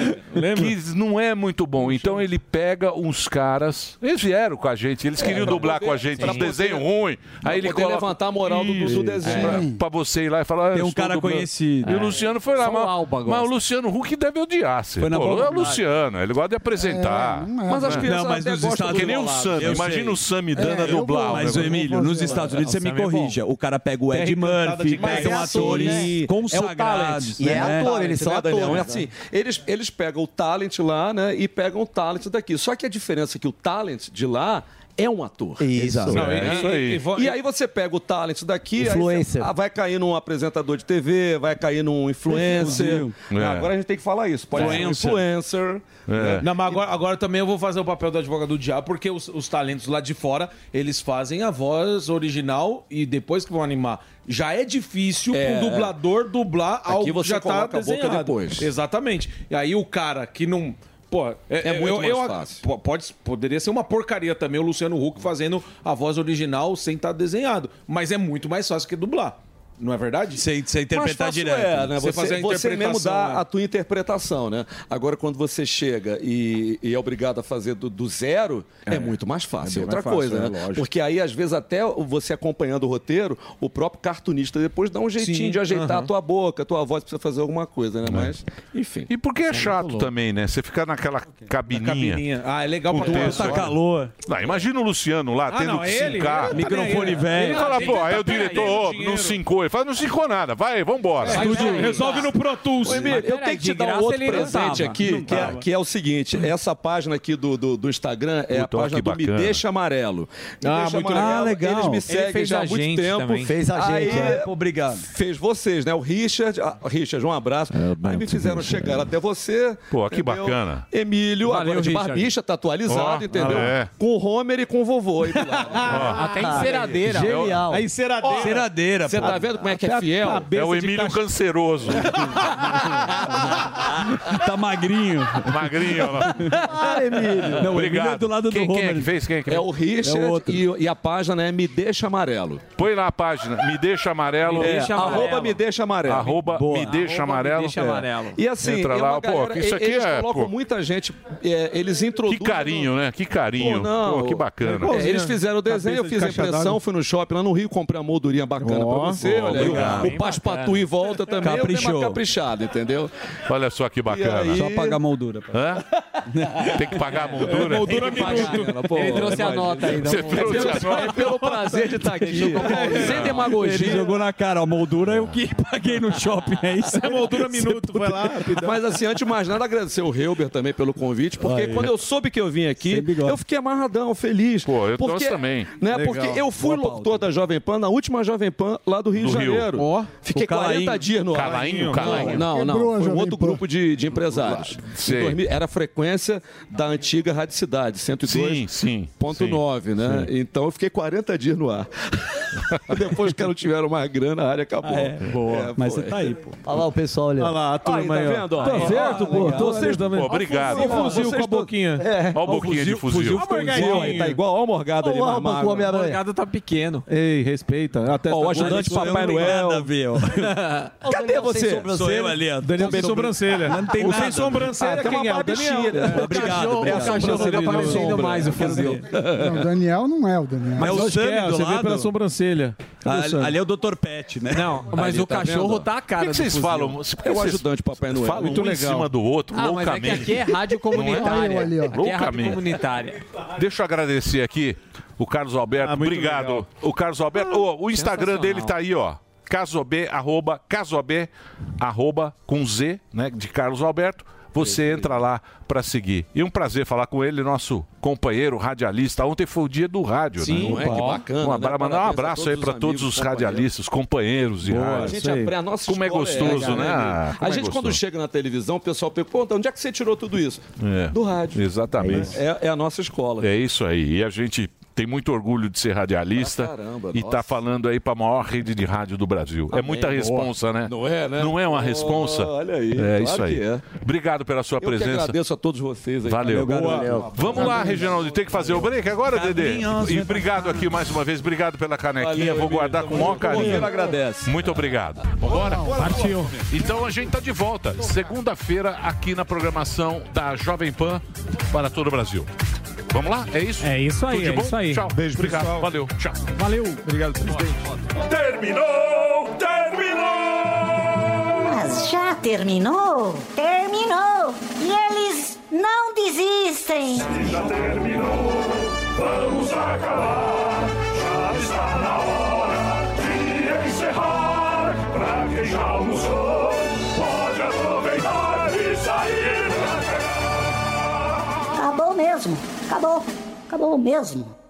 que não é muito bom. Então ele pega uns caras, eles vieram com a gente, eles queriam dublar poder, com a gente, um desenho ruim. Aí ele coloca É,
levantar a moral do, do desenho
pra, pra, você ir lá e falar, "Ah,
tem um cara dublando. conhecido.
E o Luciano foi lá, mas,
é
mas, o Luciano Huck deve odiar, se. Foi na Pô, é o Luciano, ele gosta de apresentar. Ah,
é, mas as crianças não, mas nos Estados
Que nem o Sam. Imagina o Sam dando é, a dublar.
Mas, Emílio, nos Estados
Ah,
Unidos, não, você me corrija. É o cara pega o Ed Murphy, pegam atores né? consagrados.
E é ator, eles são atores. Né?
Assim, eles, eles pegam o talent lá né, e pegam o talent daqui. Só que a diferença é que o talent de lá é um ator.
Isso, Não,
é, isso aí. E, aí você pega o talento daqui, ah,
influencer.
vai cair num apresentador de TV, vai cair num influencer. É. Agora a gente tem que falar isso. Pode influencer. ser um influencer.
É. Não, mas agora, agora, também eu vou fazer o papel do advogado do diabo, porque os, os talentos lá de fora, eles fazem a voz original e depois que vão animar já é difícil é. um dublador dublar Aqui algo que já está desenhado.
depois.
Exatamente. E aí o cara que não Pô, é, é muito eu, mais eu, fácil. Pode, poderia ser uma porcaria também o Luciano Huck fazendo a voz original sem estar desenhado. Mas é muito mais fácil que dublar. Não é verdade?
Você, você interpretar direto.
É, né? Você, você, você mesmo dá né? a tua interpretação, né? Agora, quando você chega e, e é obrigado a fazer do, do zero, é, é, muito mais fácil. É Outra mais fácil, coisa, né? Lógico. Porque aí, às vezes, até você acompanhando o roteiro, o próprio cartunista depois dá um jeitinho Sim, de ajeitar uh -huh. a tua boca, a tua voz pra você fazer alguma coisa, né? Mas, enfim.
E porque é chato também, né? Você ficar naquela okay. cabininha. Na cabininha.
Ah, é legal pra
texto, tá calor.
Não, imagina o Luciano lá, ah, tendo não, que ele, sincar. Ele,
microfone ele, velho. Ele
fala, pô, aí o diretor, não sincou. Ele fala, não sincou nada, vai, vambora. É,
é, resolve no Pro Tools. Ô,
Emílio, eu tenho que te dar um outro presente aqui, que é, que é, o seguinte, essa página aqui do, do, do Instagram é Puta, a página do bacana. Me Deixa Amarelo. Me
ah, Deixa muito amarelo. legal.
Eles me seguem já há muito tempo. Também.
Fez a gente,
Aí,
é. obrigado.
Fez vocês, né? O Richard, ah, Richard, um abraço. Bom, Aí me fizeram bom, chegar até você.
Pô, que entendeu? bacana.
Emílio, Valeu, agora de Richard. barbicha, tá atualizado, oh, entendeu? Com o Homer e com o vovô.
tá Até enceradeira.
É
Genial.
A enceradeira.
Você tá vendo como é que é fiel?
É o Emílio cach... Canceroso.
tá magrinho.
Magrinho, olha
lá. Ah, Emílio. Não,
Obrigado. Emílio
é do lado
quem,
do
quem
Homer.
É fez? Quem é que fez?
É o Richard é o e, e, a página é Me Deixa Amarelo.
Põe lá a página. Me Deixa Amarelo. Me
deixa amarelo. Arroba Me Deixa Amarelo.
Arroba Boa. Me Deixa arroba Amarelo. Me
deixa amarelo.
E assim,
Entra lá, galera, pô, isso aqui
eles
é,
colocam pô. muita gente, é, eles introduzem... é
Que carinho, né? Que carinho. Pô, não, pô, que bacana.
eles fizeram o desenho, eu fiz a impressão, fui no shopping lá no Rio, comprei uma moldurinha bacana pra você. olha aí. Legal. O Paspatuí volta também. Caprichou. caprichado, entendeu?
Olha só que bacana. Aí...
Só pagar a moldura.
Hã? Tem que pagar a moldura? É,
moldura minuto. Ela, pô, Ele trouxe a nota ainda.
um-
Você
trouxe a nota? É pelo prazer de estar
tá
aqui. Sem demagogia.
Ele jogou na cara, ó, moldura eu que paguei no shopping, é isso?
É moldura minuto, vai lá.
Mas assim, antes de mais nada, agradecer o Helber também pelo convite, porque quando eu soube que eu vim aqui, eu fiquei amarradão, feliz.
Pô, eu porque, também.
Né, Legal. porque eu fui Boa locutor da Jovem Pan, na última Jovem Pan, lá do Rio do de Janeiro. Rio. Oh, Fiquei 40 dias no ar.
Calainho, Calainho.
Não, não. não. Foi um outro Pan. grupo de, de empresários. Dormi, era a frequência da antiga Rádio Cidade, 102.9, né? Sim. Então eu fiquei 40 dias no ar. Depois que não tiveram mais grana, a área acabou. Ah,
é. Boa. É, Mas você tá aí, pô.
Olha lá o pessoal olhando.
Olha lá a turma aí.
Tá vendo? Ó.
Tá certo, pô.
Legal. Vocês também. Obrigado.
O fuzil com a boquinha.
É,
Olha o boquinha de É. fuzil.
Olha o Tá igual, olha o Morgado ali. O
um
Morgado tá pequeno.
Ei, respeita. Até
o ajudante Papai Noel.
Cadê você?
Sou eu ali, ó.
Daniel sem sobrancelha.
Não tem nada.
sem sobrancelha quem é? O Daniel.
Obrigado. É a sobrancelha aparecendo mais o fuzil.
Não, o Daniel não é o Daniel.
Mas o Sam do lado.
pela sobrancelha.
Ali é o Dr. Pet, né?
Não, mas o cachorro tá a cara.
O que vocês falam?
É o ajudante Papai Noel.
Fala um em cima do outro, loucamente.
Aqui é rádio comunitária. Aqui é rádio comunitária.
Deixa eu agradecer aqui o Carlos Alberto. Ah, obrigado. Legal. O Carlos
Ah,
Alberto. Oh, o Instagram dele tá aí, ó. Casob, arroba, Casob, arroba, com Z, né? De Carlos Alberto. Você entra lá para seguir. E um prazer falar com ele, nosso companheiro radialista. Ontem foi o dia do rádio,
Sim, né? Sim, é, que bacana.
Um abra... né? Mandar um abraço aí para todos os radialistas, companheiros de rádio. A
gente aprende, a nossa
Como é gostoso, é, né?
Ah, a
é
gente,
gostoso.
quando chega na televisão, o pessoal pergunta: onde é que você tirou tudo isso? Do rádio.
É. Exatamente.
é a nossa escola.
É isso aí. E a gente tem muito orgulho de ser radialista ah, caramba, e está falando aí para a maior rede de rádio do Brasil. Amém, é muita responsa, boa. né?
Não é, né?
Não é uma oh, responsa?
Olha aí. É
claro isso aí. É. Obrigado pela sua
Eu
presença.
agradeço a todos
então,
vocês aí. tá,
Valeu. Valeu, Valeu. Vamos lá, Reginaldo. Tem que fazer Valeu. o break agora, Dedê? E obrigado aqui mais uma vez. Obrigado pela canequinha. Vou guardar com o maior carinho.
agradece.
Muito obrigado. Bora?
Partiu.
Então a gente está de volta. Segunda-feira aqui na programação da Jovem Pan para todo o Brasil. Vamos lá? É isso?
É isso aí, é isso aí.
Tchau. Beijo, Obrigado. Pessoal. Valeu. Tchau.
Valeu.
Obrigado, presidente.
Terminou! Terminou!
Mas já terminou? Terminou! E eles não desistem!
Se já terminou, vamos acabar. Já está na hora de encerrar. Pra quem já almoçou, pode aproveitar e sair pra cá.
Acabou mesmo acabou. Acabou mesmo.